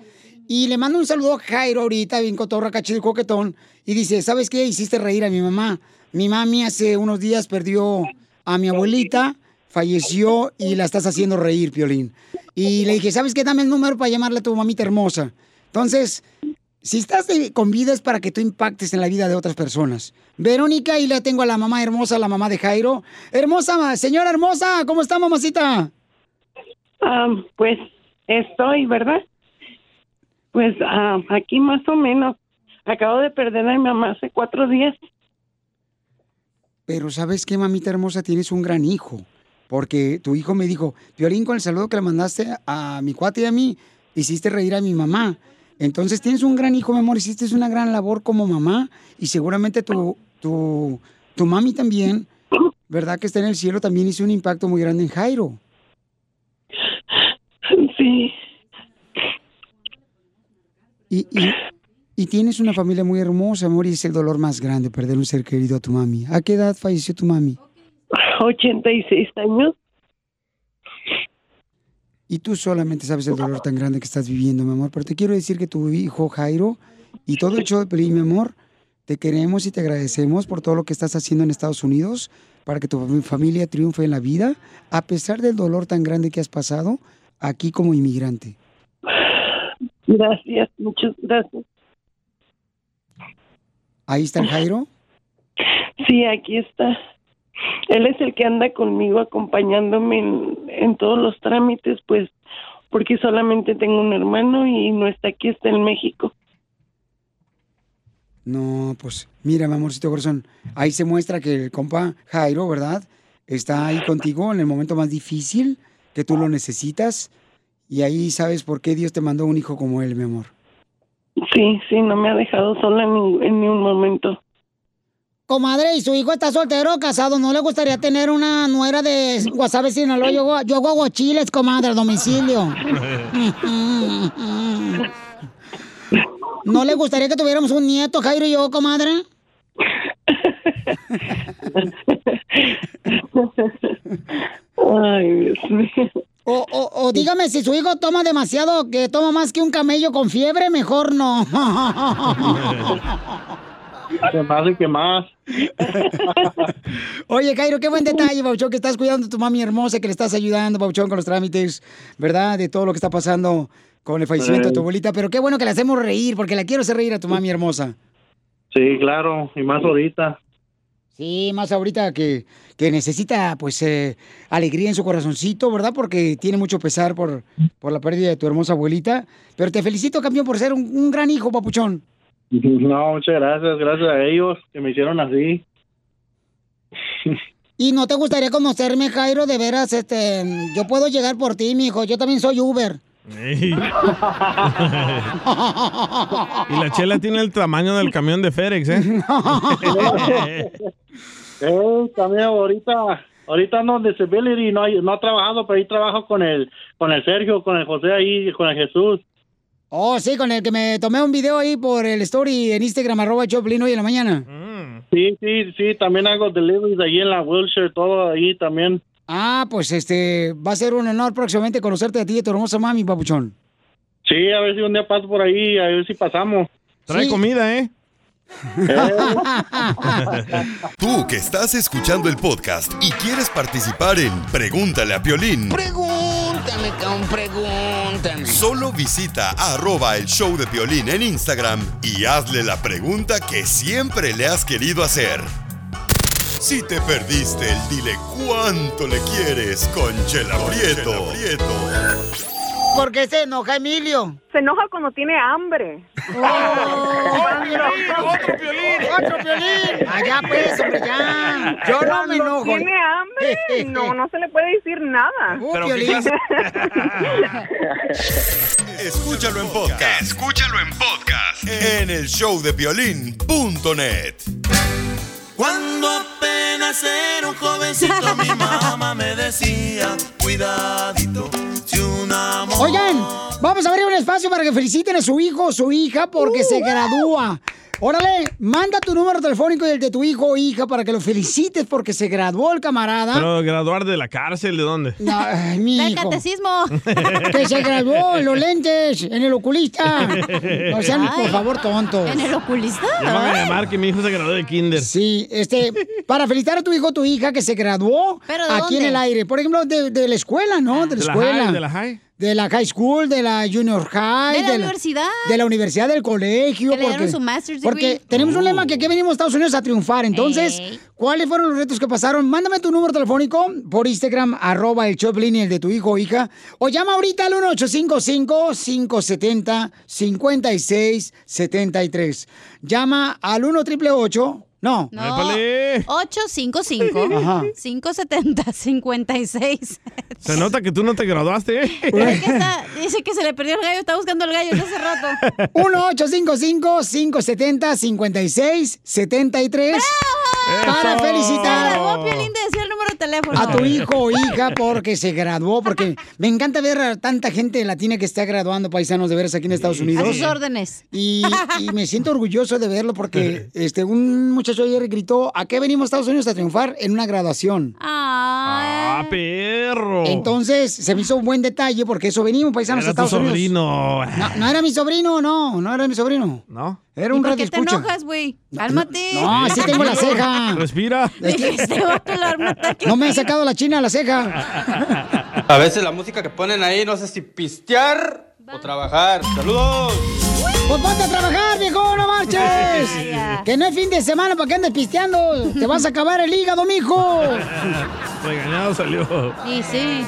Y le mando un saludo a Jairo ahorita, bien cotorra, cachido y coquetón. Y dice, ¿sabes qué? Hiciste reír a mi mamá. Mi mami hace unos días perdió a mi abuelita, falleció y la estás haciendo reír, Piolín. Y le dije, ¿sabes qué? Dame el número para llamarle a tu mamita hermosa. Entonces, si estás de- con vida es para que tú impactes en la vida de otras personas. Verónica, y la tengo a la mamá hermosa, la mamá de Jairo. Hermosa, señora hermosa, ¿cómo está, mamacita?
pues estoy, ¿verdad? Pues ah, aquí más o menos. Acabo de perder a mi mamá hace cuatro días.
Pero sabes qué, mamita hermosa, tienes un gran hijo. Porque tu hijo me dijo, Piolín, con el saludo que le mandaste a mi cuate y a mí, hiciste reír a mi mamá. Entonces tienes un gran hijo, mi amor, hiciste una gran labor como mamá y seguramente tu, tu, tu mami también, ¿verdad? Que está en el cielo, también hizo un impacto muy grande en Jairo.
Sí.
Y, y, y tienes una familia muy hermosa, amor, y es el dolor más grande, perder un ser querido a tu mami. ¿A qué edad falleció tu mami?
86 años.
Y tú solamente sabes el dolor tan grande que estás viviendo, mi amor. Pero te quiero decir que tu hijo Jairo y todo el show de Pelín, mi amor, te queremos y te agradecemos por todo lo que estás haciendo en Estados Unidos para que tu fam- familia triunfe en la vida, a pesar del dolor tan grande que has pasado aquí como inmigrante.
Gracias, muchas gracias.
Ahí está el Jairo.
Sí, aquí está. Él es el que anda conmigo acompañándome en, en todos los trámites, pues porque solamente tengo un hermano y no está aquí, está en México.
No, pues mira, mi amorcito corazón, ahí se muestra que el compa Jairo, ¿verdad? Está ahí contigo en el momento más difícil que tú lo necesitas y ahí sabes por qué Dios te mandó un hijo como él, mi amor.
Sí, sí, no me ha dejado sola en, nin- en ningún momento.
Comadre, y su hijo está soltero o casado. ¿No le gustaría tener una nuera de Guasave Sinaloa? Yo, hago- yo hago aguachiles, comadre, al domicilio. ¿No le gustaría que tuviéramos un nieto, Jairo y yo, comadre?
Ay, Dios mío.
O, o- o dígame, si su hijo toma demasiado, que toma más que un camello con fiebre, mejor no.
Se me hace que más.
Oye, Cairo, qué buen detalle, Bauchón, que estás cuidando a tu mami hermosa, que le estás ayudando, Bauchón, con los trámites, ¿verdad? De todo lo que está pasando con el fallecimiento de tu
Sí.
abuelita. Pero qué bueno que la hacemos reír, porque la quiero hacer reír a tu mami hermosa.
Sí, claro, y más ahorita.
Sí, más ahorita que, que necesita, pues, eh, alegría en su corazoncito, ¿verdad? Porque tiene mucho pesar por, por la pérdida de tu hermosa abuelita. Pero te felicito, campeón, por ser un, un gran hijo, papuchón.
No, muchas gracias, gracias a ellos que me hicieron así.
¿Y no te gustaría conocerme, Jairo? De veras, este, yo puedo llegar por ti, mijo. Yo también soy Uber.
Ey. y la chela tiene el tamaño del camión de FedEx, ¿eh?
Eh, también ahorita, ahorita no disability, no, hay, no ha trabajado, pero ahí trabajo con el, con el Sergio, con el José ahí, con el Jesús.
Oh, sí, con el que me tomé un video ahí por el story en Instagram, arroba Choplin hoy en la mañana.
Sí, sí, sí, también hago deliveries ahí en la Wilshire, todo ahí también.
Ah, pues este, va a ser un honor próximamente conocerte a ti y a tu hermosa mami, papuchón.
Sí, a ver si un día paso por ahí, a ver si pasamos.
Trae comida, ¿eh?
Eh,
Tú que estás escuchando el podcast y quieres participar en Pregúntale a Piolín,
Pregúntame, con pregúntame.
solo visita arroba el show de Piolín en Instagram y hazle la pregunta que siempre le has querido hacer. Si te perdiste el dile cuánto le quieres con Chela Prieto.
¿Por qué se enoja Emilio?
Se enoja cuando tiene hambre. Oh,
¡Otro
violín! ¡Otro violín! Allá pues, hombre, ya. Yo no me
Cuando
enojo.
tiene hambre, no, no se le puede decir nada.
Pero Piolín. Escúchalo en podcast. Escúchalo en podcast. En el showdepiolín.net.
Cuando apenas era un jovencito, mi mamá me decía, cuidadito, si una
Oigan, vamos a abrir un espacio para que feliciten a su hijo o su hija porque se gradúa. Órale, manda tu número telefónico y el de tu hijo o hija para que lo felicites porque se graduó el camarada.
Pero graduar de la cárcel, ¿de dónde?
No, eh. ay, mi
Del
hijo.
catecismo.
Que se graduó en los lentes, en el oculista. No sean, por
Ay.
favor, tontos.
¿En el
oculista?
Ya van a llamar que mi hijo se graduó de kinder.
Sí, este, para felicitar a tu hijo o tu hija que se graduó
¿Pero de
aquí en
dónde?
el aire. Por ejemplo, de, de la escuela, ¿no? De la
De la
escuela.
high, de la high.
De la high school, de la junior high.
De la universidad.
De la universidad, del colegio.
Que le dieron su master's degree.
Porque tenemos un lema que aquí venimos a Estados Unidos a triunfar. Entonces,
Ey.
¿cuáles fueron los retos que pasaron? Mándame tu número telefónico por Instagram, arroba el Choplin y el de tu hijo o hija. O llama ahorita al 1855-570-5673. Llama al 1 888 No.
No. 855
Ajá.
570 56.
Se nota que tú no te graduaste,
Es que
¿eh?
está- dice que se le perdió el gallo, está buscando el gallo desde hace rato.
1-855-570-5673. Para felicitar
Se grabó, Piolín, de decir el número de teléfono.
a tu hijo o hija porque se graduó, porque me encanta ver a tanta gente latina que está graduando, paisanos de veras aquí en Estados
A
Unidos.
sus órdenes.
Y, y me siento orgulloso de verlo porque este un muchacho ayer gritó, ¿a qué venimos a Estados Unidos a triunfar? En una graduación.
Ah, perro.
Entonces se me hizo un buen detalle porque eso venimos, paisanos, a
Era tu
Estados Unidos.
sobrino.
No, no era mi sobrino, no, no era mi sobrino.
¿No?
Era
¿Y
un
por qué
radio
te enojas, güey? Cálmate.
No, sí tengo la ceja.
Respira.
No me ha sacado la china la ceja.
A veces la música que ponen ahí, no sé si pistear
O trabajar. ¡Saludos!
Pues ponte a trabajar, viejo, no marches. Que no es fin de semana para que andes pisteando. Te vas a acabar el hígado, mijo.
Regañado salió.
Sí, sí.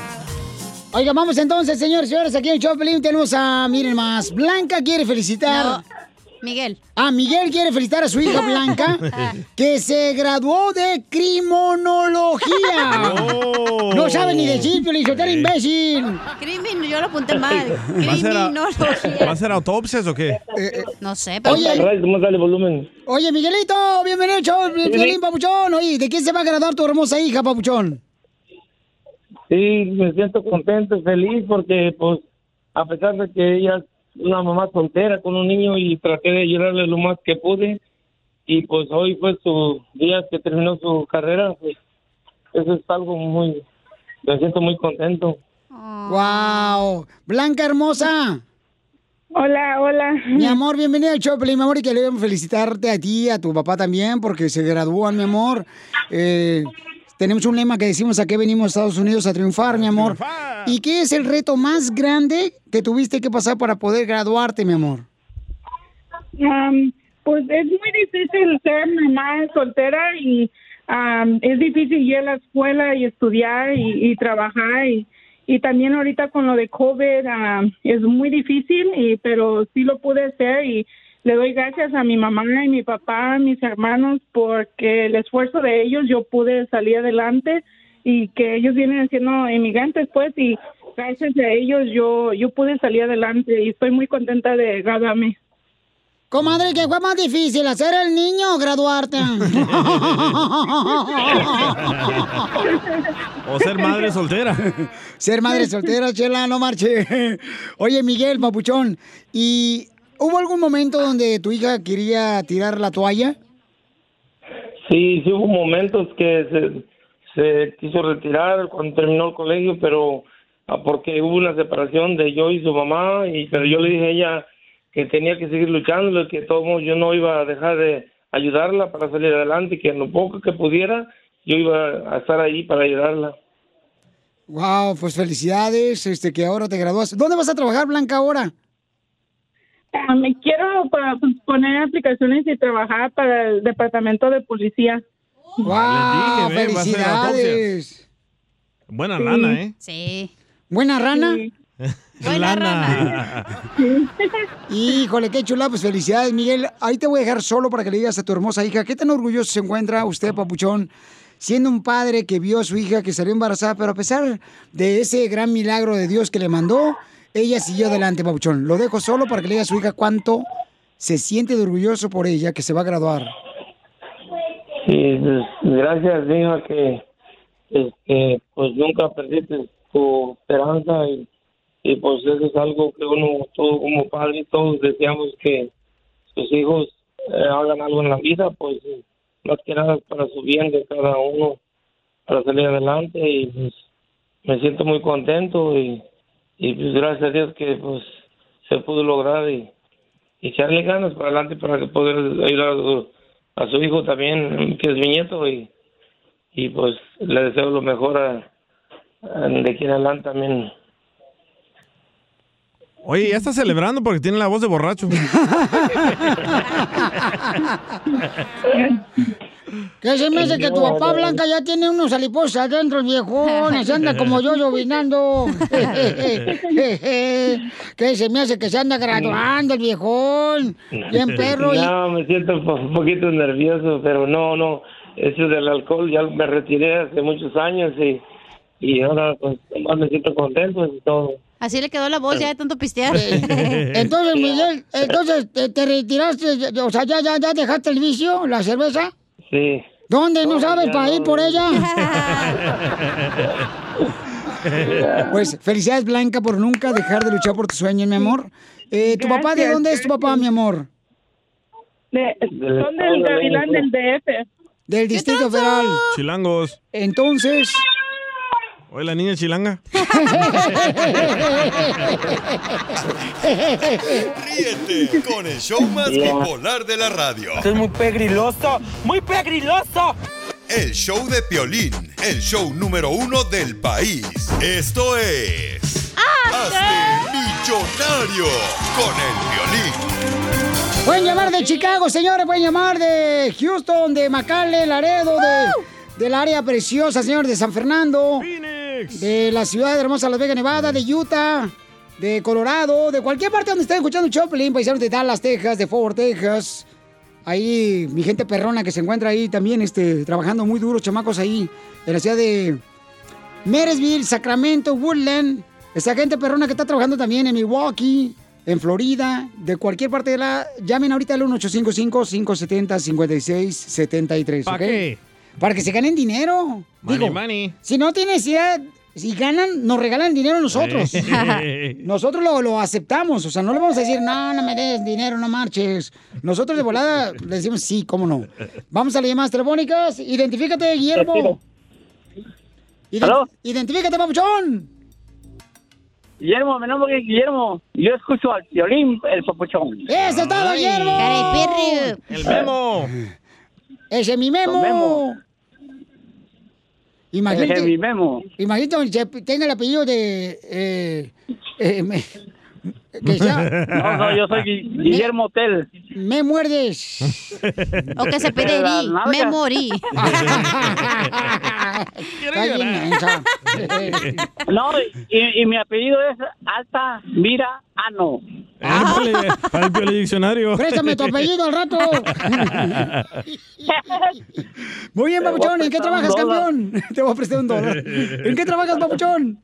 Oiga, vamos entonces, señores y señores, aquí en el Choplin tenemos a, miren más, Blanca quiere felicitar.
Miguel.
Ah, Miguel quiere felicitar a su hija Blanca, que se graduó de criminología. No sabe ni decir, pero hizo tal imbécil.
Crimen, yo lo apunté mal.
¿Va a, ser a- ¿Va a
Criminología.
ser autopsias o qué?
Eh,
No sé, pero.
Oye,
¿Cómo sale el volumen?
oye, Miguelito, bienvenido, al show,
Sí, sí.
Piolín, papuchón. Oye, ¿de quién se va a graduar tu hermosa hija, papuchón?
Sí, me siento contento, feliz, porque pues a pesar de que ella es una mamá soltera con un niño y traté de ayudarle lo más que pude y pues hoy fue su día que terminó su carrera, pues, eso es algo muy, me siento muy contento.
Ah.
Wow, Blanca hermosa. Hola, hola. Mi amor, bienvenida al show, Piolín, mi amor, y queremos felicitarte a ti, a tu papá también, porque se gradúan, mi amor. Eh, tenemos un lema que decimos a qué venimos a Estados Unidos a triunfar, mi amor. ¿Y qué es el reto más grande que tuviste que pasar para poder graduarte, mi amor?
Um,
pues es muy difícil ser mamá soltera y um, es difícil ir a la escuela y estudiar y, y trabajar y, y también ahorita con lo de COVID um, es muy difícil y pero sí lo pude hacer y le doy gracias a mi mamá y mi papá, mis hermanos porque el esfuerzo de ellos yo pude salir adelante y que ellos vienen siendo inmigrantes pues y gracias a ellos yo yo pude salir adelante y estoy muy contenta de graduarme.
Comadre, ¿qué fue más difícil, hacer el niño o graduarte?
O ser madre soltera.
Ser madre soltera, chela, no marche. Oye, Miguel, papuchón, ¿y hubo algún momento donde tu hija quería tirar la toalla?
Sí, sí hubo momentos que se, se quiso retirar cuando terminó el colegio, pero ah, porque hubo una separación de yo y su mamá, y pero yo le dije a ella que tenía que seguir luchando, y que de todos modos yo no iba a dejar de ayudarla para salir adelante, y que en lo poco que pudiera yo iba a estar ahí para ayudarla.
Wow, pues felicidades, este, que ahora te gradúas. ¿Dónde vas a trabajar, Blanca, ahora?
Ah, Me quiero pa- pues, poner aplicaciones y trabajar para el departamento de policía.
¡Wow!
Les dije, ve, va a ser autopsia.
¡Felicidades!
Buena
Sí.
lana, ¿eh?
Sí.
¿Buena rana?
Buena
Híjole, qué chula, pues felicidades, Miguel. Ahí te voy a dejar solo para que le digas a tu hermosa hija qué tan orgulloso se encuentra usted, papuchón, siendo un padre que vio a su hija que salió embarazada, pero a pesar de ese gran milagro de Dios que le mandó, ella siguió adelante, papuchón. Lo dejo solo para que le diga a su hija cuánto se siente de orgulloso por ella que se va a graduar.
Y pues, gracias, mija, que este, pues nunca perdiste tu esperanza y, y pues eso es algo que uno, todo como padre, todos deseamos que sus hijos eh, hagan algo en la vida, pues y más que nada es para su bien de cada uno, para salir adelante y pues me siento muy contento y, y pues gracias a Dios que pues se pudo lograr y, y echarle ganas para adelante para que poder ayudar a su, a su hijo también, que es mi nieto, y, y pues le deseo lo mejor a, a-
Mm.
de aquí en adelante también.
Oye, ya está celebrando porque tiene la voz de borracho.
¿Qué se me hace que tu papá Blanca ya tiene unos alipos adentro, viejones? Se anda como yo llovinando. ¿Qué se me hace que se anda graduando el viejón? Bien perro. y-
No, me siento un po- un poquito nervioso, pero no, no, eso del alcohol ya me retiré hace muchos años y, y ahora pues nomás me siento contento y todo.
Así le quedó la voz ya de tanto pistear.
Entonces, Miguel, entonces te, te retiraste, o sea, ya, ya, ya dejaste el vicio, la cerveza.
Sí.
¿Dónde? ¿No sabes para ir por ella? Pues felicidades, Blanca, por nunca dejar de luchar por tus sueños, mi amor. Eh, ¿Tu papá de
Gracias,
dónde es tu papá, mi amor?
De- son del Gavilán del DF.
Del Distrito Federal.
Chilangos.
Entonces.
Oye, la niña chilanga.
Ríete con el show más bipolar de la radio.
Esto es muy pegriloso, muy pegriloso.
El show de Piolín, el
Ah,
show número uno del país. Esto es... ¡Hazte millonario con el violín.
Pueden llamar de Chicago, señores, pueden llamar de Houston, de McAllen, Laredo, de, del área preciosa, señores, de San Fernando, de la ciudad de hermosa Las Vegas, Nevada, de Utah, de Colorado, de cualquier parte donde estén escuchando Choplin, paisanos de Dallas, Texas, de Fort Worth, Texas. Ahí, mi gente perrona que se encuentra ahí también, este, trabajando muy duro, chamacos ahí, de la ciudad de Marysville, Sacramento, Woodland. Esa gente perrona que está trabajando también en Milwaukee, en Florida, de cualquier parte de la... Llamen ahorita al 1855-570-5673.
¿Pa
¿ok?
qué?
Para que se ganen dinero.
Money, money.
Si no tienes idea, si ganan, nos regalan dinero a nosotros.
Eh.
nosotros lo, lo aceptamos, o sea, no le vamos a decir, no, no me des dinero, no marches. Nosotros de volada le decimos, sí, cómo no. Vamos a las llamadas telefónicas. Identifícate, Guillermo. Iden-
¿Aló?
Identifícate, papuchón.
Guillermo, mi nombre es Guillermo. y Yo escucho al violín, el papuchón.
¡Eso es todo, Guillermo!
El memo.
¡Ese es mi memo!
Don Memo.
Imagínate,
Ese es mi memo.
Imagínate donde se tenga el apellido de... eh, eh, me, que sea-
No, no, yo soy Gui- Guillermo Este, Tel.
me muerdes.
O que se pide
Las
di,
nalgas.
me morí.
Está bien, mensa.
No, y, y mi apellido es Alta Mira Ano.
Ah. Eh,
Ah.
Para el Piolín diccionario.
Préstame tu apellido al rato. Muy bien,
Te voy a
papuchón. ¿En qué
prestar un
trabajas,
dólar.
campeón? Te voy a prestar un dólar. ¿En qué trabajas, papuchón?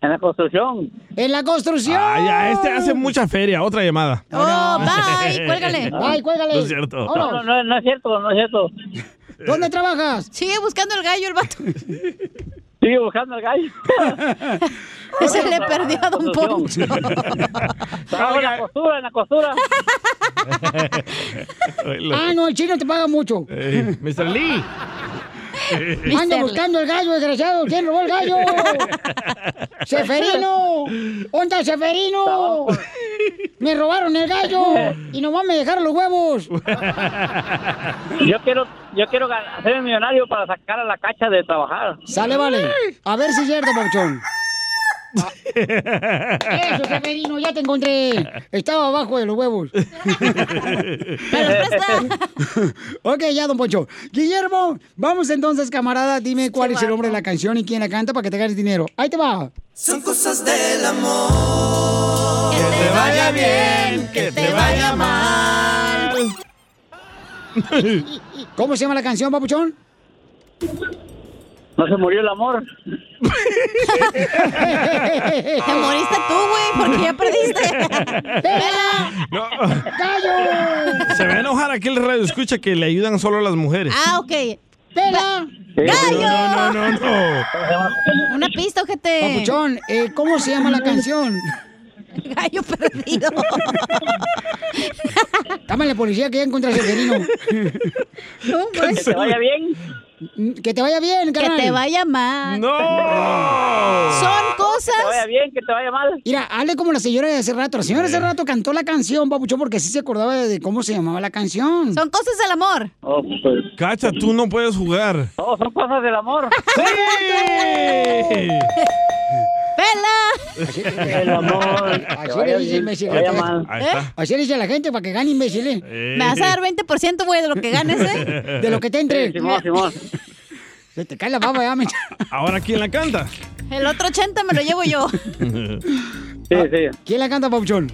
En la construcción.
En la construcción.
Ah, ya, este hace mucha feria. Otra llamada. Eh,
Oh,
bye, cuélgale.
Bye, cuélgale.
No es cierto.
No, no, no, no es cierto, no es cierto.
¿Dónde trabajas?
Sigue buscando el gallo el vato.
Sigue buscando al gallo.
Se le perdió a Don Poncho.
Trabajo en la costura, en la costura.
Ah, no, el chino te paga mucho.
Ey, Mr. Lee.
Anda buscando el gallo, desgraciado. ¿Quién robó el gallo? ¡Seferino! ¡Onda, Seferino! Me robaron el gallo y nomás me dejaron los huevos.
Yo quiero, yo quiero gan- ser millonario para sacar a la cacha de trabajar.
Sale, vale. A ver si es cierto, Pauchón. Eso, Seferino, ya te encontré. Estaba abajo de los huevos. ok, ya, don Poncho. Guillermo, vamos entonces, camarada. Dime cuál es el nombre de la canción y quién la canta para que te ganes dinero. Ahí te va.
Son cosas del amor. Que te vaya bien, que te vaya mal.
¿Cómo se llama la canción, papuchón?
No se murió el amor.
Te moriste tú, güey, porque ya perdiste. ¡Vela!
No.
Ah,
¡Gallo!
Se va a enojar aquel radio escucha que le ayudan solo a las mujeres.
Ah, ok.
¡Vela!
¡Gallo!
No, no, no, no.
Una pista, ojete. Mm.
Papuchón, eh, ¿cómo se llama la canción?
Gallo perdido.
Dame a la policía que ya encuentra a Seferino.
Que te vaya bien.
Mm, Que te vaya bien, carnal.
pues. te vaya mal.
¡No!
Son cosas.
Que te vaya bien, que te vaya mal. Eh.
Mira, hable como la señora de hace rato. La señora de hace rato cantó la canción, papuchón, porque sí se acordaba de cómo se llamaba la canción.
Son cosas del amor.
Oh, pues.
Cacha, tú no puedes jugar.
Oh, son cosas del amor.
¡Sí!
¡Vela!
Eh, El amor.
Así
Que vaya
le dice
bien,
imbécil.
que vaya mal.
Ahí está.
Así le dice a la gente para que gane imbécil. ¿eh?
¿Eh? Me vas a dar 20%, güey, de lo que ganes, ¿eh?
De lo que te entre.
Sí, Simón, Simón.
Se te cae la baba, ya, me...
Ahora, ¿quién la canta?
El otro 80 me lo llevo yo.
Sí, sí.
¿Quién la canta, papuchón?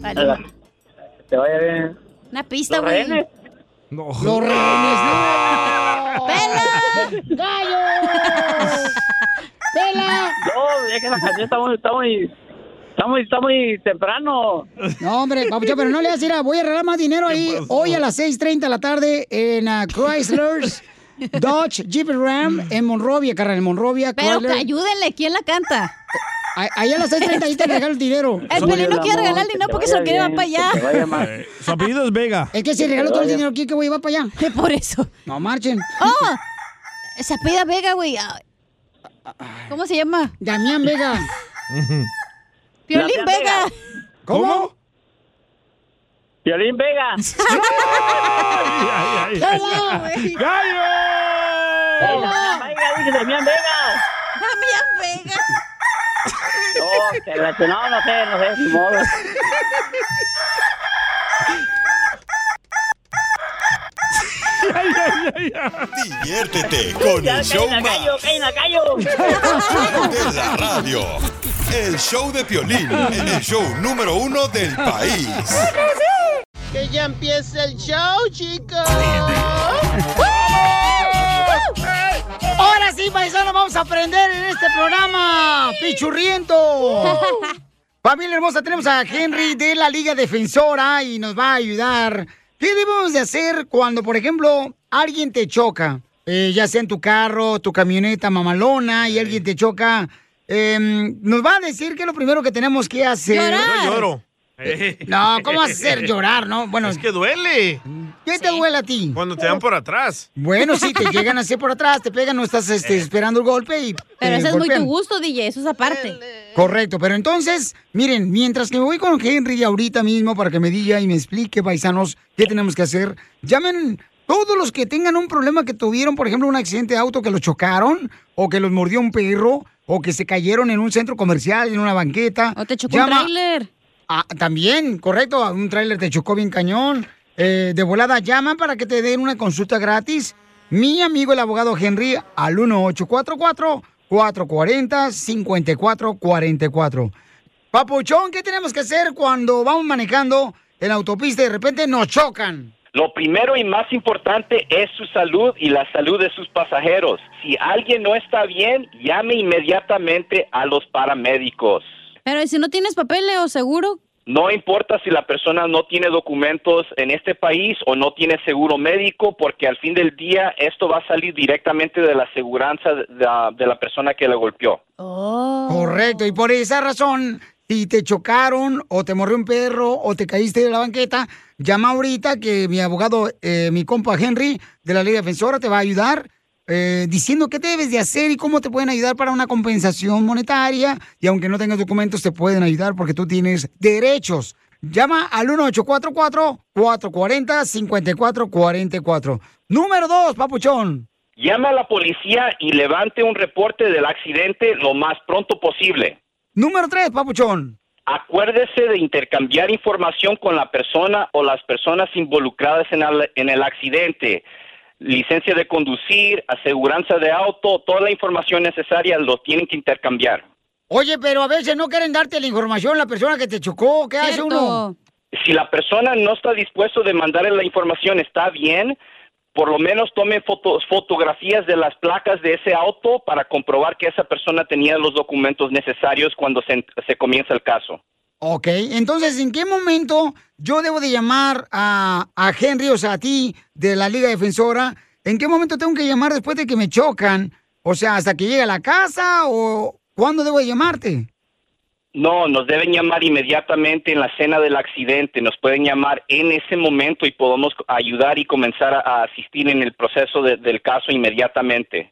Vale.
Que te vaya bien.
Una pista,
¿Los
güey.
rehenes?
No.
Los rehenes, no.
¡Vela!
¡Gallo! ¡Vela!
No, es que la canción está muy, está muy, está muy, está muy temprano.
No, hombre, papuchón, pero no le vas a ir a... Voy a regalar más dinero ahí hoy a las 6.30 de la tarde en ah, Chrysler's Dodge Jeep Ram en Monrovia, carnal, en Monrovia.
Pero que
Chrysler.
ayúdenle, ¿quién la canta?
A- Ahí a las 6.30 ahí te regalo el dinero.
El pelín no quiere regalar el dinero porque se lo quiere va para allá.
Eh, Su apellido es Vega.
Es que si regalo todo el dinero aquí, que voy a llevar para allá.
Por eso.
No marchen.
¡Oh! Se apellida Vega, güey. Ah, ¿Cómo se llama?
Damián Vega.
Violín Vega.
¿Cómo?
Violín Vega.
Ay, ay, ay. ¡Gallo!
Damián Vega, dice Damián Vega.
Damián Vega.
No, que la- no, no sé, no sé, ni modo.
Diviértete con
Ya,
el show
cállate,
más
gallo,
¡Ey, Nacayo!
de la radio. El show de Piolín, el show número uno del país.
Que ya empiece el show, chicos.
Ahora sí, paisanos, vamos a aprender en este programa. ¡Pichurriento! Familia hermosa, tenemos a Henry de la Liga Defensora y nos va a ayudar. ¿Qué debemos de hacer cuando, por ejemplo, alguien te choca? Eh, ya sea en tu carro, tu camioneta mamalona y alguien te choca. Em, nos va a decir que lo primero que tenemos que hacer...
Yo lloro.
No, ¿cómo vas a hacer llorar, no? Bueno,
Es que duele.
¿Qué te duele a ti?
Cuando te dan por atrás. Eh.
Bueno, sí, te llegan así por atrás, te pegan, no estás este, esperando el golpe y.
Pero
te
ese es muy tu
golpean.
gusto, DJ, eso es aparte.
Correcto, pero entonces, miren, mientras que me voy con Henry ahorita mismo para que me diga y me explique, paisanos, qué tenemos que hacer, llamen todos los que tengan un problema que tuvieron, por ejemplo, un accidente de auto que los chocaron, o que los mordió un perro, o que se cayeron en un centro comercial, en una banqueta. O te
chocó un tráiler.
Ah, también, correcto, a un tráiler te chocó bien cañón. Eh, de volada, llama para que te den una consulta gratis. Mi amigo el abogado Henry al 1844-440-5444. Papuchón, ¿qué tenemos que hacer cuando vamos manejando en la autopista y de repente nos chocan?
Lo primero y más importante es su salud y la salud de sus pasajeros. Si alguien no está bien, llame inmediatamente a los paramédicos.
Pero ¿y si no tienes papeles o seguro?
No importa si la persona no tiene documentos en este país o no tiene seguro médico, porque al fin del día esto va a salir directamente de la aseguranza de la, de la persona que le golpeó.
Correcto, y por esa razón, si te chocaron o te morrió un perro o te caíste de la banqueta, llama ahorita que mi abogado, eh, mi compa Henry de la Ley Defensora te va a ayudar eh, diciendo qué debes de hacer y cómo te pueden ayudar para una compensación monetaria. Y aunque no tengas documentos, te pueden ayudar porque tú tienes derechos. Llama al 1844-440-5444. Número 2, papuchón.
Llame a la policía y levante un reporte del accidente lo más pronto posible.
Número 3, papuchón.
Acuérdese de intercambiar información con la persona o las personas involucradas en el, en el accidente. Licencia de conducir, aseguranza de auto, toda la información necesaria lo tienen que intercambiar.
Oye, pero a veces no quieren darte la información la persona que te chocó. ¿Qué hace uno?
Si la persona no está dispuesto de mandarle la información, está bien. Por lo menos tomen fotos, fotografías de las placas de ese auto para comprobar que esa persona tenía los documentos necesarios cuando se, se comienza el caso.
Ok, entonces, ¿en qué momento yo debo de llamar a, a Henry, o sea, a ti, de la Liga Defensora? ¿En qué momento tengo que llamar después de que me chocan? O sea, hasta que llegue a la casa o cuándo debo de llamarte?
No, nos deben llamar inmediatamente en la escena del accidente. Nos pueden llamar en ese momento y podemos ayudar y comenzar a, a asistir en el proceso de- del caso inmediatamente.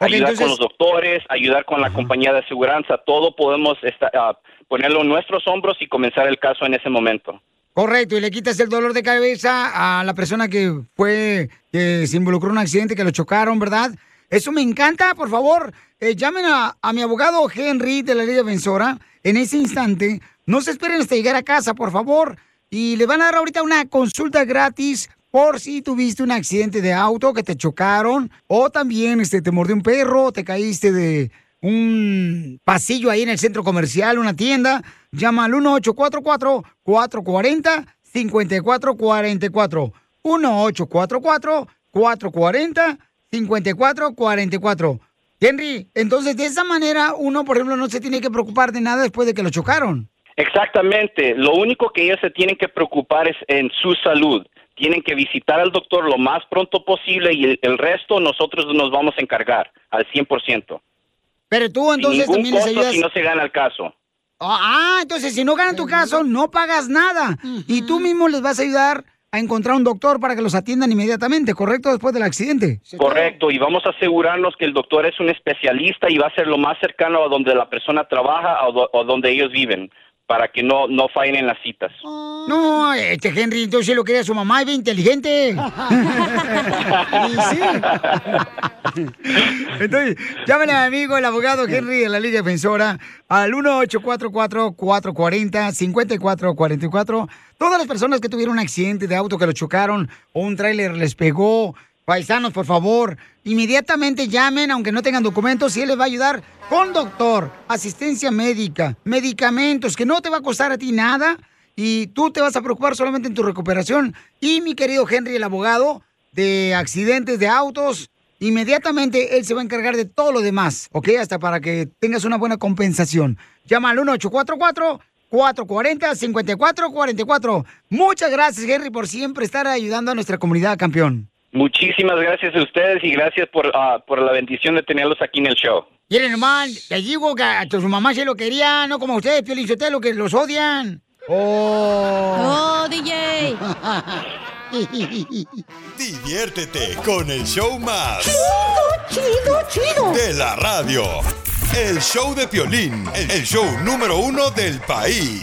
Ok,
ayudar
entonces-
con los doctores, ayudar con la compañía de aseguranza, todo podemos esta- ah, ponerlo en nuestros hombros y comenzar el caso en ese momento.
Correcto, y le quitas el dolor de cabeza a la persona que fue, que se involucró en un accidente, que lo chocaron, ¿verdad? Eso me encanta, por favor, eh, llamen a, a mi abogado Henry de la Liga Defensora en ese instante. No se esperen hasta llegar a casa, por favor. Y le van a dar ahorita una consulta gratis por si tuviste un accidente de auto, que te chocaron, o también este, te mordió un perro, te caíste de un pasillo ahí en el centro comercial, una tienda. Llama al 1844-440-5444. 1844-440-5444. Henry, entonces de esa manera uno, por ejemplo, no se tiene que preocupar de nada después de que lo chocaron.
Exactamente. Lo único que ellos se tienen que preocupar es en su salud. Tienen que visitar al doctor lo más pronto posible y el, el resto nosotros nos vamos a encargar al 100%.
Pero tú entonces
Sin ningún
también les
costo
ayudas.
si no se gana el caso.
Ah, ah, entonces si no ganan tu caso, no pagas nada. Y tú mismo les vas a ayudar a encontrar un doctor para que los atiendan inmediatamente, ¿correcto? Después del accidente.
Correcto, y vamos a asegurarnos que el doctor es un especialista y va a ser lo más cercano a donde la persona trabaja o, do- o donde ellos viven para que no, no fallen en las citas.
No, este Henry, entonces lo quería su mamá, y bien inteligente. Y sí. Entonces, llamen a mi amigo, el abogado Henry de la Liga Defensora, al 1-844-440-5444. Todas las personas que tuvieron un accidente de auto, que lo chocaron, o un tráiler les pegó, paisanos, por favor, inmediatamente llamen, aunque no tengan documentos, y él les va a ayudar con doctor, asistencia médica, medicamentos, que no te va a costar a ti nada, y tú te vas a preocupar solamente en tu recuperación. Y mi querido Henry, el abogado de accidentes de autos, inmediatamente él se va a encargar de todo lo demás, ¿ok? Hasta para que tengas una buena compensación. Llama al 1844 440 5444 Muchas gracias, Henry, por siempre estar ayudando a nuestra comunidad, campeón.
Muchísimas gracias a ustedes y gracias por, ah, por la bendición de tenerlos aquí en el show.
Miren nomás, te digo que a tu mamá se lo quería, no como ustedes, Piolín lo que los odian. ¡Oh!
¡Oh, DJ!
Diviértete con el show más
Chido, chido, chido.
de la radio. El show de Piolín, el show número uno del país.